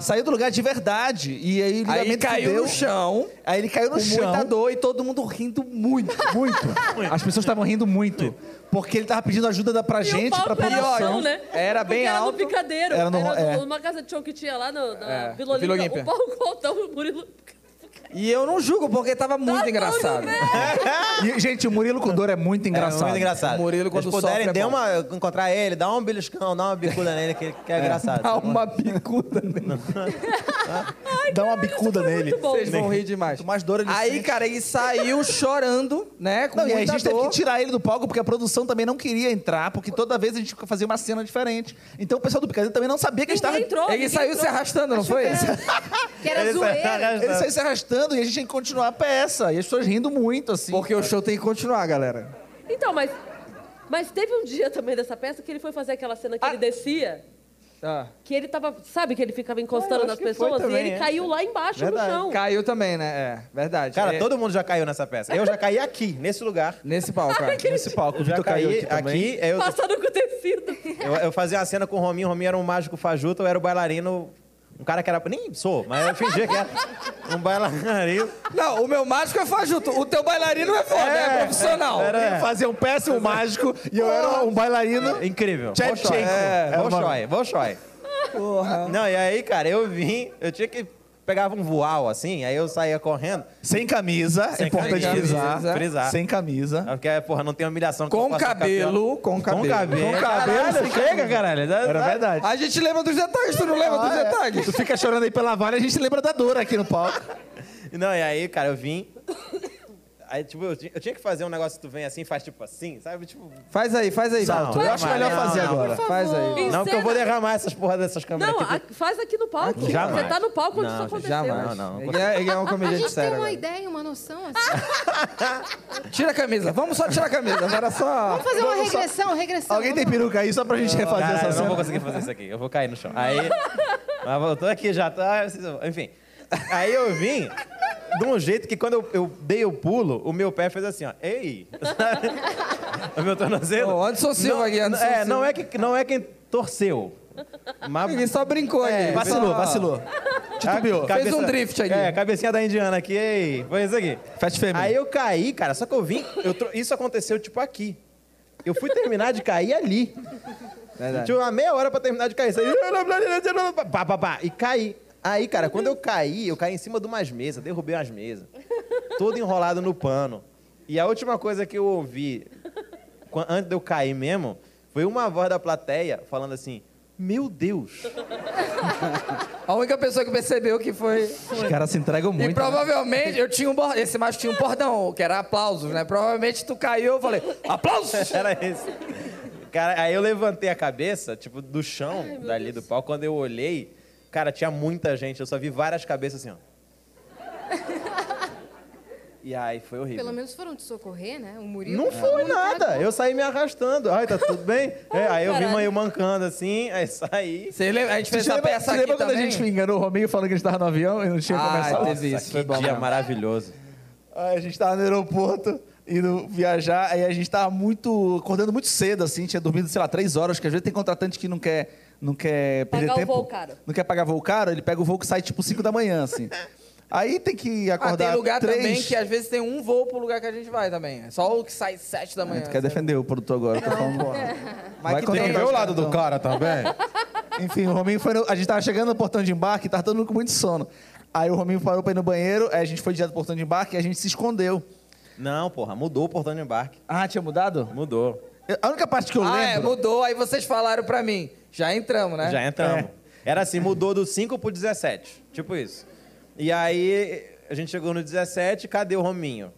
J: Saiu do lugar de verdade. E aí o
I: Aí
J: ligamento
I: caiu
J: fudeu.
I: no chão.
J: Aí ele caiu no
I: Com
J: chão.
I: muita
J: dor e todo mundo rindo muito. Muito. As pessoas estavam rindo muito. Porque ele tava pedindo ajuda da- pra
A: E
J: gente, tá
A: o
J: pra
A: palco era
J: produção.
A: alto, né? Porque era no picadeiro.
J: Era
A: Era,
J: no- é.
A: numa casa de show que tinha lá no, na
I: É,
A: Vila
I: Vila Olímpia.
A: Olímpia. O palco altão, o Murilo.
I: E eu não julgo, porque tava muito engraçado.
J: E, gente, o Murilo com dor é muito engraçado.
H: É muito engraçado.
I: Murilo, quando
H: Se puderem,
I: sofre, é
H: dê
I: bom.
H: uma, encontrar ele, dá um beliscão, dá uma bicuda nele, que, que é, engraçado.
I: Dá um-
J: uma bicuda nele. Dá uma bicuda nele.
I: Vocês vão rir demais.
J: mais dor ele
I: Aí,
J: sente.
I: cara, ele saiu chorando, né? Com
J: Não, e aí a
I: muita
J: gente teve
I: dor.
J: que tirar ele do palco porque a produção também não queria entrar, porque toda vez a gente fazia uma cena diferente. Então o pessoal do Picadeiro também não sabia que a gente tava...
A: Ninguém entrou,
I: Ele saiu se arrastando, não foi?
B: Que era
J: Ele saiu se
B: zoeira.
J: arrastando. Ele saiu se arrastando e a gente tinha que continuar a peça. E as pessoas rindo muito, assim.
I: Porque o show tem que continuar, galera.
A: Então, mas. Mas teve um dia também dessa peça que ele foi fazer aquela cena que ele descia,
I: Tá.
A: que ele tava. Sabe que ele ficava encostando
I: acho
A: nas
I: que foi
A: pessoas
I: também,
A: e ele
I: é.
A: caiu lá embaixo
H: Verdade.
A: no chão.
I: Caiu também, né? É, verdade.
H: Cara,
I: É,
H: todo mundo já caiu nessa peça. Eu já caí aqui, nesse lugar.
I: Nesse palco, cara.
J: Nesse palco, o
H: Eu já
J: Vitor caiu
H: caí
J: aqui, também.
H: aqui, aí é, eu,
A: Passando com o tecido.
H: eu, eu fazia uma cena com o Rominho, o Rominho era um mágico fajuto, eu era o bailarino, um cara que era... Nem sou, mas eu fingia que era um bailarino.
I: Não, o meu mágico é fajuto. O teu bailarino é foda, é, profissional.
J: Ele fazia um péssimo mágico e eu era um bailarino...
H: Incrível.
J: Tchevchenko.
H: É,
J: Era uma-
H: Bolshoi, Bolshoi.
I: É.
H: Não, e aí, cara, eu vim, eu tinha que... Pegava um voal, assim, aí eu saía correndo.
J: Sem camisa, é
H: Sem
J: importante
H: camisa,
J: frisar.
H: frisar.
J: Sem camisa.
H: Porque, porra, não tem humilhação. que eu
I: Com
H: posso ficar
I: cabelo, com cabelo.
H: Com cabelo.
I: Com cabelo,
H: Caralho, chega, caralho.
J: Era verdade.
I: A gente lembra dos detalhes, tu não lembra dos
J: Ah, é.
I: detalhes?
J: Tu fica chorando aí pela vara e a gente lembra da dor aqui no palco.
H: Não, e aí, cara, eu vim. Aí, tipo, eu, ti- eu tinha que fazer um negócio que tu vem assim, faz tipo assim, sabe? Tipo.
I: Faz aí, faz aí.
H: Não,
I: Paulo.
H: não,
J: Eu acho melhor
H: não,
J: fazer
H: não.
J: agora.
I: Faz aí.
H: Não, porque eu vou derramar essas porra dessas câmeras
A: Não,
H: aqui.
A: a- faz aqui no palco.
H: Jamais.
A: Você tá no palco onde isso
H: Não,
A: aconteceu.
I: Jamais.
H: Não, não.
I: Ele é, ele é um
B: A
I: comediante
B: gente tem
I: sério.
B: uma
I: agora.
B: ideia, uma noção assim.
I: Tira a camisa, vamos só tirar a camisa. Agora só.
B: Vamos fazer uma regressão, regressão.
J: Alguém tem
B: vamos
J: peruca aí só pra gente refazer
H: Caralho,
J: essa
H: eu não
J: cena?
H: vou conseguir fazer isso aqui, eu vou cair no chão. Aí. Mas voltou aqui já, tá? Enfim. Aí eu vim de um jeito que quando eu, eu dei o pulo, o meu pé fez assim, ó. Ei! o meu tornozelo.
I: Ô, Anderson Silva
H: não,
I: aqui, Anderson
H: é,
I: Silva.
H: não é, que, não é quem torceu. Mas É,
I: Ele só brincou aí.
J: Vacilou,
I: Só-
J: vacilou. Titubeou.
H: Cabeça-
I: Fez um drift ali.
H: É, cabecinha da indiana aqui, ei. Foi isso aqui.
J: Fat Family.
H: Aí eu caí, cara, só que eu vim. eu tro- Isso aconteceu tipo aqui. Eu fui terminar de cair ali.
I: Verdade.
H: Tinha uma meia hora pra terminar de cair. Saí, pá, pá, pá, e caí. Aí, cara, quando eu caí, eu caí em cima de umas mesas, derrubei umas mesas. Todo enrolado no pano. E a última coisa que eu ouvi, quan- antes de eu cair mesmo, foi uma voz da plateia falando assim: Meu Deus!
I: A única pessoa que percebeu que foi.
J: Os caras se entregam
I: E
J: muito.
I: provavelmente eu tinha um bordão. Esse macho tinha um bordão, que era aplausos, né? Provavelmente tu caiu, eu falei, "Ah, aplausos!
H: Era isso. Cara, aí eu levantei a cabeça, tipo, do chão, dali do palco. Quando eu olhei, cara, tinha muita gente. Eu só vi várias cabeças assim, ó. E aí foi horrível.
B: Pelo menos foram te socorrer, né? O Murilo.
H: Não foi nada. Eu saí me arrastando. Ai, tá tudo bem? É, aí eu vi
A: caralho.
H: meio mancando assim, aí saí.
I: Você lembra? A gente fez
J: Você
I: essa
J: lembra,
I: peça
J: você lembra
I: aqui
J: quando
I: também.
J: a gente enganou o Rominho falando que a gente tava no avião e não tinha
I: Ah,
J: começado?
I: teve isso, foi
H: que
I: bom. né?
H: dia
I: mesmo.
H: maravilhoso.
J: Aí a gente tava no aeroporto indo viajar, aí a gente tava muito. acordando muito cedo, assim, tinha dormido, sei lá, três horas, que às vezes tem contratante que não quer. Não quer perder
A: Pagar o
J: tempo.
A: voo caro.
J: Não quer pagar voo caro, ele pega o voo que sai tipo 5 da manhã, assim. Aí tem que
I: Ah,
J: acordar.
I: tem lugar
J: três.
I: também que às vezes tem um voo pro lugar que a gente vai também. É Só o que sai sete da
J: É,
I: manhã.
J: tu quer
I: sabe?
J: defender o produtor agora, eu tô falando.
I: Mas que
J: contratar
I: tem.
J: os
I: Eu
J: caras,
I: lado tá
J: então.
H: cara também?
J: Enfim, o Rominho foi no... A gente tava chegando no portão de embarque, tava todo mundo com muito sono. Aí o Rominho parou pra ir no banheiro, aí a gente foi direto pro portão de embarque e a gente se escondeu.
H: Não, porra, mudou o portão de embarque.
J: Ah, tinha mudado?
H: Mudou.
J: Eu- A única parte que eu
I: Ah, é,
J: lembro...
I: mudou. Aí vocês falaram pra mim. Já entramos, né?
H: Já entramos. Era assim, mudou do 5 pro 17. Tipo isso. E aí, a gente chegou no 17, cadê o Rominho?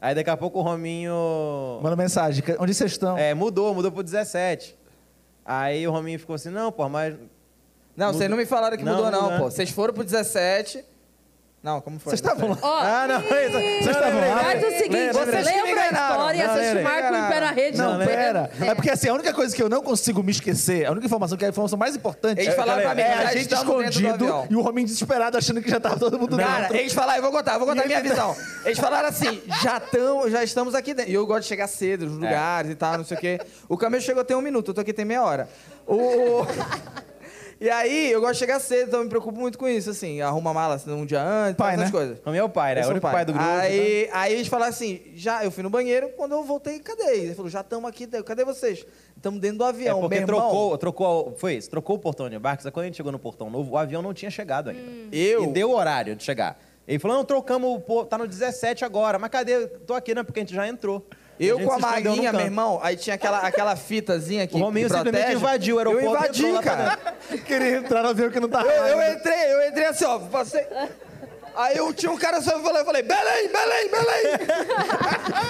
H: Aí daqui a pouco o Rominho.
J: Manda mensagem, que- onde vocês estão?
H: É, mudou, mudou pro 17. Aí o Rominho ficou assim, não, porra, mas.
I: Não, vocês não me falaram que
H: Não,
I: mudou, não,
H: não, né?
I: pô. Vocês foram pro 17. Não, como foi?
J: Vocês
I: Não
J: estavam
I: sei.
J: lá?
I: Ah, não, isso.
J: Vocês estavam lá?
A: Faz é o seguinte, você lembra a história,
J: Não,
A: vocês
J: lembrei.
A: marcam em pé na rede.
J: Não,
A: não
J: pera. É porque assim, a única coisa que eu não consigo me esquecer, a única informação que é a informação mais importante
I: Eles falaram
J: é,
I: pra mim,
J: a
I: já
J: gente
I: estamos dentro do
J: escondido
I: avião.
J: e o homem desesperado achando que já tava todo mundo
I: Cara,
J: dentro.
I: eles falaram, eu vou contar, eu vou contar a minha visão. Eles falaram assim, já, tão, já estamos aqui dentro. E eu gosto de chegar cedo
J: É.
I: nos lugares e tal, não sei o quê. O caminho chegou tem um minuto, eu tô aqui tem meia hora. O- o- E aí, eu gosto de chegar cedo, então eu me preocupo muito com isso, assim. Arruma a mala assim, um dia antes,
H: Pai,
I: essas
H: né?
I: coisas.
H: Romeu é o pai,
I: Eu
H: né? É o
I: sou
H: único pai do grupo, então.
I: Aí, aí eles falaram assim, já, eu fui no banheiro, quando eu voltei, cadê? Ele falou, já estamos aqui, dentro. cadê vocês? Estamos dentro do
H: É
I: avião,
H: porque
I: meu irmão.
H: trocou, trocou, foi isso, trocou o portão de embarque, só que quando a gente chegou no portão novo, o avião não tinha chegado ainda.
I: Eu?
H: E deu o horário de chegar. Ele falou, não, trocamos, o pô, tá no 17 agora, mas cadê? Tô aqui, né, porque a gente já entrou.
I: Eu
H: A gente
I: com a
H: se escondeu no
I: maguinha,
H: canto.
I: meu irmão, aí tinha aquela, aquela fitazinha que.
H: O Rominho
I: que
H: simplesmente
I: protege.
H: invadiu o aeroporto
I: Eu
H: e entrou
I: invadi,
H: lá pra
I: cara.
J: Queria entrar no avião que não tava.
I: Eu, eu entrei, eu entrei assim, ó, passei. Aí eu tinha um cara só falando, eu falei, Belém, Belém, Belém!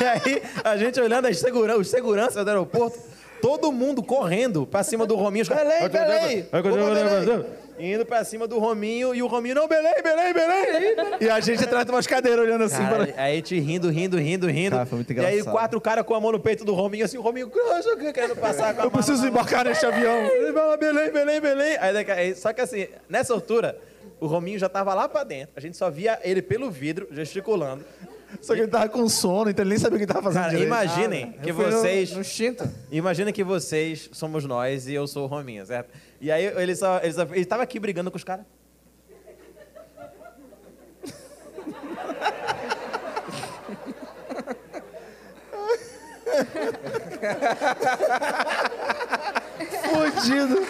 H: E aí, a gente olhando as segura, os seguranças do aeroporto, todo mundo correndo pra cima do Rominho. Os caras,
I: Belém, Belém! Opa, Belém!
H: Indo pra cima do Rominho e o Rominho, não, Belém, Belém, Belém!
J: E a gente atrás de umas cadeiras olhando assim.
H: Cara,
J: pra-
H: aí te rindo, rindo, rindo, rindo.
J: Cara, foi muito
H: E aí
J: engraçado.
H: quatro caras com a mão no peito do Rominho, assim, o Rominho "Croxa", querendo passar com a
J: Eu preciso embarcar neste avião.
H: Ele fala, Belém, Belém, Belém. Aí, daqui- aí- só que assim, nessa altura, o Rominho já tava lá pra dentro. A gente só via ele pelo vidro, gesticulando.
J: Só que ele tava com sono, então ele nem sabia o que ele tava fazendo.
H: Cara,
J: direito. Ah,
H: imaginem que
I: Ah, Eu fui no-
H: vocês...
I: No instinto.
H: Imagina que vocês somos nós e eu sou o Rominho, certo? E aí ele só. Ele, só, ele tava aqui brigando com os caras.
J: Fudido.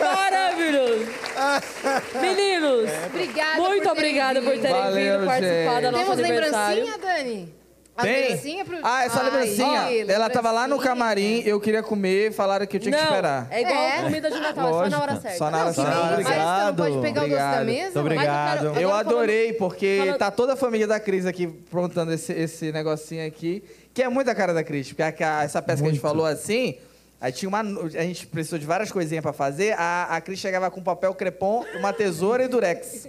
A: Maravilhoso. Meninos,
B: É, Obrigada.
A: muito
B: por terem
A: obrigada por terem
I: Valeu,
A: vindo participar
I: gente.
A: da nosso
B: Temos
A: aniversário.
B: lembrancinha, Dani? A
I: Tem?
B: lembrancinha pro...
I: Ah, essa
B: Ai,
I: lembrancinha.
B: que
I: Ela tá- tava lá no
B: lembrancinha.
I: camarim, eu queria comer, falaram que eu tinha que esperar.
A: Não, é igual
B: É.
A: comida de Natal, é só na hora certa.
I: Só na hora
B: Não, que
I: certa.
B: nem- Mas então,
J: Obrigado.
B: pode pegar o doce da
I: Obrigado.
B: mesa?
H: Muito obrigado.
A: Mas eu quero-
I: Eu
A: Agora falando-
I: adorei, porque
A: falando-
I: tá toda a família da Cris aqui prontando esse, esse negocinho aqui, que é muita cara da Cris, porque a- que a- essa peça que a gente falou assim, aí tinha uma, no- a gente precisou de várias coisinhas pra fazer, a, a Cris chegava com papel crepom, uma tesoura e durex.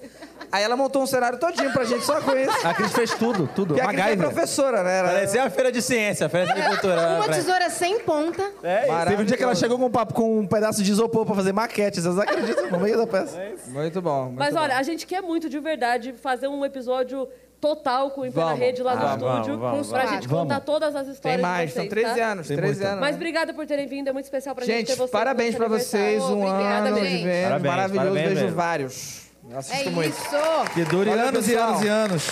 I: Aí ela montou um cenário todinho pra gente só com isso.
J: A Cris fez tudo, tudo.
I: Porque a Cris é professora, né? Era-
H: Parecia a feira de ciência, a feira de né? cultura.
I: É.
B: Uma tesoura sem ponta.
I: Maravilhoso.
J: Teve um dia que ela chegou com um, papo, com um pedaço de isopor pra fazer maquetes. Vocês acreditam? No meio da peça.
I: Muito bom. muito
A: Mas
I: bom.
A: olha, a gente quer muito de verdade fazer um episódio total com o Em Pé na
I: Vamos.
A: Rede lá no
I: Ah,
A: estúdio.
H: vamos, vamos,
A: pra
B: vamos.
A: gente
J: Vamos.
A: contar todas as histórias
I: Tem mais,
A: de vocês,
I: são 13
A: tá?
I: anos,
J: Tem
I: 13
J: muita.
I: anos.
A: Mas
I: né?
A: obrigada por terem vindo, é muito especial pra gente,
I: Gente,
A: ter vocês.
I: parabéns
A: no
I: pra
A: nosso
I: vocês,
A: aniversário.
I: um
B: Obrigada,
I: ano de
B: gente.
I: vênus
H: Parabéns,
I: maravilhoso,
H: parabéns
I: vejo
H: mesmo.
I: vários. Eu assisto
B: É
I: muito.
B: isso.
J: Que dure
I: Olha,
J: anos
I: pessoal.
J: e anos e anos.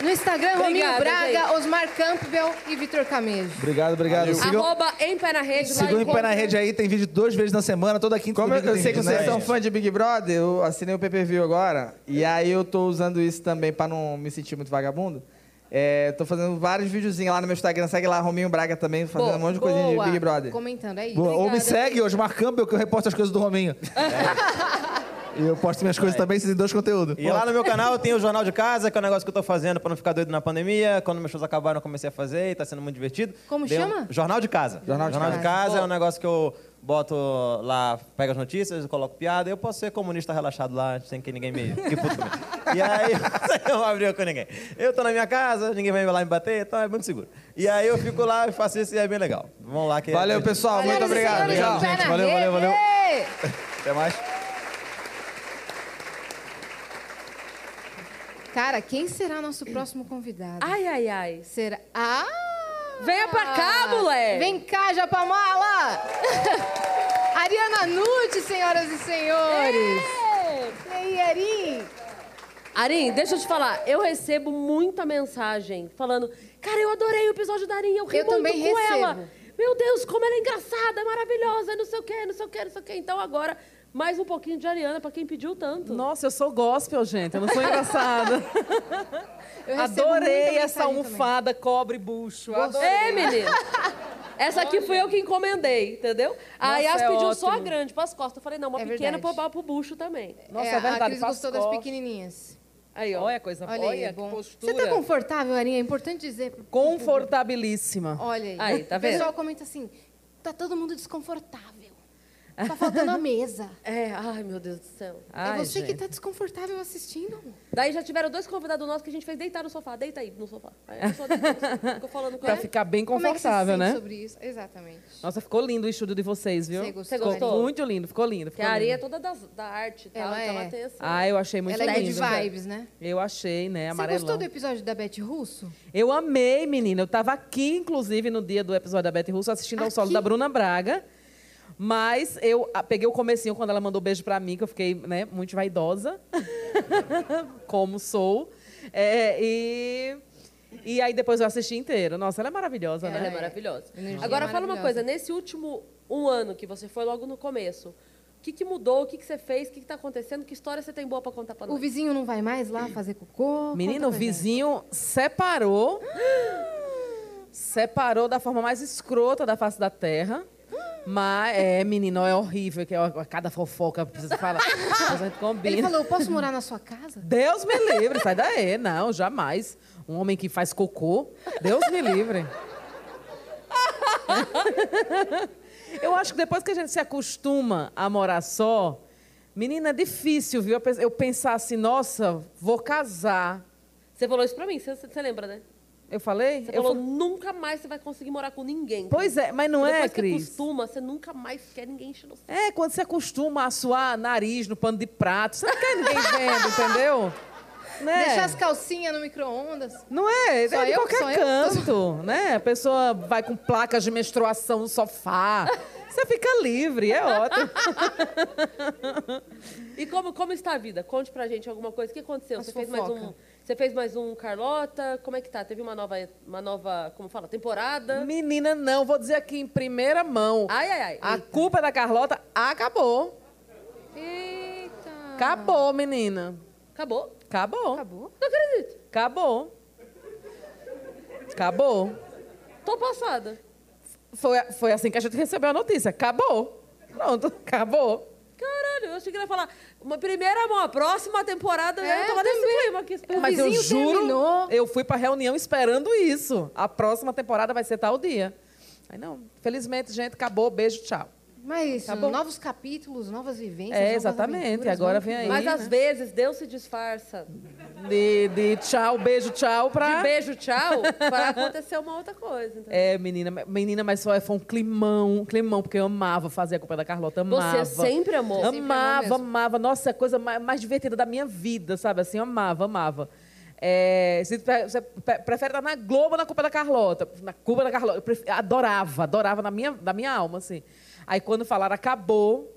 B: No Instagram, Rominho
A: Obrigada,
B: Braga,
A: gente.
B: Osmar Campbell e Vitor Camejo.
J: Obrigado, obrigado. Sigam,
A: Arroba Em Pé na Rede. lá
J: sigam o em pé
A: encontram-
J: na rede aí, tem vídeo duas vezes na semana, toda quinta.
I: Como eu,
J: domingo
I: eu
J: tem
I: sei que
J: vídeo,
I: vocês
J: né?
I: são fã de Big Brother, eu assinei o PPV agora. E aí eu tô usando isso também pra não me sentir muito vagabundo. É, tô fazendo vários videozinhos lá no meu Instagram. Segue lá, Rominho Braga também, fazendo
A: Boa,
I: um monte de coisinha de
B: Boa.
I: Big Brother.
B: Comentando, é isso.
J: Boa, ou me segue, Osmar Campbell, que eu reposto as coisas do Rominho. É. E eu posto minhas coisas também, vocês têm dois conteúdos.
H: E lá no meu canal tem o Jornal de Casa, que é um negócio que eu tô fazendo pra não ficar doido na pandemia. Quando meus shows acabaram, eu comecei a fazer e tá sendo muito divertido.
B: Como
H: Dei um-
B: chama?
H: Jornal de Casa.
I: Jornal de
H: de Casa é um negócio que eu boto lá, pego as notícias, eu coloco piada. Eu posso ser comunista relaxado lá, sem que ninguém me... Que puto comigo. e aí, eu não abri com ninguém. Eu tô na minha casa, ninguém vai lá me bater, então é muito seguro. E aí eu fico lá e faço isso e é bem legal. Vamos lá que... é
I: Valeu,
H: divertido.
I: pessoal.
B: Senhoras
I: muito
B: e
I: obrigado.
B: senhores,
I: Tchau.
B: Em um Pé
J: gente.
B: na
J: Valeu, valeu, valeu.
B: Rede.
H: é
J: Até mais.
B: Cara, quem será nosso próximo convidado?
A: Ai, ai, ai.
B: Será? Ah!
A: Venha pra cá, moleque!
B: Vem cá, Japamala! Ariana Nucci, senhoras e senhores!
A: É.
B: E aí, Ari?
A: Arim, deixa eu te falar, eu recebo muita mensagem falando, cara, eu adorei o episódio da Arim, eu ri
B: Eu
A: muito
B: também
A: com
B: recebo.
A: ela. Meu Deus, como ela é engraçada, é maravilhosa, não sei o quê, não sei o quê, não sei o quê. Então agora, mais um pouquinho de Ariana pra quem pediu tanto.
K: Nossa, eu sou gospel, gente. Eu não sou engraçada.
B: Eu recebo
K: Adorei
B: muita
K: essa
B: mensagem também.
K: almofada cobre bucho.
A: É, menino. Essa aqui fui eu que encomendei, entendeu? a
K: Nossa,
A: Yas
K: é
A: pediu só a
K: ótimo.
A: grande, pras costas. Eu falei, não, uma
B: É
A: pequena
B: verdade.
A: pro, ba- pro bucho também.
K: Nossa,
B: É,
K: é
B: A
K: verdade.
B: Cris gostou das
K: pascoal.
B: pequenininhas.
A: Aí, ó.
K: Olha a coisa
B: Olha
K: boa,
B: aí, é
K: olha que
B: bom.
K: postura.
B: Você tá confortável, Arinha? É importante dizer. pro-
K: Confortabilíssima.
B: Olha aí.
A: Aí, tá
B: O pessoal é
A: vendo?
B: comenta assim, tá todo mundo desconfortável. Tá faltando a mesa.
A: É, ai meu Deus do céu.
B: é você que tá desconfortável assistindo, amor.
A: Daí já tiveram dois convidados nossos que a gente fez deitar no sofá. Deita aí no sofá. Tá Aí a pessoa deitou no sofá, ficou falando com
K: Pra
A: ela.
K: ficar bem
B: Como é que você se
K: confortável,
B: sente
K: né?
B: sobre isso? Exatamente.
K: Nossa, ficou lindo o estúdio de vocês, viu?
B: Você gostou?
K: Ficou
B: Você gostou?
K: Muito lindo, ficou lindo.
A: Que
K: Ficou
A: a areia é
K: lindo.
A: toda das- da, arte e tal.
B: Ela
A: então
B: é.
A: ela tem assim.
K: Ah, eu achei muito
B: Ela é
K: lindo.
B: good vibes, né?
K: Eu achei, né?
A: É
B: Você
K: Amarelão.
B: gostou do episódio da Beth Russo?
K: Eu amei, menina. Eu tava aqui, inclusive, no dia do episódio da Beth Russo, assistindo ao solo da Bruna Braga. Mas eu ah, peguei o comecinho quando ela mandou beijo pra mim, que eu fiquei, né, muito vaidosa. Como sou. É, e... E aí depois eu assisti inteiro. Nossa, ela é maravilhosa, né?
A: Ela é maravilhosa.
K: Energia
A: Agora fala uma
K: maravilhosa.
A: coisa, nesse último um ano que você foi logo no começo, o que, que mudou, o que, que você fez, o que, que tá acontecendo, que história você tem boa pra contar pra nós?
B: O vizinho não vai mais lá fazer cocô?
K: Menino,
B: Conta pra
K: o
B: gente.
K: vizinho separou. separou da forma mais escrota da face da terra. Mas, é, menino, é horrível. Que é cada fofoca precisa falar. A gente combina.
B: Ele falou, eu posso morar na sua casa?
K: Deus me livre, sai daí. Não, jamais. Um homem que faz cocô, Deus me livre. Eu acho que depois que a gente se acostuma a morar só, menina, é difícil, viu? Eu pens- Eu pensar assim, nossa, vou casar.
A: Você falou isso pra mim, você- você lembra, né?
K: Eu falei?
A: Você
K: eu
A: falou,
K: fui-
A: nunca mais você vai conseguir morar com ninguém.
K: Pois é, mas não é,
A: Depois que
K: Cris?
A: acostuma, você nunca mais quer ninguém encher no saco.
K: É, quando você acostuma a suar nariz no pano de prato, você não quer ninguém vendo, entendeu? Né?
B: Deixar as calcinhas no micro-ondas?
K: Não é?
B: Só
K: é de
B: eu-
K: qualquer
B: só eu-
K: canto, né? A pessoa vai com placas de menstruação no sofá. Você fica livre, é ótimo.
A: E como, como está a vida? Conte pra gente alguma coisa. O que aconteceu?
B: As
A: Você fez, mais um,
B: fofoca.
A: você fez mais um Carlota? Como é que tá? Teve uma nova, uma nova como fala, temporada?
K: Menina, não, vou dizer aqui em primeira mão.
A: Ai, ai, ai.
K: A culpa é da Carlota acabou.
B: Eita.
K: Acabou, menina.
A: Ah. Acabou?
K: Acabou.
B: Acabou?
A: Não acredito.
K: Acabou. Acabou.
A: Tô passada.
K: Foi, foi assim que a gente recebeu a notícia. Acabou. Pronto, acabou.
A: Caralho, eu achei que ele ia falar. Uma primeira mão, a próxima temporada né?
B: É,
A: eu tava nesse
B: também.
A: clima aqui.
K: É, Mas eu
B: vizinho
K: juro,
B: terminou.
K: eu fui pra reunião esperando isso. A próxima temporada vai ser tal dia. Aí não, felizmente, gente, acabou, beijo, tchau.
B: Mas
K: Tá bom.
B: novos capítulos, novas vivências.
K: É,
B: novas
K: exatamente,
B: aventuras,
K: agora
B: vamos
K: vem
B: que
K: aí.
A: Mas
K: né?
A: às vezes Deus se disfarça.
K: De, de tchau, beijo, tchau pra.
A: De beijo, tchau, para acontecer uma outra coisa. entendeu?
K: É, menina, menina, mas só foi um climão, um climão, porque eu amava fazer a culpa da Carlota, amava.
A: Você sempre amou.
K: Amava,
B: Sempre amou mesmo.
K: amava. Nossa, é a coisa ma- mais, divertida da minha vida, sabe? Assim, eu amava, amava. É, se pre- você pre- prefere estar na Globo ou na Culpa da Carlota? Na Culpa da Carlota. Eu pref- adorava, adorava na minha, na minha alma, assim. Aí quando falaram acabou,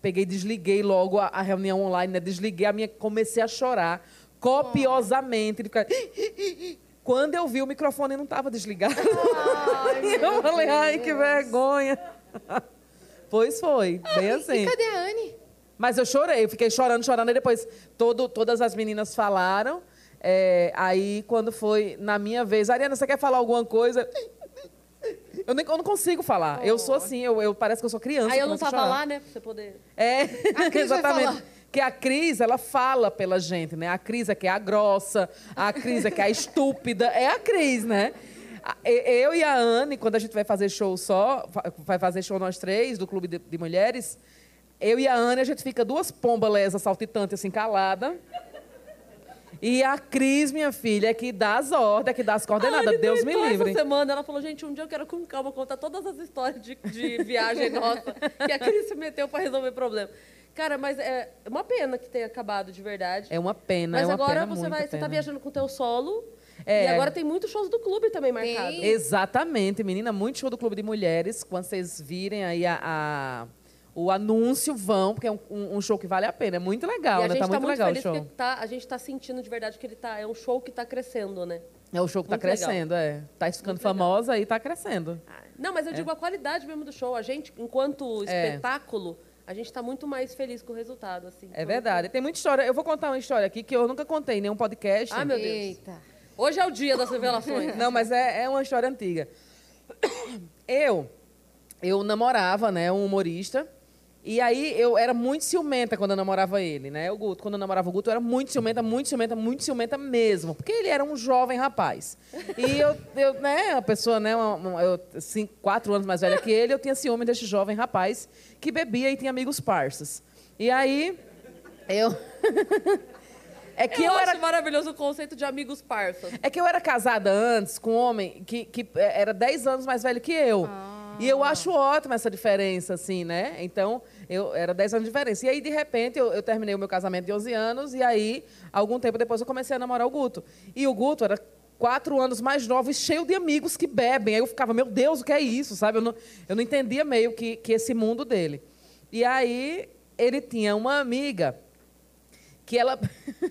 K: peguei e desliguei logo a, a reunião online, né? Desliguei a minha, comecei a chorar copiosamente. de ficar- Quando eu vi, o microfone não estava desligado. e eu falei, ai, que vergonha. Pois foi, bem assim.
B: E cadê a Anne?
K: Mas eu chorei, eu fiquei chorando, chorando, e depois todo, todas as meninas falaram. É, aí, quando foi na minha vez, Ariana, você quer falar alguma coisa? Eu, nem, eu não consigo falar. Eu sou assim, eu, eu- parece que eu sou criança.
A: Aí eu não
K: começo a
A: tava
K: chorar.
A: lá, né? Pra você poder.
K: É,
B: A Cris vai falar.
K: exatamente. Que a Cris, ela fala pela gente, né? A Cris é que é a grossa, a Cris é que é a estúpida, é a Cris, né? A- e- Eu e a Anne, quando a gente vai fazer show só, fa- vai fazer show nós três, do Clube de, de Mulheres, eu e a Anne, a gente fica duas pomba lesa saltitantes, assim, calada. E a Cris, minha filha, é que dá as ordens, é que dá as coordenadas.
A: Ai, ele
K: Deus me
A: tweetou
K: livre.
A: Essa semana ela falou, gente, um dia eu quero com calma contar todas as histórias de, de viagem nossa que a Cris se meteu pra resolver problema. Cara, mas é uma pena que tenha acabado de verdade.
K: É uma pena,
A: mas
K: é uma
A: agora
K: pena,
A: você
K: muita
A: vai, você tá
K: pena.
A: viajando com o teu solo.
K: É.
A: E agora tem muitos shows do clube também marcados.
K: Exatamente, menina. Muito show do Clube de Mulheres. Quando vocês virem aí a, a- o anúncio, vão, porque é um, um- um show que vale a pena. É muito legal,
A: e a
K: né?
A: gente
K: Tá
A: tá
K: muito, legal o
A: feliz
K: show.
A: porque tá- a gente tá sentindo de verdade que ele tá. É um show que tá crescendo, né?
K: É o show que tá
A: muito Ah, legal.
K: crescendo, é. Tá ficando famosa e tá crescendo.
A: Não, mas eu digo a qualidade mesmo do show. A gente, enquanto
K: É.
A: espetáculo, a gente tá muito mais feliz com o resultado, assim.
K: É verdade. Tem muita história. Eu vou contar uma história aqui que eu nunca contei em nenhum podcast.
A: Ah, meu Deus.
B: Eita.
A: Hoje é o dia das revelações.
K: Não, mas é, é uma história antiga. Eu, eu namorava, né, um humorista E aí eu era muito ciumenta quando eu namorava ele, né? O Guto, quando eu namorava o Guto, eu era muito ciumenta, muito ciumenta, muito ciumenta mesmo. Porque ele era um jovem rapaz. E eu, eu né, uma pessoa, né? uma- uma- eu, cinco, quatro anos mais velha que ele, eu tinha ciúme desse jovem rapaz que bebia e tinha amigos parças. E aí, eu. é que eu,
A: eu
K: era
A: acho maravilhoso o conceito de amigos parças.
K: é que eu era casada antes com um homem que, que é, era 10 anos mais velho que eu. E eu acho ótima essa diferença, assim, né? Então, eu era 10 anos de diferença. E aí, de repente, eu, eu terminei o meu casamento de 11 anos, e aí, algum tempo depois, eu comecei a namorar o Guto. E o Guto era quatro anos mais novo e cheio de amigos que bebem. Aí eu ficava, meu Deus, o que é isso, sabe? Eu não, eu não entendia meio que, que esse mundo dele. E aí, ele tinha uma amiga que ela.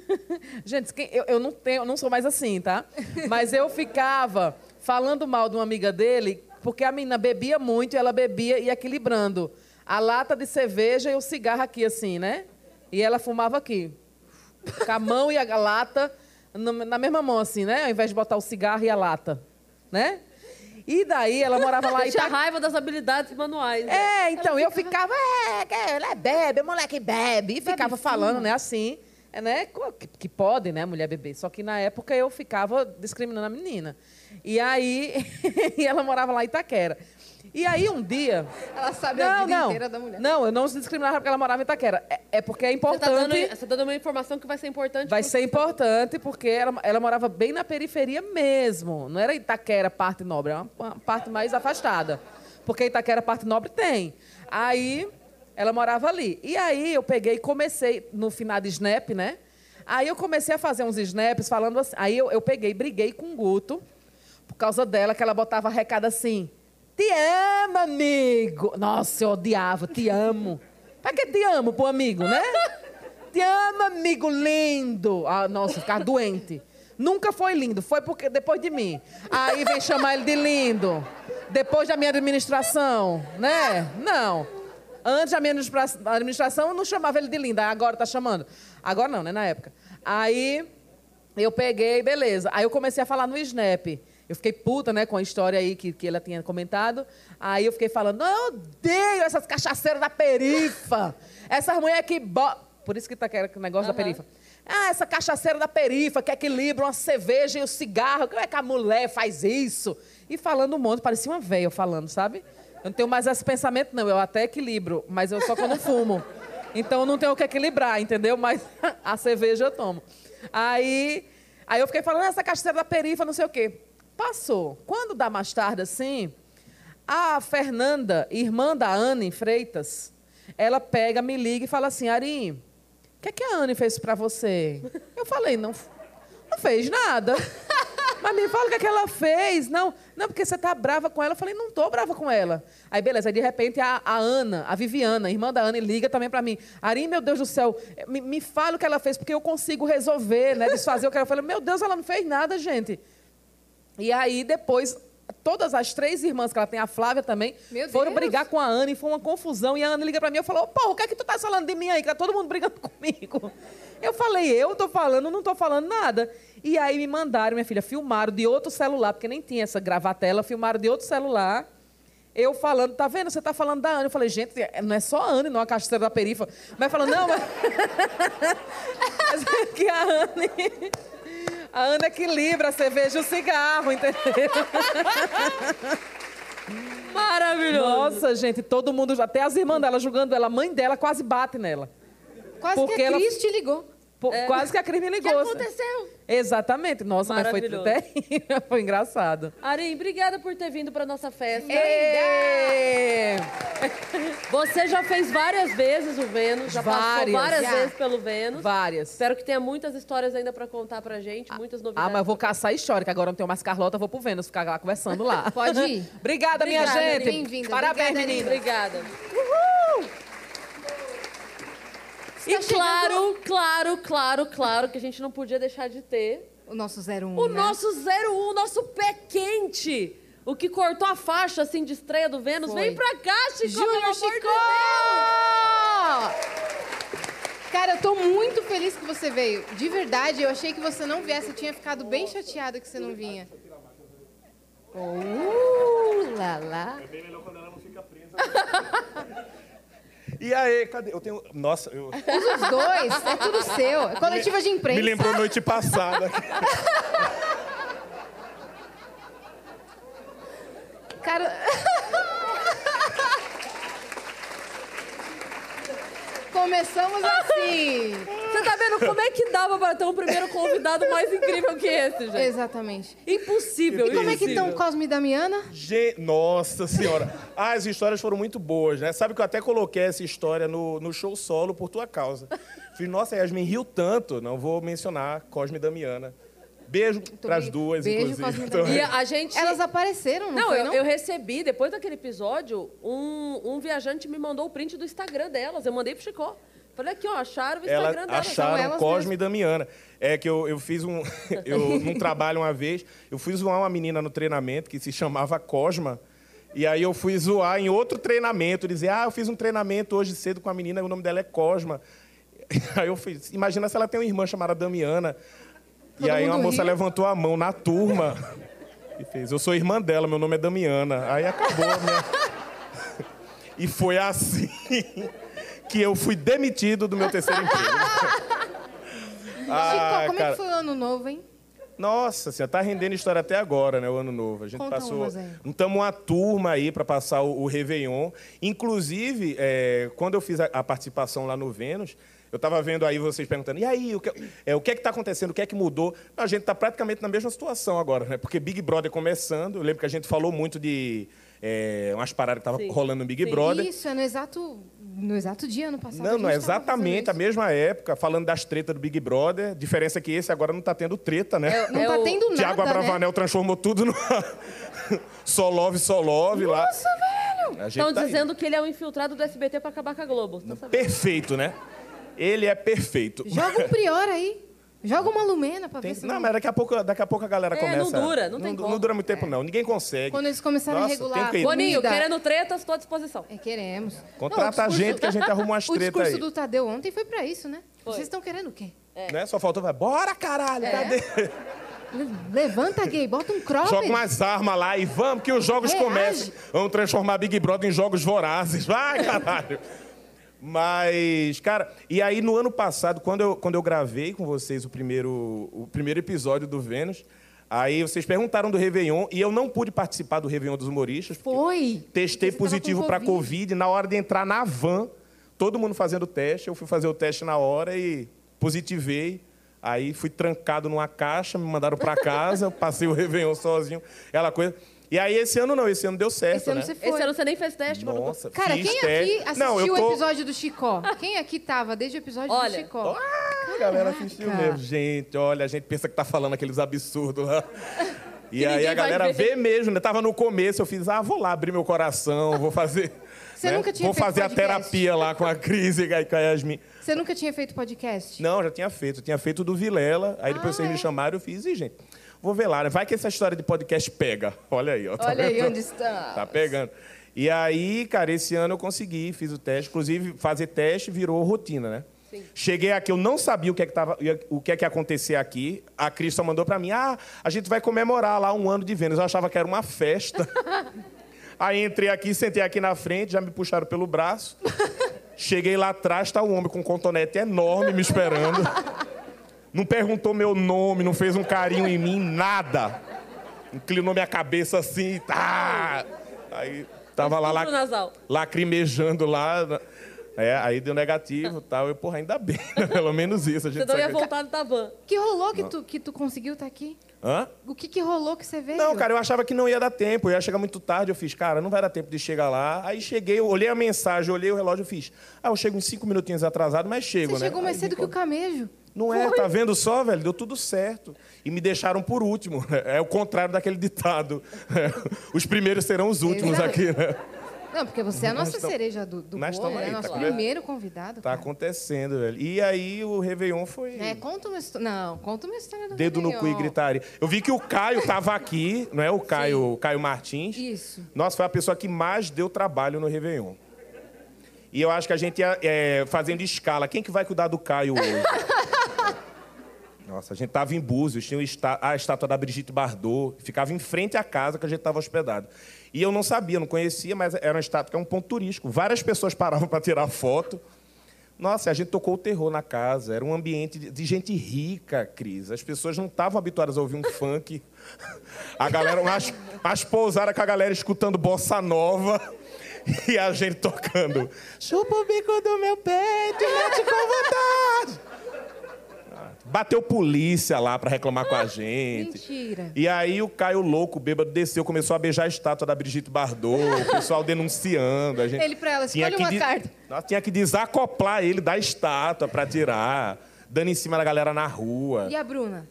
K: Gente, quem- eu, eu não tenho, eu não sou mais assim, tá? Mas eu ficava falando mal de uma amiga dele, porque a menina bebia muito e ela bebia e equilibrando. A lata de cerveja e o cigarro aqui, assim, né? E ela fumava aqui. Com a mão e a lata no- na mesma mão, assim, né? Ao invés de botar o cigarro e a lata, né? E tá daí ela morava lá em
A: Tinha
K: Ita-
A: raiva das habilidades manuais.
K: é, então, eu ficava, é, que ela bebe, moleque bebe, e ficava falando, né, assim, é, né, co- que, que pode, né, mulher beber. Só que na época eu ficava discriminando a menina. E aí, e ela morava lá em Itaquera. E aí um dia...
B: Ela sabe a vida inteira da mulher.
K: Não, eu não se discriminava porque ela morava em Itaquera. É, é porque é
A: Você tá, dando,
K: importante...
A: você tá dando uma informação que vai ser importante.
K: Vai
A: pro-
K: ser importante, porque ela, ela morava bem na periferia mesmo. Não era Itaquera, parte nobre, era uma, uma parte mais afastada. Porque Itaquera, parte nobre, tem. Aí, ela morava ali. E aí, eu peguei e comecei, no final de Snap, né? Aí, eu comecei a fazer uns snaps falando assim. Aí, eu, eu peguei, briguei com o Guto, por causa dela, que ela botava recado assim. Te amo, amigo. Nossa, eu odiava. Te amo. Pra que te amo pro amigo, né? Te amo, amigo lindo. Ah, nossa, ficar doente. Nunca foi lindo, foi porque depois de mim. Aí vem chamar ele de lindo. Depois da minha administração, né? Não. Antes da minha administra- administração, eu não chamava ele de linda. Agora tá chamando. Agora não, né? Na época. Aí eu peguei, beleza. Aí eu comecei a falar no Snap. Eu fiquei puta, né, com a história aí que, que ela tinha comentado. Aí eu fiquei falando, não, eu odeio essas cachaceiras da perifa. Essas mulheres que... Bo... Por isso que tá aquele negócio da perifa. Ah, essa cachaceira da perifa que equilibra uma cerveja e o cigarro. Como é que a mulher faz isso? E falando um monte, parecia uma velha eu falando, sabe? Eu não tenho mais esse pensamento, não. Eu até equilibro, mas eu só quando fumo. Então eu não tenho o que equilibrar, entendeu? Mas a cerveja eu tomo. Aí, aí eu fiquei falando, "Ah, essa cachaceira da perifa, não sei o quê. Passou. Quando dá mais tarde assim, a Fernanda, irmã da Anne Freitas, ela pega, me liga e fala assim, Ari, o que, é que a Anne fez pra você? Eu falei, não, f- não fez nada. Mas me fala o que, é que ela fez. Não, não, porque você tá brava com ela. Eu falei, não tô brava com ela. Aí, beleza. Aí, de repente, a, a Ana, a Viviana, irmã da Ana, liga também pra mim. Ari, meu Deus do céu, eh, me, me fala o que ela fez, porque eu consigo resolver, né? Desfazer o que ela fez. Eu falei, meu Deus, ela não fez nada, gente. E aí, depois, todas as três irmãs que ela tem, a Flávia também,
B: Meu
K: foram
B: Deus.
K: brigar com a Ana e foi uma confusão. E a Ana liga pra mim e falou, pô, o que é que tu tá falando de mim aí? Que tá todo mundo brigando comigo. Eu falei, eu tô falando, não tô falando nada. E aí me mandaram, minha filha, filmaram de outro celular, porque nem tinha essa gravatela, filmaram de outro celular. Eu falando, tá vendo? Você tá falando da Ana. Eu falei, gente, não é só a Ana, não é a cachaceira da perifa. Mas falando, não, mas... mas é que a Ana... A é Ana equilibra a cerveja e o cigarro, entendeu?
A: Maravilhoso.
K: Nossa, gente, todo mundo, até as irmãs dela julgando ela, a mãe dela quase bate nela.
B: Quase que
K: Porque
B: a
K: ela-
B: Cris te ligou.
K: Pô, Quase que a Cris me ligou.
A: O que aconteceu?
K: Exatamente. Nossa, mas foi
A: Maravilhoso.
K: até... foi engraçado.
A: Arim, obrigada por ter vindo pra nossa festa.
K: Ê!
A: Você já fez várias vezes o Vênus, já passou
K: Várias.
A: várias
K: Já.
A: vezes pelo Vênus.
K: Várias.
A: Espero que tenha muitas histórias ainda pra contar pra gente, muitas novidades.
K: Ah, mas eu vou caçar história, que agora eu não tenho mais Carlota, eu vou pro Vênus ficar lá conversando lá.
A: Pode ir.
K: Obrigada, minha
A: Obrigada,
K: gente.
A: bem-vinda.
K: Parabéns,
A: Obrigada,
K: menina.
A: Obrigada. E
B: Tá chegando-
A: claro, claro, claro, claro que a gente não podia deixar de ter
B: O nosso 01.
A: o
B: né?
A: nosso 01, o nosso pé quente. O que cortou a faixa assim de estreia do Vênus.
B: Foi.
A: Vem pra cá, Chico, pelo
B: Júnior
A: amor
B: Chico!
A: de Deus!
B: Cara, eu tô muito feliz que você veio. De verdade, eu achei que você não viesse. Eu tinha ficado bem chateada que você não vinha. Uh, lá, lá.
D: Quando ela não fica presa.
L: E aí, cadê? Eu tenho. Nossa, eu.
B: Usa os dois, é tudo seu. É coletiva de imprensa.
L: Me lembrou noite passada.
B: Cara... Começamos assim.
A: Você tá vendo como é que dava para ter um primeiro convidado mais incrível que esse, gente?
B: Exatamente.
A: Impossível,
B: E como é que
L: Impossível.
B: estão Cosme e Damiana?
L: Ge- Nossa senhora. Ah, as histórias foram muito boas, né? Sabe que eu até coloquei essa história no, no show solo por tua causa. Fiz, nossa, Yasmin riu tanto, não vou mencionar Cosme e Damiana. Beijo pras duas, inclusive. Então,
A: E a gente...
B: Elas apareceram, não,
A: Não,
B: foi,
A: eu,
B: não?
A: eu recebi, depois daquele episódio, um, um viajante me mandou o print do Instagram delas. Eu mandei pro Chicó. Falei aqui, ó, acharam o
L: Ela-
A: Instagram delas.
L: acharam Cosme
A: mesmo.
L: e Damiana. É que eu, eu fiz um. eu, num trabalho uma vez, eu fui zoar uma menina no treinamento que se chamava Cosma. E aí eu fui zoar em outro treinamento, dizer, ah, eu fiz um treinamento hoje cedo com a menina, o nome dela é Cosma. Aí eu fiz, imagina se ela tem uma irmã chamada Damiana. e
F: Todo
L: aí uma
F: mundo
L: moça
F: riu.
L: levantou a mão na turma e fez, eu sou irmã dela, meu nome é Damiana. Aí acabou a minha... E foi assim que eu fui demitido do meu terceiro emprego.
B: Chico, como é
L: cara.
B: que foi o ano novo, hein?
L: Nossa, você tá rendendo história até agora, né? O ano novo. A gente
B: Conta
L: passou.
B: umas aí.
L: Não estamos uma turma aí para passar o, o Réveillon. Inclusive, é, quando eu fiz a, a participação lá no Vênus, eu tava vendo aí vocês perguntando: e aí, o que é, o que, é que tá acontecendo? O que é que mudou? A gente tá praticamente na mesma situação agora, né? Porque Big Brother começando, eu lembro que a gente falou muito de é, umas paradas que tava
B: Sim.
L: rolando no Big
B: Sim.
L: Brother.
B: Isso, é no exato, no exato dia ano passado.
L: Não, não,
B: é
L: é exatamente a mesma época, falando das tretas do Big Brother. Diferença é que esse agora não tá tendo treta, né?
B: É- Não é tá o- tendo nada,
L: Tiago Abravanel transformou tudo no. só love, só love lá.
A: Nossa, velho!
L: A gente
A: Estão
L: tá aí.
A: dizendo que ele é um infiltrado do SBT pra acabar com a Globo. Tá sabendo?
L: Perfeito, né? Ele é perfeito.
B: Joga um prior aí. Joga uma lumena pra ver se...
L: Não, mas daqui a pouco, daqui a pouco a galera
B: É,
L: começa.
B: não dura, não tem
L: du-
B: como.
L: Não dura muito tempo, não. Ninguém consegue.
B: É. Quando eles começarem
L: Nossa,
B: a regular
L: tem um que ir.
A: Boninho,
B: Comida.
A: querendo treta, estou à disposição.
B: É, queremos.
L: Contrata
B: o discurso-
L: a gente que a gente arruma umas
B: O
L: treta
B: discurso
L: aí.
B: do Tadeu ontem foi pra isso, né? Vocês estão querendo o quê?
A: É.
L: Né? Só faltou. vai, Bora, caralho!
B: É.
L: cadê?
B: Le- Levanta, gay, bota um cropped.
L: Joga umas armas lá e vamos que os jogos
B: Reage.
L: comecem. Vamos transformar Big Brother em jogos vorazes. Vai, caralho. Mas, cara, e aí no ano passado, quando eu, quando eu gravei com vocês o primeiro, o primeiro episódio do Vênus, aí vocês perguntaram do Réveillon e eu não pude participar do Réveillon dos humoristas. porque
B: Foi.
L: Testei
B: Você tava
L: positivo
B: com
L: para
B: Covid.
L: Covid. Na hora de entrar na van, todo mundo fazendo teste. Eu fui fazer o teste na hora e positivei. Aí fui trancado numa caixa, me mandaram para casa, eu passei o Réveillon sozinho, aquela coisa. E aí esse ano não, esse ano deu certo, né?
A: Esse ano você nem fez teste, mano.
L: Nossa,
B: Cara,
L: fiz
B: quem
L: teste.
B: aqui assistiu
L: Não, eu
B: o
L: tô-
B: episódio do Chicó? Quem aqui tava desde o episódio
A: Olha.
B: do Chicó?
L: A galera assistiu mesmo. Gente, olha, a gente pensa que tá falando aqueles absurdos lá. E
B: Que
L: aí
B: ninguém
L: a
B: vai
L: galera
B: ver.
L: vê mesmo, né? Tava no começo, eu fiz, ah, vou lá abrir meu coração, vou fazer. né?
B: Você nunca tinha
L: Vou
B: feito
L: fazer a
B: podcast?
L: terapia lá com a Cris e com a Yasmin.
B: Você nunca tinha feito podcast? Ah, é?
L: Não, já tinha feito. Eu tinha feito do Vilela. Aí depois vocês me chamaram, eu fiz. E, gente, vou ver lá. né? Vai que essa história de podcast pega. Olha aí, ó. tá
B: Olha aí
L: vendo?
B: onde está.
L: Tá pegando. E aí, cara, esse ano eu consegui, fiz o teste. Inclusive, fazer teste virou rotina, né? Cheguei aqui, eu não sabia o que é que, tava, o que, é que ia acontecer aqui. A Cris só mandou pra mim: ah, a gente vai comemorar lá um ano de Vênus. Eu achava que era uma festa. Aí entrei aqui, sentei aqui na frente, já me puxaram pelo braço. Cheguei lá atrás, tá um homem com um contonete enorme me esperando. Não perguntou meu nome, não fez um carinho em mim, nada. Inclinou minha cabeça assim, tá. Aí tava lá,
A: Tudo
L: lá
A: nasal.
L: lacrimejando lá. É, aí deu negativo e tal. Eu, porra, ainda bem, né? pelo menos isso. A
A: Você
L: gente
A: não ia
L: sabe que-
A: voltar da van.
B: é? O que rolou que
L: Não.
B: tu, que tu conseguiu estar aqui?
L: Hã?
B: O que, que rolou que você veio?
L: Não, cara, eu achava que não ia dar tempo. Eu ia chegar muito tarde. Eu fiz, cara, não vai dar tempo de chegar lá. Aí cheguei, eu olhei a mensagem, olhei o relógio, eu fiz. Ah, eu chego uns cinco minutinhos atrasado, mas chego,
B: Você
L: né?
B: chegou mais
L: Aí
B: cedo
L: me
B: que o camejo.
L: Não é, tá vendo só, velho? Deu tudo certo. E me deixaram por último. né? É o contrário daquele ditado. É, Os primeiros serão os últimos
B: Exato.
L: aqui, né?
B: Não, porque você é a
L: Nós
B: nossa
L: tam-
B: cereja do, do
L: nós
B: bolo,
L: tamo
B: né?
L: aí, tá
B: nosso
L: vendo?
B: primeiro convidado.
L: Tá acontecendo, velho. E aí o Réveillon foi.
B: É, conta uma história. Não, conta uma história do
L: Dedo no cu e
B: Réveillon.
L: gritaria. Eu vi que o Caio tava aqui, não é? O Caio, o Caio Martins.
B: Isso.
L: Nossa, foi a pessoa que mais deu trabalho no Réveillon. E eu acho que a gente ia é, fazendo escala. Quem que vai cuidar do Caio hoje? Nossa, a gente tava em Búzios, tinha o esta- a estátua da Brigitte Bardot, ficava em frente à casa que a gente tava hospedado. E eu não sabia, não conhecia, mas era um estátua que é um ponto turístico. Várias pessoas paravam para tirar foto. Nossa, a gente tocou o terror na casa. Era um ambiente de- de gente rica, Cris. As pessoas não estavam habituadas a ouvir um funk. A galera, umas, umas pousadas com a galera escutando bossa nova e a gente tocando.
E: Chupa o bico do meu peito e mete com vontade.
L: Bateu polícia lá para reclamar com a gente.
B: Ah, Mentira.
L: E aí o Caio louco, bêbado, desceu, começou a beijar a estátua da Brigitte Bardot, o pessoal denunciando. A gente
B: Ele pra ela,
L: tinha
B: escolhe uma
L: que de-
B: carta.
L: Nós tinha que desacoplar ele da estátua pra tirar, dando em cima da galera na rua.
B: E a Bruna?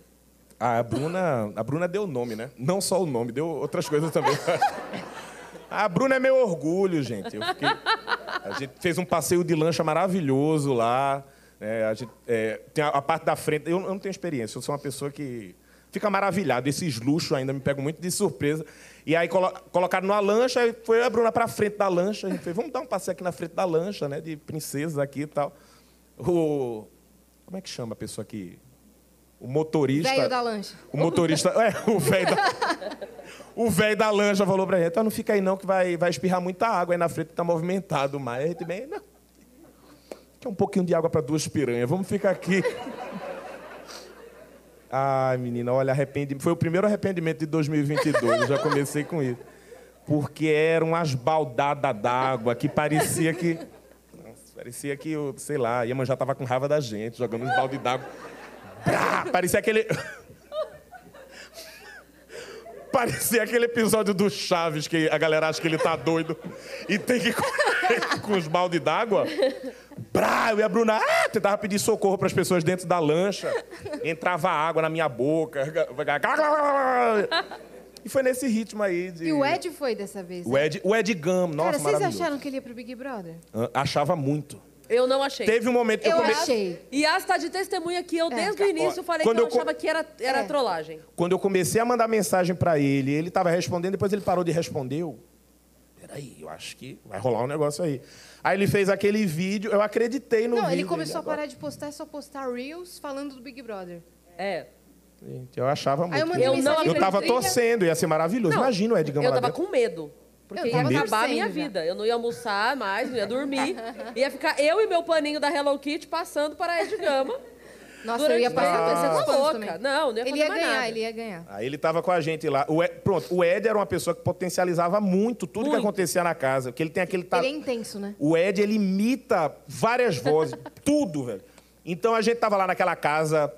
L: Ah, a Bruna, a Bruna deu o nome, né? Não só o nome, deu outras coisas também. A Bruna é meu orgulho, gente. Eu fiquei- A gente fez um passeio de lancha maravilhoso lá. né? a gente, é, tem a, a parte da frente. Eu, eu não tenho experiência, eu sou uma pessoa que fica maravilhado. Esses luxos ainda me pegam muito de surpresa. E aí colo, colocaram numa lancha, aí foi a Bruna pra frente da lancha. A gente fez, vamos dar um passeio aqui na frente da lancha, né? De princesas aqui e tal. O. Como é que chama a pessoa que. O motorista.
B: Velho da lancha.
L: Tá. O motorista, é, o velho da, o velho da lancha falou pra gente, "Ah, não fica aí não que vai, vai espirrar muita água aí na frente, tá movimentado o mar. Aí A gente bem, não, quer um pouquinho de água pra duas piranhas, vamos ficar aqui. Ai, menina, olha, arrependimento. Foi o primeiro arrependimento de 2022, eu já comecei com isso. Porque era uma esbaldada d'água que parecia que... Nossa, parecia que, eu, sei lá, a Iemanjá tava com raiva da gente, jogando uns balde d'água. Brá! Parecia aquele... Parecia aquele episódio do Chaves que a galera acha que ele tá doido e tem que correr com os baldes d'água. Brá, eu e a Bruna ah, tentava pedir socorro para as pessoas dentro da lancha. Entrava água na minha boca. E foi nesse ritmo aí de.
B: E o Ed foi dessa vez.
L: O Ed, o Ed Gum, nossa,
B: Cara, vocês
L: maravilhoso.
B: acharam que ele ia pro Big Brother?
L: Ah, Achava muito.
A: Eu não achei.
L: Teve um momento que eu Eu come- achei.
A: E as tá de testemunha que eu,
B: É.
A: desde o início,
L: Ó,
A: falei
L: quando
A: que eu,
L: eu co-
A: achava que era, era trollagem.
L: Quando eu comecei a mandar mensagem para ele, ele tava respondendo, depois ele parou de responder. Eu, peraí, eu acho que vai rolar um negócio aí. Aí ele fez aquele vídeo, eu acreditei no
B: Não,
L: vídeo.
B: ele começou a
L: agora-
B: parar de postar e só postar Reels falando do Big Brother.
A: É.
L: Gente, eu achava muito.
B: Aí eu mandei
L: eu,
B: mensagem
L: eu
B: pra
L: tava
B: Trilha.
L: torcendo, ia ser maravilhoso.
A: Não,
L: Imagina o Edgar
A: Eu
L: lá
A: tava
L: dentro.
A: com medo. Porque
L: Eu
A: ia
L: tava
A: acabar a minha
L: torcendo já.
A: vida. Eu não ia almoçar mais, não ia dormir. ia ficar eu e meu paninho da Hello Kitty passando para a Ed Gama.
B: Nossa, eu ia passar
A: durante-
B: por esses
A: Tá
B: panos
A: louca.
B: também.
A: Não, não ia
B: Ele
A: fazer
B: ia
A: mais
B: ganhar,
A: nada.
B: ele ia ganhar.
L: Aí ele tava com a gente lá. O Ed- pronto, o Ed era uma pessoa que potencializava muito tudo que acontecia na casa. Porque ele tem aquele
B: Ele
L: talento.
B: é intenso, né?
L: O Ed, ele imita várias vozes, tudo, velho. Então a gente tava lá naquela casa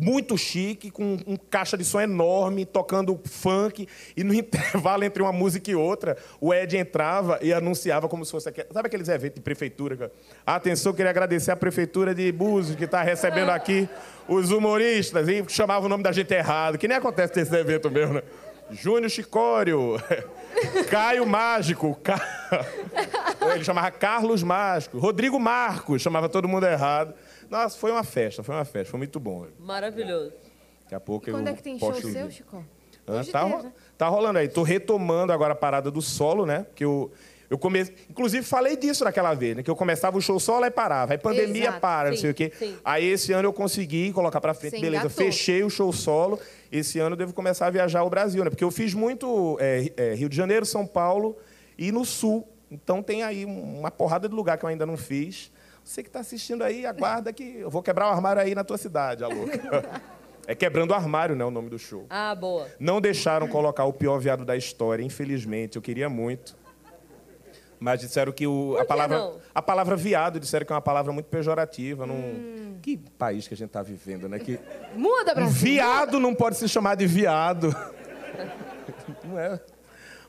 L: muito chique, com um caixa de som enorme, tocando funk, e no intervalo entre uma música e outra, o Ed entrava e anunciava como se fosse aquele... Sabe aqueles eventos de prefeitura? cara? Atenção, queria agradecer à prefeitura de Búzios, que está recebendo aqui os humoristas, e chamava o nome da gente errado, que nem acontece nesse evento mesmo, né? Júnior Chicório, Caio Mágico, Ca... Ele chamava Carlos Mágico, Rodrigo Marcos, chamava todo mundo errado. Nossa, foi uma festa, foi uma festa, foi muito bom.
A: Maravilhoso.
L: Daqui a pouco eu
B: Quando é que tem show
L: posto o
B: seu,
L: vídeo.
B: Chico?
L: Hã?
B: Hoje
L: Tá,
B: teve,
L: ro-
B: né?
L: tá rolando aí. Tô retomando agora a parada do solo, né? Porque eu, eu comecei. Inclusive, falei disso naquela vez, né? Que eu começava o show solo e parava. Aí pandemia
E: Exato.
L: para, não
E: Sim,
L: sei o quê.
E: sim.
L: Aí esse ano eu consegui colocar pra frente.
E: Você
L: Beleza,
E: engatou.
L: fechei o show solo. Esse ano eu devo começar a viajar ao Brasil, né? Porque eu fiz muito é, é, Rio de Janeiro, São Paulo e no Sul. Então tem aí um- uma porrada de lugar que eu ainda não fiz. Você que está assistindo aí, aguarda que eu vou quebrar o armário aí na tua cidade, a louca. É quebrando o armário, né? O nome do show.
A: Ah, boa.
L: Não deixaram colocar o pior viado da história, infelizmente. Eu queria muito. Mas disseram que o- a,
E: que
L: palavra,
E: não?
L: a palavra viado disseram que é uma palavra muito pejorativa. Num... Que país que a gente tá vivendo, né? Que
B: Muda,
L: um
B: É Brasil.
L: viado não pode se chamar de viado. não é.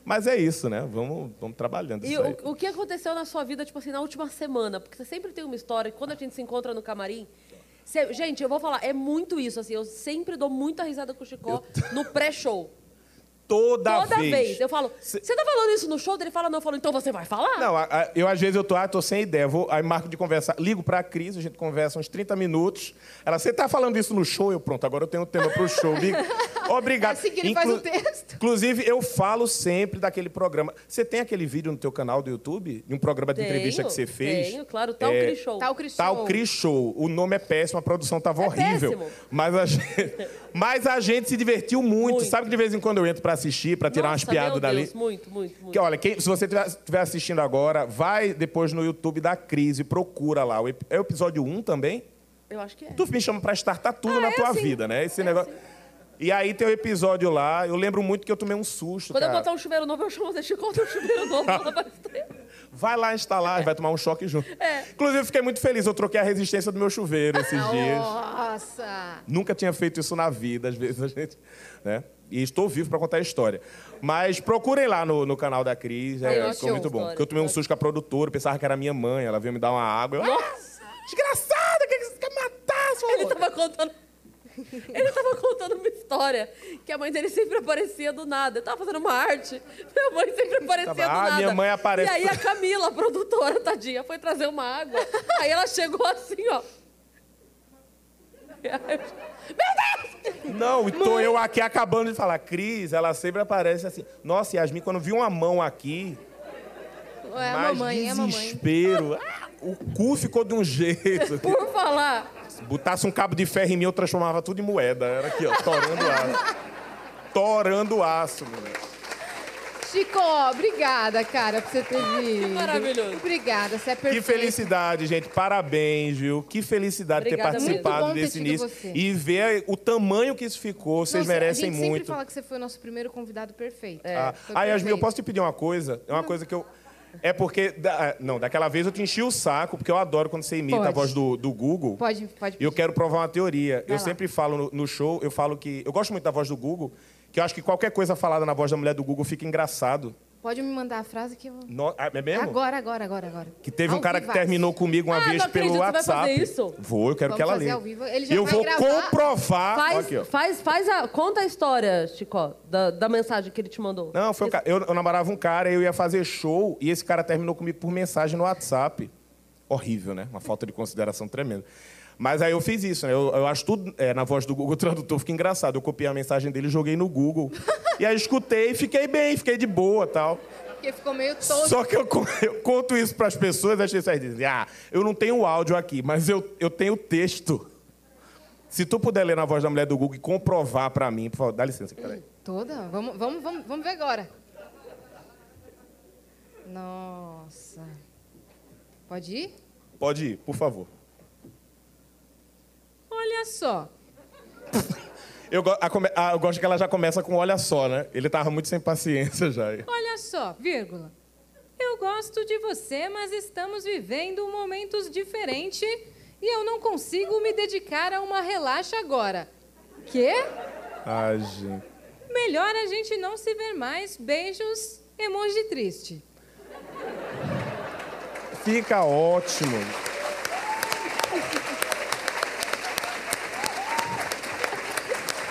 L: Mas é isso, né? Vamos, vamos trabalhando.
A: E
L: isso aí.
A: o, o que aconteceu na sua vida, tipo assim, na última semana? Porque você sempre tem uma história que quando a gente se encontra no camarim. você- gente, eu vou falar, é muito isso, assim, eu sempre dou muita risada com o Chicó no pré-show.
L: Toda,
A: Toda vez.
L: vez.
A: Eu falo, você tá falando isso no show? Ele fala, não, eu falo, então você vai falar?
L: Não, a- a- eu às vezes eu tô, ah, tô sem ideia. Vou, aí marco de conversa, ligo pra Cris, a gente conversa uns 30 minutos. Ela, você tá falando isso no show? Eu, pronto, agora eu tenho um tema pro show. Ligo. Obrigado.
M: É assim que ele
A: um
M: faz o texto.
L: Inclusive, eu falo sempre daquele programa. Você tem aquele vídeo no teu canal do YouTube? De um programa de
A: Tenho,
L: entrevista que você fez? É,
A: tenho, claro, Tal Cris Show. Tal Cris Show.
L: Tal Cris Show. O nome é péssimo, a produção estava
A: É
L: horrível.
A: péssimo.
L: Mas a, gente, mas a gente se divertiu muito. Sabe que de vez em quando eu entro para assistir, para tirar umas
A: Nossa, meu
L: piadas dali?
A: Deus, muito, muito, muito.
L: Que, olha, quem- se você estiver assistindo agora, vai depois no YouTube da Crise, procura lá. O ep- É o episódio 1 também?
A: Eu acho que é. Ah, assim.
L: Tu me chama pra startar tudo na tua vida, né? Esse negócio. E aí tem o episódio lá, eu lembro muito que eu tomei um susto,
A: Quando eu
L: cara.
A: botar um chuveiro novo, eu chamo você, Chico, conta um chuveiro novo.
L: Vai lá instalar, vai tomar um choque junto.
A: É.
L: Inclusive, eu fiquei muito feliz, eu troquei a resistência do meu chuveiro
A: Ah,
L: esses dias.
B: Nossa!
L: Nunca tinha feito isso na vida, às vezes a gente. Né? E estou vivo para contar a história. Mas procurem lá no, no canal da Cris,
M: Ai, eu
L: é,
M: achei
L: ficou muito
M: uma
L: bom.
M: história.
L: Porque eu tomei um susto com a produtora, pensava que era minha mãe, ela veio me dar uma água. Eu, "Ah,
M: Desgraçado,
L: que você quer matar, sua
A: Ele tava contando. Ele tava contando uma história que a mãe dele sempre aparecia do nada. Eu tava fazendo uma arte, minha mãe sempre aparecia
L: Tava,
A: do
L: "Ah,
A: nada.
L: minha mãe aparece-
A: E aí a Camila, a produtora, tadinha, foi trazer uma água. Aí ela chegou assim, ó.
L: Não, e tô eu aqui acabando de falar. Cris, ela sempre aparece assim. Nossa, Yasmin, quando viu uma mão aqui,
B: É a
L: mais
B: mamãe, é a mamãe.
L: desespero. Ah, o cu ficou de um jeito.
A: Por falar.
L: Se botasse um cabo de ferro em mim, eu transformava tudo em moeda. Era aqui, ó, torando aço. Torando aço, moleque.
B: Chico, obrigada, cara, por você ter vindo.
L: maravilhoso.
B: Obrigada, você é
L: Que
B: perfeito.
L: felicidade, gente. Parabéns, viu? Que felicidade
B: Obrigada,
L: ter
B: muito bom
L: participado
B: ter
L: desse
B: tido
L: início.
B: você.
L: E ver o tamanho que isso ficou. Vocês
B: Nossa,
L: merecem
B: A gente sempre
L: muito.
B: fala que você foi o nosso primeiro convidado perfeito.
L: Ah,
B: Foi
L: ah, Yasmin, eu
B: perfeito.
L: posso te pedir uma coisa? É uma coisa que eu. É porque. da- ah, Não, daquela vez eu te enchi o saco, porque eu adoro quando você imita a
B: Pode.
L: voz do, do Google.
B: Pode, pode.
L: E eu quero provar uma teoria.
B: Vai lá.
L: eu sempre falo no, no show, eu falo que. Eu gosto muito da voz do Google, que eu acho que qualquer coisa falada na voz da mulher do Google fica engraçado.
B: Pode me mandar a frase que eu.
L: No- ah, é mesmo?
B: Agora, agora, agora, agora.
L: Que teve um
B: Ao
L: cara que
B: vivaço.
L: terminou comigo uma
B: Ah,
L: vez
B: não acredito,
L: pelo
B: você vai
L: WhatsApp.
B: fazer isso?
L: Vou, eu quero
B: Vamos
L: que ela
B: fazer
L: leia.
B: ao vivo. Ele já
L: eu
B: vai
L: vou
B: gravar.
L: comprovar.
A: Faz,
L: Aqui, ó.
A: faz, faz a. Conta a história, Chico, da, da mensagem que ele te mandou.
L: Não, foi o cara. Eu, eu namorava um cara, eu ia fazer show e esse cara terminou comigo por mensagem no WhatsApp. Horrível, né? Uma falta de consideração tremenda. Mas aí eu fiz isso, né? Eu, eu acho tudo é, na voz do Google Tradutor, fica engraçado. Eu copiei a mensagem dele e joguei no Google. E aí escutei, fiquei bem, fiquei de boa tal.
B: Porque ficou meio tosco.
L: Só que eu, con- eu conto isso para as pessoas, as pessoas dizem: ah, eu não tenho o áudio aqui, mas eu, eu tenho o texto. Se tu puder ler na voz da mulher do Google e comprovar para mim, por favor, dá licença, peraí.
B: Toda? Vamos, vamos, vamos, vamos ver agora. Nossa. Pode ir?
L: Pode ir, por favor.
B: Olha só.
L: Eu, go- a come- ah, eu gosto que ela já começa com olha só, né? Ele tava muito sem paciência já.
N: Olha só, vírgula. Eu gosto de você, mas estamos vivendo momentos diferentes e eu não consigo me dedicar a uma relaxa agora. Quê?
L: Ai, gente.
N: Melhor a gente não se ver mais. Beijos, emoji triste.
L: Fica ótimo.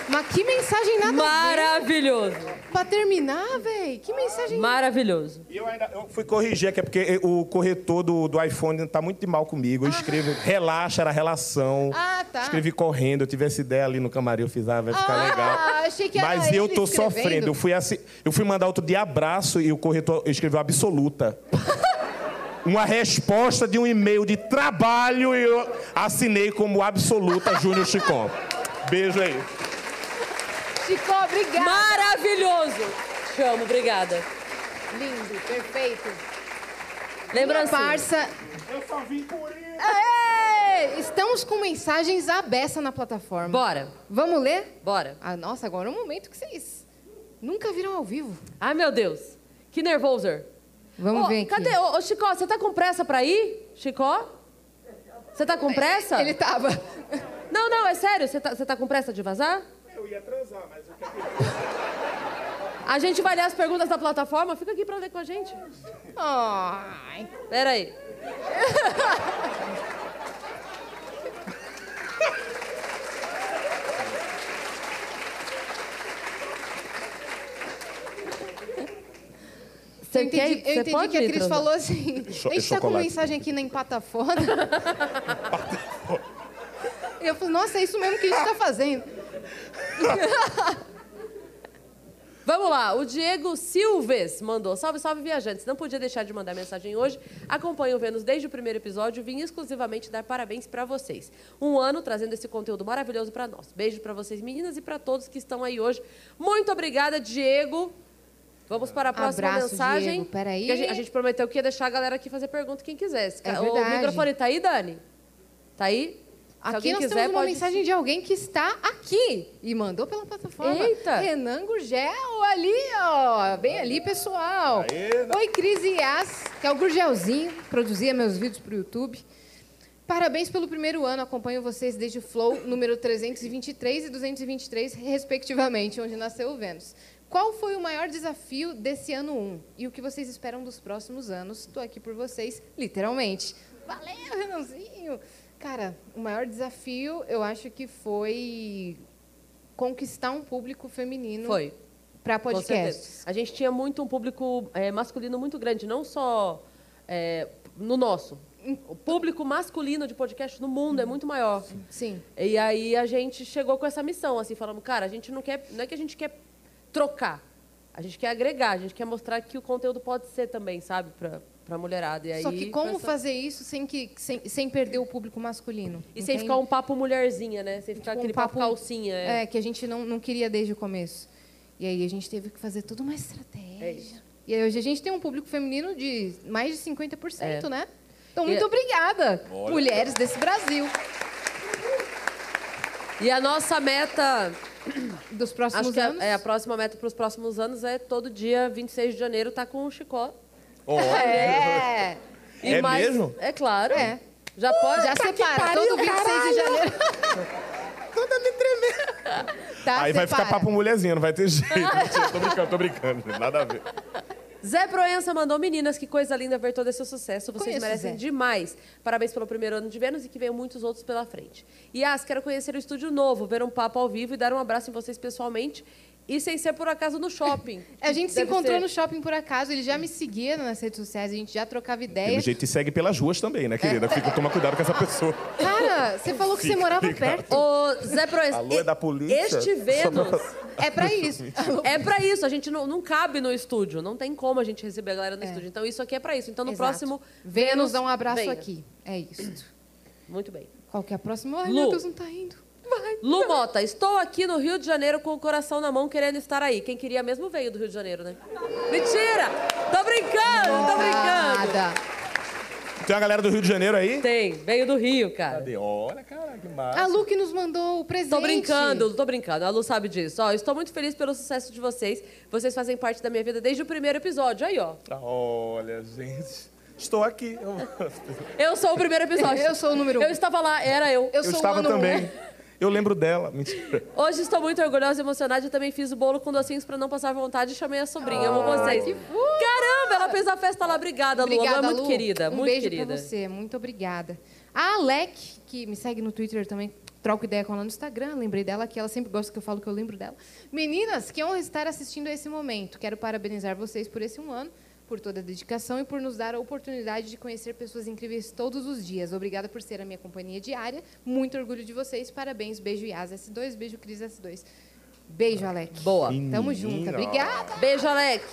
B: Mas que mensagem nada
A: Maravilhoso.
B: Pra terminar, véi. Que mensagem.
A: Maravilhoso.
L: E eu ainda eu fui corrigir aqui, é porque o corretor do, do iPhone tá muito de mal comigo. Eu escrevo, relaxa, era relação.
B: Ah, tá.
L: Escrevi correndo, eu tive essa ideia ali no camarim, eu fiz, ah, vai ficar
B: Ah,
L: legal.
B: achei que era
L: Mas eu
B: ele
L: tô
B: escrevendo.
L: sofrendo. Eu fui, assi- eu fui mandar outro de abraço e o corretor escreveu absoluta. Uma resposta de um e-mail de trabalho e eu assinei como absoluta Júnior Chicó. Beijo aí.
B: Chico, obrigada.
A: Maravilhoso. Te amo, obrigada.
B: Lindo, perfeito.
A: Lembrancinha.
B: Minha parça.
D: Eu só vim por isso.
B: Aê! Estamos com mensagens à beça na plataforma.
A: Bora.
B: Vamos ler?
A: Bora.
B: Ah, nossa, agora é o momento que vocês nunca viram ao vivo.
A: Ai, meu Deus. Que nervoser.
B: Vamos
A: Ô,
B: ver aqui.
A: Cadê? Ô, ô, Chicó, você tá com pressa pra ir? Chicó? Você tá com pressa? Ele
B: É, tava.
A: Não, não, é sério. Você tá, você tá com pressa de vazar?
D: Eu ia transar, mas o que é que
A: A gente vai ler as perguntas da plataforma. Fica aqui pra ler com a gente.
B: Ai.
A: Pera aí.
B: eu entendi, eu entendi que a Cris falou assim.
L: Cho-
B: a gente tá com
L: chocolate.
B: mensagem aqui na empatafoda. eu falei, nossa, é isso mesmo que a gente tá fazendo.
A: Vamos lá, o Diego Silves mandou. Salve, salve, viajantes. Não podia deixar de mandar mensagem hoje. Acompanho o Vênus desde o primeiro episódio. Vim exclusivamente dar parabéns para vocês. Um ano trazendo esse conteúdo maravilhoso para nós. Beijo para vocês, meninas, e para todos que estão aí hoje. Muito obrigada, Diego. Vamos para a próxima
B: Abraço,
A: mensagem.
B: Diego. Peraí.
A: Que A gente, a gente prometeu que ia deixar a galera aqui fazer pergunta quem quisesse.
B: É
A: o
B: verdade.
A: microfone tá aí, Dani? Tá aí? Se
B: Aqui
A: alguém
B: nós
A: quiser,
B: temos uma
A: pode-
B: mensagem de alguém que está aqui e mandou pela plataforma.
A: Eita!
B: Renan Gurgel, ali, ó. Bem ali, pessoal. Oi, Cris Ias, que é o Gurgelzinho, produzia meus vídeos para o YouTube. Parabéns pelo primeiro ano, acompanho vocês desde o Flow número 323 e 223, respectivamente, onde nasceu o Vênus. Qual foi o maior desafio desse ano 1 e o que vocês esperam dos próximos anos? Estou aqui por vocês, literalmente. Valeu, Renanzinho! Cara, o maior desafio eu acho que foi conquistar um público feminino
A: Foi.
B: para
A: Com
B: podcast.
A: certeza. A gente tinha muito um público eh, masculino muito grande, não só eh, no nosso. O público masculino de podcast no mundo é muito maior.
B: Sim.
A: E aí a gente chegou com essa missão, assim, falando, cara, a gente não quer. Não é que a gente quer trocar. A gente quer agregar, a gente quer mostrar que o conteúdo pode ser também, sabe, pra, pra mulherada. E aí,
B: Só que como
A: essa-
B: fazer isso sem, que, sem, sem perder o público masculino?
A: E sem
B: entende? Tipo, um
A: ficar um papo mulherzinha, né? Sem ficar aquele papo, calcinha.
B: É, que a gente não, não queria desde o começo. E aí a gente teve que fazer toda uma estratégia.
A: É isso.
B: E aí hoje a gente tem um público feminino de mais de 50%,
A: É.
B: né? Então,
A: E
B: muito
A: é-
B: obrigada,
A: Olha.
B: mulheres desse Brasil.
A: E a nossa meta.
B: Dos próximos
A: acho que a-
B: anos?
A: É, a próxima meta para os próximos anos é todo dia, 26 de janeiro, tá com o Chicó.
L: Olha.
A: É!
L: É mesmo?
A: É claro. É. Já pode.
B: Já separa, todo 26 de janeiro. Tá,
L: Aí vai ficar
A: separa.
L: papo mulherzinha, não vai ter jeito. Mentira, tô brincando, tô brincando. Nada a ver.
A: Zé Proença mandou meninas, que coisa linda ver todo esse sucesso. Vocês
B: Conheço,
A: merecem
B: Zé.
A: demais. Parabéns pelo primeiro ano de Vênus e que venham muitos outros pela frente. E as quero conhecer o estúdio novo, ver um papo ao vivo e dar um abraço em vocês pessoalmente e sem ser por acaso no shopping.
B: A gente se
A: Deve
B: encontrou
A: ser.
B: no shopping por acaso, ele já me seguia nas redes sociais, a gente já trocava
L: Pelo
B: ideias.
L: jeito que segue pelas ruas também, né,
B: É.
L: querida? Fica, toma cuidado com essa pessoa.
B: Cara, você falou que você
L: Fica
B: morava
L: ligado.
B: perto.
A: Ô, Zé Proença.
L: Alô, é da polícia?
A: Este Vênus.
B: É pra isso.
A: É pra isso. A gente não, não cabe no estúdio. Não tem como a gente receber a galera no estúdio. Então isso aqui é pra isso. Então no
B: Exato.
A: próximo.
B: Vênus, dá um abraço
A: venha.
B: aqui. É isso.
A: Muito bem.
B: Qual que é a próxima? Ai,
A: Lu.
B: meu Deus, não tá indo.
A: Lu Mota, estou aqui no Rio de Janeiro com o coração na mão querendo estar aí. Quem queria mesmo veio do Rio de Janeiro, né? Mentira! Tô brincando, tô brincando.
L: Tem uma galera do Rio de Janeiro aí?
A: Tem, veio do Rio, cara.
L: Cadê? Olha, cara, que massa.
B: A Lu que nos mandou o presente.
A: Tô brincando, tô brincando. A Lu sabe disso. Ó, estou muito feliz pelo sucesso de vocês. Vocês fazem parte da minha vida desde o primeiro episódio. Aí, ó.
L: Olha, gente. Estou aqui. Eu,
A: Eu sou o primeiro episódio.
B: Eu sou o número um.
A: Eu estava lá, era eu.
L: Eu estava também. Eu lembro dela. Mentira.
A: Hoje estou muito orgulhosa e emocionada. Eu também fiz o bolo com docinhos pra não passar vontade e chamei a sobrinha. Amo
B: Ah,
A: vocês. Caramba, ela fez a festa lá. Obrigada, Lu. Ela é muito
B: Lu.
A: querida,
B: um
A: muito
B: beijo
A: querida.
B: pra você, muito obrigada. A Alec, que me segue no Twitter também, troco ideia com ela no Instagram, lembrei dela que ela sempre gosta que eu falo que eu lembro dela. Meninas, que honra estar assistindo a esse momento. Quero parabenizar vocês por esse um ano, por toda a dedicação e por nos dar a oportunidade de conhecer pessoas incríveis todos os dias. Obrigada por ser a minha companhia diária. Muito orgulho de vocês. Parabéns. Beijo Yas S2, beijo Cris S2. Beijo, Alec.
A: Boa.
B: Tamo junto. Obrigada.
A: Beijo, Alec.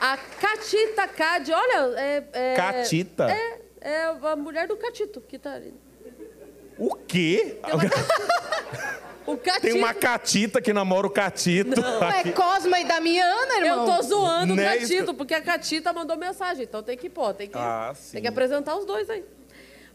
A: A Catita Cade, olha. É, é-
L: Catita?
A: É, é a mulher do Catito que tá ali.
L: O quê?
A: O Catito.
L: Tem uma catita que namora o catito.
B: Não é
L: Aqui.
B: Cosma e Damiana, irmão?
A: Eu tô zoando o
L: Né,
A: Catito,
L: isso?
A: porque a Catita mandou mensagem. Então tem que pôr, tem que,
L: Ah, sim.
A: tem que apresentar os dois aí.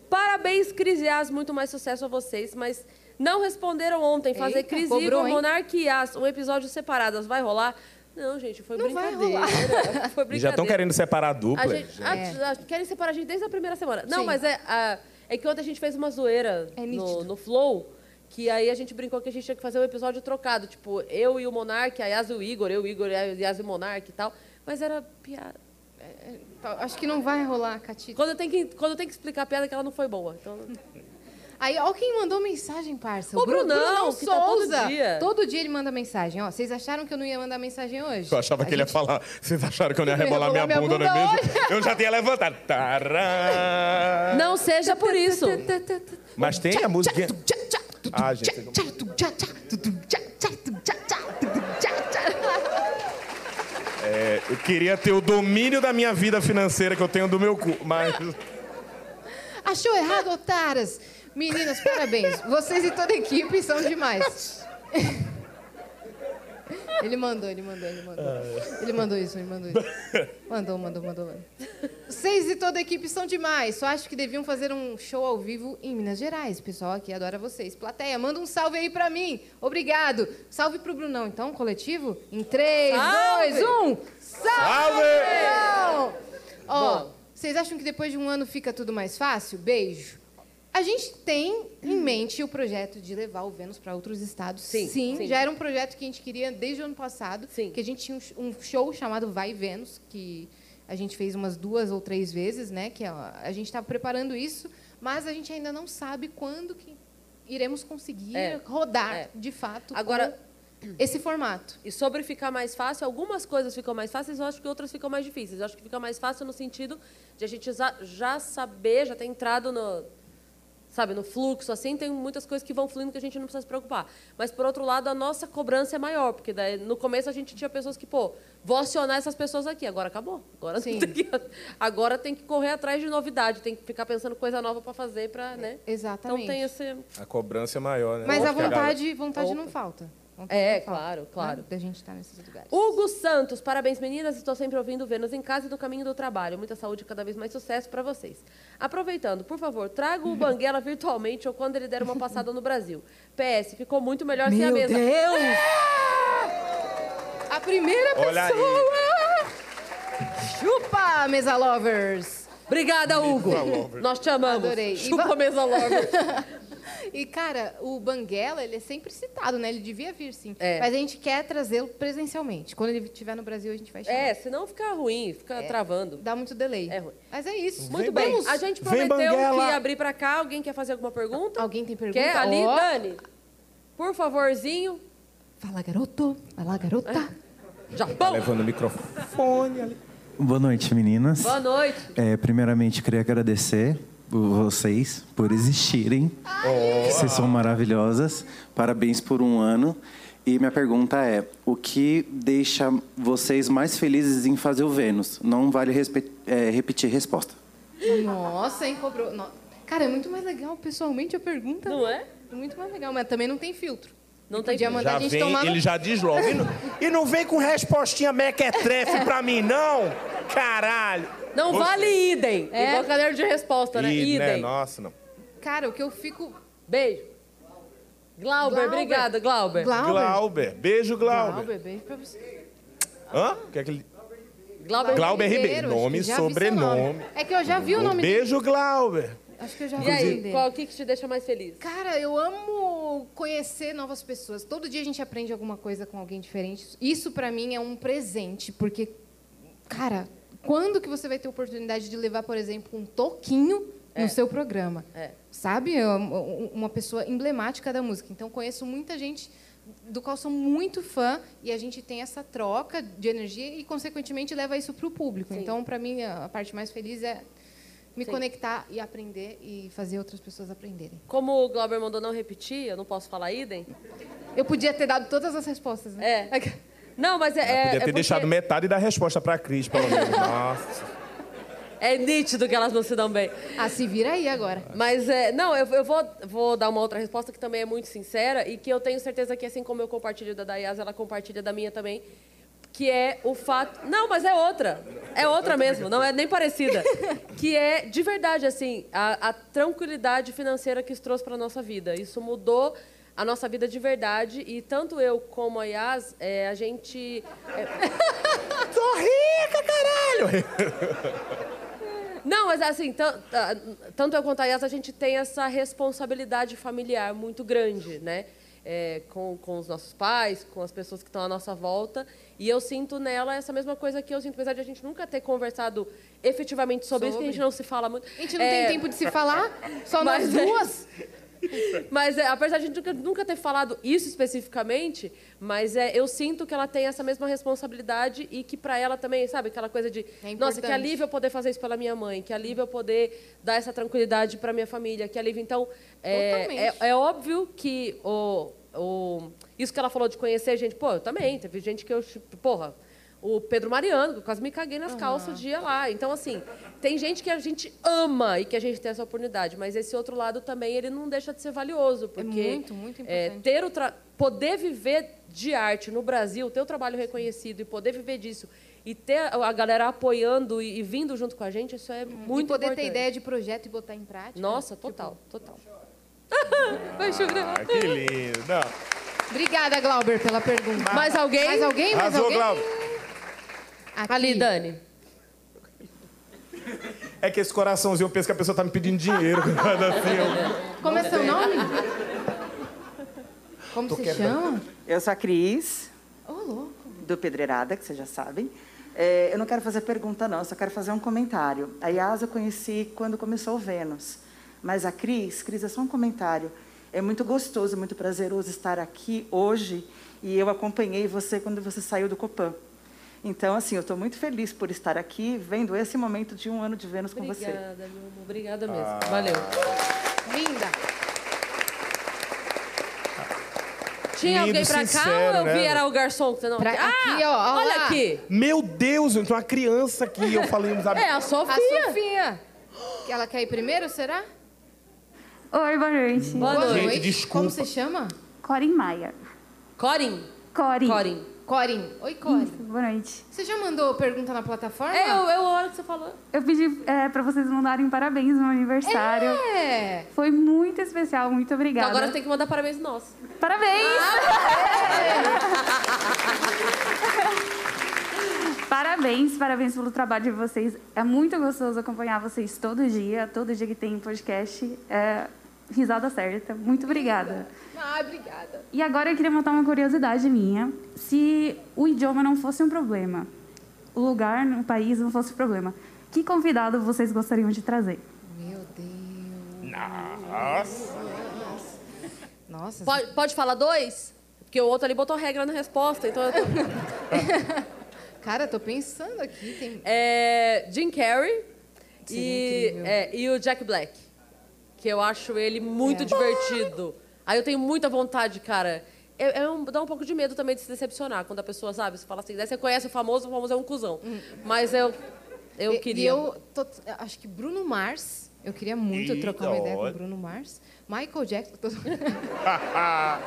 A: Parabéns, Cris e As, muito mais sucesso a vocês, mas não responderam ontem. Fazer
B: Eita,
A: Cris
B: cobrou,
A: Igor,
B: hein?
A: Monark e As, um episódio separadas, vai rolar? Não, gente, foi brincadeira. Foi
L: E
A: brincadeira.
L: já estão querendo separar a
A: A
L: dupla.
A: gente- a- a- querem separar a gente desde a primeira semana. Não,
B: É. Sim. É
A: mas é, a- é que ontem a gente fez uma zoeira no,
B: nítido.
A: no Flow, que aí a gente brincou que a gente tinha que fazer um episódio trocado. Tipo, eu e o Monark, a Yas e o Igor, eu, o Igor, a Yas e o Monark e tal. Mas era piada.
B: Tá, Acho que não vai rolar, Catita.
A: Quando eu tenho que, quando eu tenho que explicar a piada, é que ela não foi boa. Então,
B: Aí, ó quem mandou mensagem, parça.
A: O Brunão, que tá todo
B: Souza.
A: dia.
B: Todo dia ele manda mensagem. Ó, vocês acharam que eu não ia mandar mensagem hoje?
L: Eu achava que ele ia falar. Vocês acharam que eu não ia rebolar minha,
B: Rebolar minha
L: bunda, não é
B: bunda
L: mesmo? Eu já tinha levantado. Tará.
A: não seja por isso.
L: Mas tem a musiquinha. Ah, gente.
B: Tchá, tu, tchá, tchá, tu, tu, tchá, tchá, tu, tchá, tchá, tu, tchá, tchá.
L: É, eu queria ter o domínio da minha vida financeira que eu tenho do meu cu, mas.
B: Achou errado, otaras? Meninas, parabéns. Vocês e toda a equipe são demais. Ele mandou, ele mandou, ele mandou. Ele mandou isso, ele mandou isso. Mandou, mandou, mandou. mandou. Vocês e toda a equipe são demais. Só acho que deviam fazer um show ao vivo em Minas Gerais. O pessoal aqui adora vocês. Plateia, manda um salve aí pra mim. Obrigado. Salve pro Brunão, então, coletivo? Em 3,
M: Salve!
B: 2, 1. Salve!
M: Salve!
B: Brunão! Ó, vocês acham que depois de um ano fica tudo mais fácil? Beijo. A gente tem em mente o projeto de levar o Vênus para outros estados. Sim,
A: sim.
B: Já era um projeto que a gente queria desde o ano passado. Sim. Que a gente tinha um sh- um show chamado Vai Vênus, que a gente fez umas duas ou três vezes, né? Que a, a gente está preparando isso, mas a gente ainda não sabe quando que iremos conseguir
A: É,
B: rodar,
A: é.
B: de fato.
A: Agora-
B: com esse formato.
A: E sobre ficar mais fácil, algumas coisas ficam mais fáceis, eu acho que outras ficam mais difíceis. Eu acho que fica mais fácil no sentido de a gente za- já saber, já ter entrado no, sabe, no fluxo, assim, tem muitas coisas que vão fluindo que a gente não precisa se preocupar. Mas, por outro lado, a nossa cobrança é maior, porque daí, no começo a gente tinha pessoas que, pô, vou acionar essas pessoas aqui, agora acabou. Agora, não tem, que, agora tem que correr atrás de novidade, tem que ficar pensando coisa nova para fazer, para, né?
B: Exatamente.
A: Então tem esse...
L: A cobrança é maior, né?
B: Mas a
L: Lógico que
B: vontade,
L: galera-
B: vontade
A: Opa.
B: não falta. Vontade
A: É,
B: não falta,
A: claro,
B: né,
A: claro.
B: Da gente estar nesses lugares.
A: Hugo Santos, parabéns meninas, estou sempre ouvindo Vênus em casa e no caminho do trabalho. Muita saúde e cada vez mais sucesso para vocês. Aproveitando, por favor, traga o Banguela virtualmente ou quando ele der uma passada no Brasil. PS, ficou muito melhor sem a
K: Meu
A: mesa. Ah!
K: Deus!
B: A primeira
A: Olha aí.
B: pessoa! Chupa, mesa lovers!
A: Obrigada, Hugo! lovers. Nós te amamos.
B: Adorei.
A: Chupa, mesa lovers.
B: e, cara, o Banguela, ele é sempre citado, né? Ele devia vir, sim.
A: É.
B: Mas a gente quer trazê-lo presencialmente. Quando ele estiver no Brasil, a gente vai chamar.
A: É, senão fica ruim, fica
B: É,
A: travando.
B: Dá muito delay.
A: É ruim.
B: Mas é isso.
A: Muito bem,
B: Vamos-
A: a gente prometeu que ia abrir para cá. Alguém quer fazer alguma pergunta?
B: Alguém tem pergunta?
A: Quer? Ali,
B: Ó.
A: Dani, por favorzinho.
B: Fala, garoto. Vai lá, garota.
A: Japão.
O: Levando o microfone.
A: Fone ali.
O: Boa noite, meninas.
A: Boa noite.
O: É, primeiramente, queria agradecer por vocês por existirem.
I: Oh.
O: que Vocês são maravilhosas. Parabéns por um ano. E minha pergunta é: o que deixa vocês mais felizes em fazer o Vênus? Não vale respe- é, repetir resposta.
B: Nossa, hein? Cobrou. No- Cara, é muito mais legal pessoalmente a pergunta.
A: Não é?
B: né? Muito mais legal, mas também não tem filtro.
A: Não
B: tem Podia mandar
L: Já
B: a gente
L: vem,
B: tomar no-
L: ele já diz logo. E não, e não vem com respostinha mequetrefe pra mim, não? Caralho!
A: Não
L: Você-
A: vale idem.
B: É.
A: Igual caderno de resposta, né?
L: Ih, né?
A: Idem.
L: Nossa, não.
B: Cara, o que eu fico.
A: Beijo. Glauber,
B: Glauber.
A: obrigada, Glauber.
L: Glauber. Beijo, Glauber.
B: Glauber, beijo pra você.
L: Hã? O que é que ele-
A: Glauber,
L: Glauber Ribeiro.
B: acho que
L: Nome e
B: já vi seu
L: sobrenome. Um
B: É que eu já vi o nome dele.
L: Beijo, Glauber.
B: Acho que eu já
A: E
B: vi
A: aí,
B: dele.
A: qual o que, que te deixa mais feliz?
B: Cara, eu amo conhecer novas pessoas. Todo dia a gente aprende alguma coisa com alguém diferente. Isso pra mim é um presente, porque cara, quando que você vai ter oportunidade de levar, por exemplo, um toquinho
A: É.
B: no seu programa?
A: É.
B: Sabe? É uma- Uma pessoa emblemática da música. Então, conheço muita gente do qual sou muito fã e a gente tem essa troca de energia e, consequentemente, leva isso para o público.
A: Sim.
B: Então, para mim, a a parte mais feliz é me
A: Sim.
B: conectar e aprender e fazer outras pessoas aprenderem.
A: Como o Glauber mandou não repetir, eu não posso falar idem.
B: Eu podia ter dado todas as respostas,
A: né? É. Não, mas é. é,
L: Podia
A: é
L: ter
A: porque
L: deixado metade da resposta pra Cris, pelo menos. Nossa.
A: É nítido que elas não se dão bem.
B: Ah, se vira aí agora.
A: Mas é, não, eu, eu vou, vou dar uma outra resposta que também é muito sincera e que eu tenho certeza que assim como eu compartilho da Dayasa, ela compartilha da minha também, que é o fato. Não, mas é outra. É outra mesmo, não é nem parecida. Que é de verdade assim, a, a tranquilidade financeira que isso trouxe para nossa vida. Isso mudou a nossa vida de verdade e tanto eu como a Yas, é, a gente é... Tô rica, caralho. Não, mas assim, tan- ah, tanto eu quanto a Yas, a gente tem essa responsabilidade familiar muito grande, né? É, com, com os nossos pais, com as pessoas que estão à nossa volta. E eu sinto nela essa mesma coisa que eu sinto, apesar de a gente nunca ter conversado efetivamente sobre, isso, que a gente
B: Sobre.
A: não se fala muito. É.
B: A gente não tem tempo de se falar, só
A: Mas
B: nós
A: é-
B: duas.
A: Mas é, apesar de a gente nunca, nunca ter falado isso especificamente, mas é, eu sinto que ela tem essa mesma responsabilidade e que para ela também, sabe, aquela coisa de, nossa, que
P: É importante.
A: alívio eu poder fazer isso pela minha mãe, que alívio eu poder dar essa tranquilidade para minha família, que alívio. Então, é, é,
P: Totalmente.
A: é óbvio que o, o, isso que ela falou de conhecer gente, pô, eu também, teve gente que eu, tipo, porra, O Pedro Mariano, que eu quase me caguei nas calças o dia lá. Então, assim, tem gente que a gente ama e que a gente tem essa oportunidade, mas esse outro lado também, ele não deixa de ser valioso, porque...
B: muito, muito
A: é,
B: importante.
A: ter o tra- poder viver de arte no Brasil, ter o trabalho reconhecido e poder viver disso, e ter a galera apoiando e, e vindo junto com a gente, isso é muito
B: Uhum. e poder
A: importante.
B: ter ideia de projeto e botar em prática. Tipo,
A: Nossa, total, total. Vai chorar.
L: Ah, que lindo. Não.
B: Obrigada, Glauber, pela pergunta.
A: Mais alguém?
B: Mais alguém? Mais
L: Arrasou,
B: alguém?
L: Glauber.
B: Aqui.
A: Ali, Dani.
L: É que esse coraçãozinho pensa que a pessoa tá me pedindo dinheiro. quando faz assim,
B: Como é seu nome? Como se chama?
P: Eu sou a Cris. Do Pedreirada, que vocês já sabem. É, eu não quero fazer pergunta, não, eu só quero fazer um comentário. A Yas eu conheci quando começou o Vênus. Mas a Cris, Cris, é só um comentário. É muito gostoso, muito prazeroso estar aqui hoje. E eu acompanhei você quando você saiu do Copan. Então, assim, eu estou muito feliz por estar aqui, vendo esse momento de um ano de Vênus com você.
A: Obrigada, meu amor. Obrigada mesmo.
P: Ah.
A: Valeu.
B: Linda.
A: Tinha
L: Ah. Lindo,
A: alguém pra
L: sincero,
A: cá ou eu vi
L: né?
A: era o garçom que não? ah,
B: aqui, ó, ó
A: olha
B: lá.
A: aqui.
L: Meu Deus, então a criança que eu falei, sabe?
A: É,
B: A Sofia. Que Ela quer ir primeiro, será?
Q: Oi, boa noite.
B: Boa Boa noite. noite.
L: desculpa.
B: Como se chama?
Q: Corin Maia.
A: Corin?
Q: Corin.
A: Corin.
B: Corin. Oi, Corin.
Q: Boa noite.
B: Você já mandou pergunta na plataforma?
Q: É, eu- eu
A: olho que você falou.
Q: Eu pedi é, para vocês mandarem parabéns no meu aniversário.
A: É.
Q: Foi muito especial, muito
A: Então
Q: obrigada.
A: agora você tem que mandar parabéns nós. Ah.
Q: Parabéns! Parabéns, parabéns pelo trabalho de vocês. É muito gostoso acompanhar vocês todo dia, todo dia que tem podcast. É risada certa. Muito obrigada.
B: Ah, obrigada.
Q: E agora eu queria montar uma curiosidade minha. Se o idioma não fosse um problema, o lugar no país não fosse um problema, que convidado vocês gostariam de trazer?
L: Nossa.
B: Nossa.
A: Pode, pode falar dois? Porque o outro ali botou regra na resposta, então eu tô...
B: Cara, tô pensando aqui. Tem...
A: É, Jim Carrey e,
B: incrível.
A: é, e o Jack Black. Que eu acho ele muito
B: É.
A: divertido. Aí eu tenho muita vontade, cara. É, é um- dá um pouco de medo também de se decepcionar quando a pessoa, sabe, você fala assim, daí você conhece o famoso, o famoso é um cuzão. Mas eu, eu
B: Hum. E- e
A: queria.
B: eu tô- acho que Bruno Mars. Eu queria muito
A: Eita,
B: trocar uma ideia com
A: olha.
B: o Bruno Mars. Michael Jackson. tô-
L: Ah,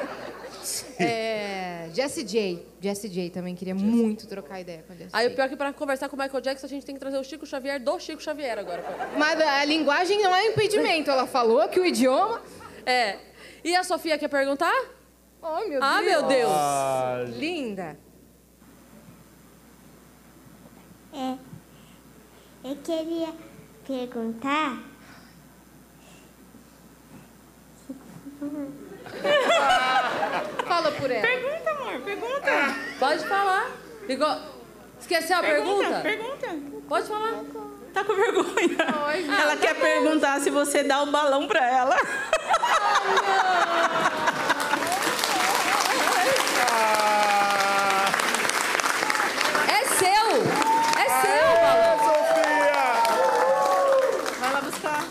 L: é...
B: é, Jesse J. Jesse J também queria muito trocar ideia com a Jesse
A: Aí o
B: J.
A: pior é que pra conversar com o Michael Jackson, a gente tem que trazer o Chico Xavier do Chico Xavier agora.
B: Mas a linguagem não é impedimento. Ela falou que o idioma.
A: É. E a Sofia quer perguntar?
B: Oh, meu
A: Ah,
B: Deus.
A: meu Deus.
L: Ah.
B: Linda.
F: É. Eu queria perguntar.
B: Fala por ela.
A: Pergunta, amor, pergunta. Pode falar. Ficou... Esqueceu a pergunta?
R: Pergunta,
A: Pode falar.
R: Tá com vergonha. ela quer perguntar se você dá o balão pra ela.
A: É seu! É seu, balão!
R: Vai lá buscar.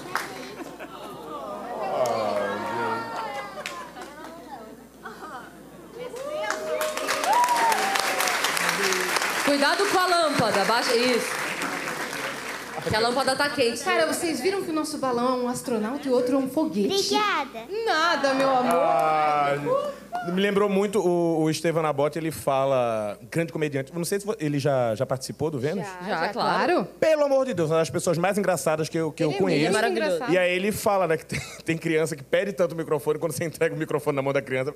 A: Cuidado com a lâmpada, baixa. Isso. Que a lâmpada tá quente.
B: Cara, vocês viram que o nosso balão é um astronauta e o outro é um foguete?
F: Obrigada.
B: Nada, meu amor.
L: Ah, me lembrou muito o, o Estevam Nabote, ele fala, grande comediante. Não sei se vo- ele já, já participou do Vênus?
B: Já, Já, claro. claro.
L: Pelo amor de Deus, uma das pessoas mais engraçadas que eu, que eu
B: Ele é
L: conheço.
B: muito engraçado.
L: E aí ele fala, né, que tem, tem criança que pede tanto o microfone, quando você entrega o microfone na mão da criança.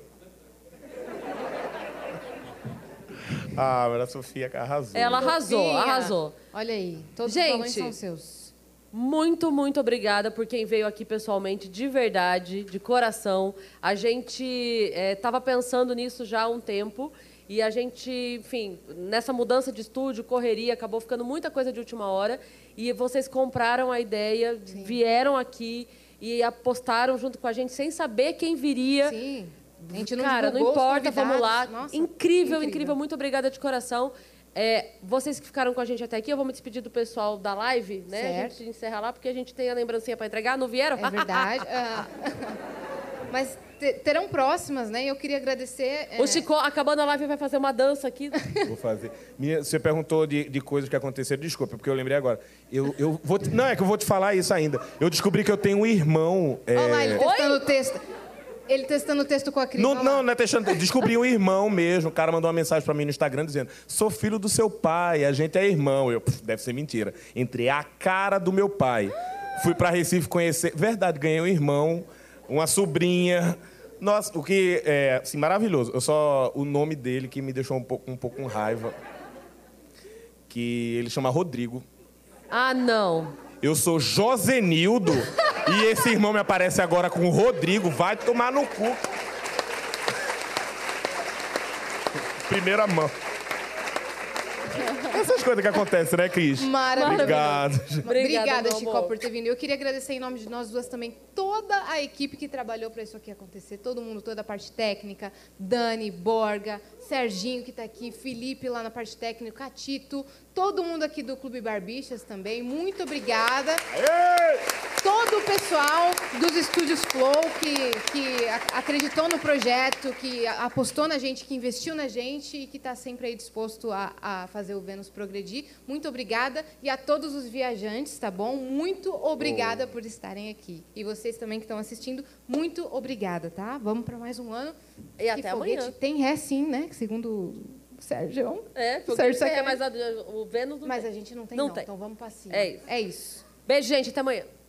L: Ah, mas a Sofia arrasou.
A: Ela arrasou,
B: Sofia.
A: arrasou.
B: Olha aí, todos os balões
A: Gente,
B: são seus.
A: muito, muito obrigada por quem veio aqui pessoalmente, de verdade, de coração. A gente estava pensando nisso já há um tempo. E a gente, enfim, nessa mudança de estúdio, correria, acabou ficando muita coisa de última hora. E vocês compraram a ideia, vieram aqui e apostaram junto com a gente, sem saber quem viria.
B: Sim. A gente não
A: Cara, não
B: divulgou os
A: importa, vamos lá.
B: convidados. Nossa,
A: incrível,
B: incrível.
A: incrível. Muito obrigada de coração. É, vocês que ficaram com a gente até aqui, eu vou me despedir do pessoal da live, né? A
B: Certo.
A: gente encerra lá, porque a gente tem a lembrancinha para entregar. Não vieram?
B: É verdade. Ah, Mas te- terão próximas, né? E eu queria agradecer. é,
A: O Chico, acabando a live, vai fazer uma dança aqui.
L: Vou fazer. Minha- você perguntou de, de coisas que aconteceram. Desculpa, porque eu lembrei agora. Eu, eu vou te- não, é que eu vou te falar isso ainda. Eu descobri que eu tenho um irmão. é,
B: Olha lá, ele testando o texto. Ele testando o texto com a Cris.
L: Não,
B: olha lá.
L: não, não é testando. Eu Descobri um irmão mesmo. O cara mandou uma mensagem pra mim no Instagram dizendo: sou filho do seu pai, a gente é irmão. Eu, "Pff, deve ser mentira. Entrei a cara do meu pai. Fui pra Recife conhecer. Verdade, ganhei um irmão, uma sobrinha. Nossa, o que é assim, maravilhoso. Eu só. O nome dele que me deixou um pouco, um pouco com raiva. Que ele chama Rodrigo.
A: Ah, não.
L: Eu sou Josenildo e esse irmão me aparece agora com o Rodrigo. Vai tomar no cu. Primeira mão. Essas coisas que acontecem, né, Cris?
B: Maravilhoso.
L: Obrigado.
B: Obrigada,
A: meu
B: Chico,
A: amor.
B: por ter vindo. Eu queria agradecer em nome de nós duas também toda a equipe que trabalhou para isso aqui acontecer. Todo mundo, toda a parte técnica. Dani, Borga, Serginho, que está aqui, Felipe lá na parte técnica, Catito, todo mundo aqui do Clube Barbixas também. Muito obrigada. Todo o pessoal dos estúdios Flow que, que a- acreditou no projeto, que a- apostou na gente, que investiu na gente e que está sempre aí disposto a, a fazer o Vênus progredir. Muito obrigada. E a todos os viajantes, tá bom? Muito obrigada por estarem aqui. E vocês também que estão assistindo, muito obrigada, tá? Vamos para mais um ano.
A: E até
B: foguete
A: amanhã.
B: Tem ré sim, né? Segundo o Sérgio.
A: É,
B: Sérgio
A: foguete tem,
B: Sacani.
A: mas a- o Vênus não
B: Mas
A: tem.
B: a gente não tem,
A: Não
B: não.
A: tem.
B: Então vamos para cima.
A: É isso.
B: É isso.
A: Beijo, gente. Até amanhã.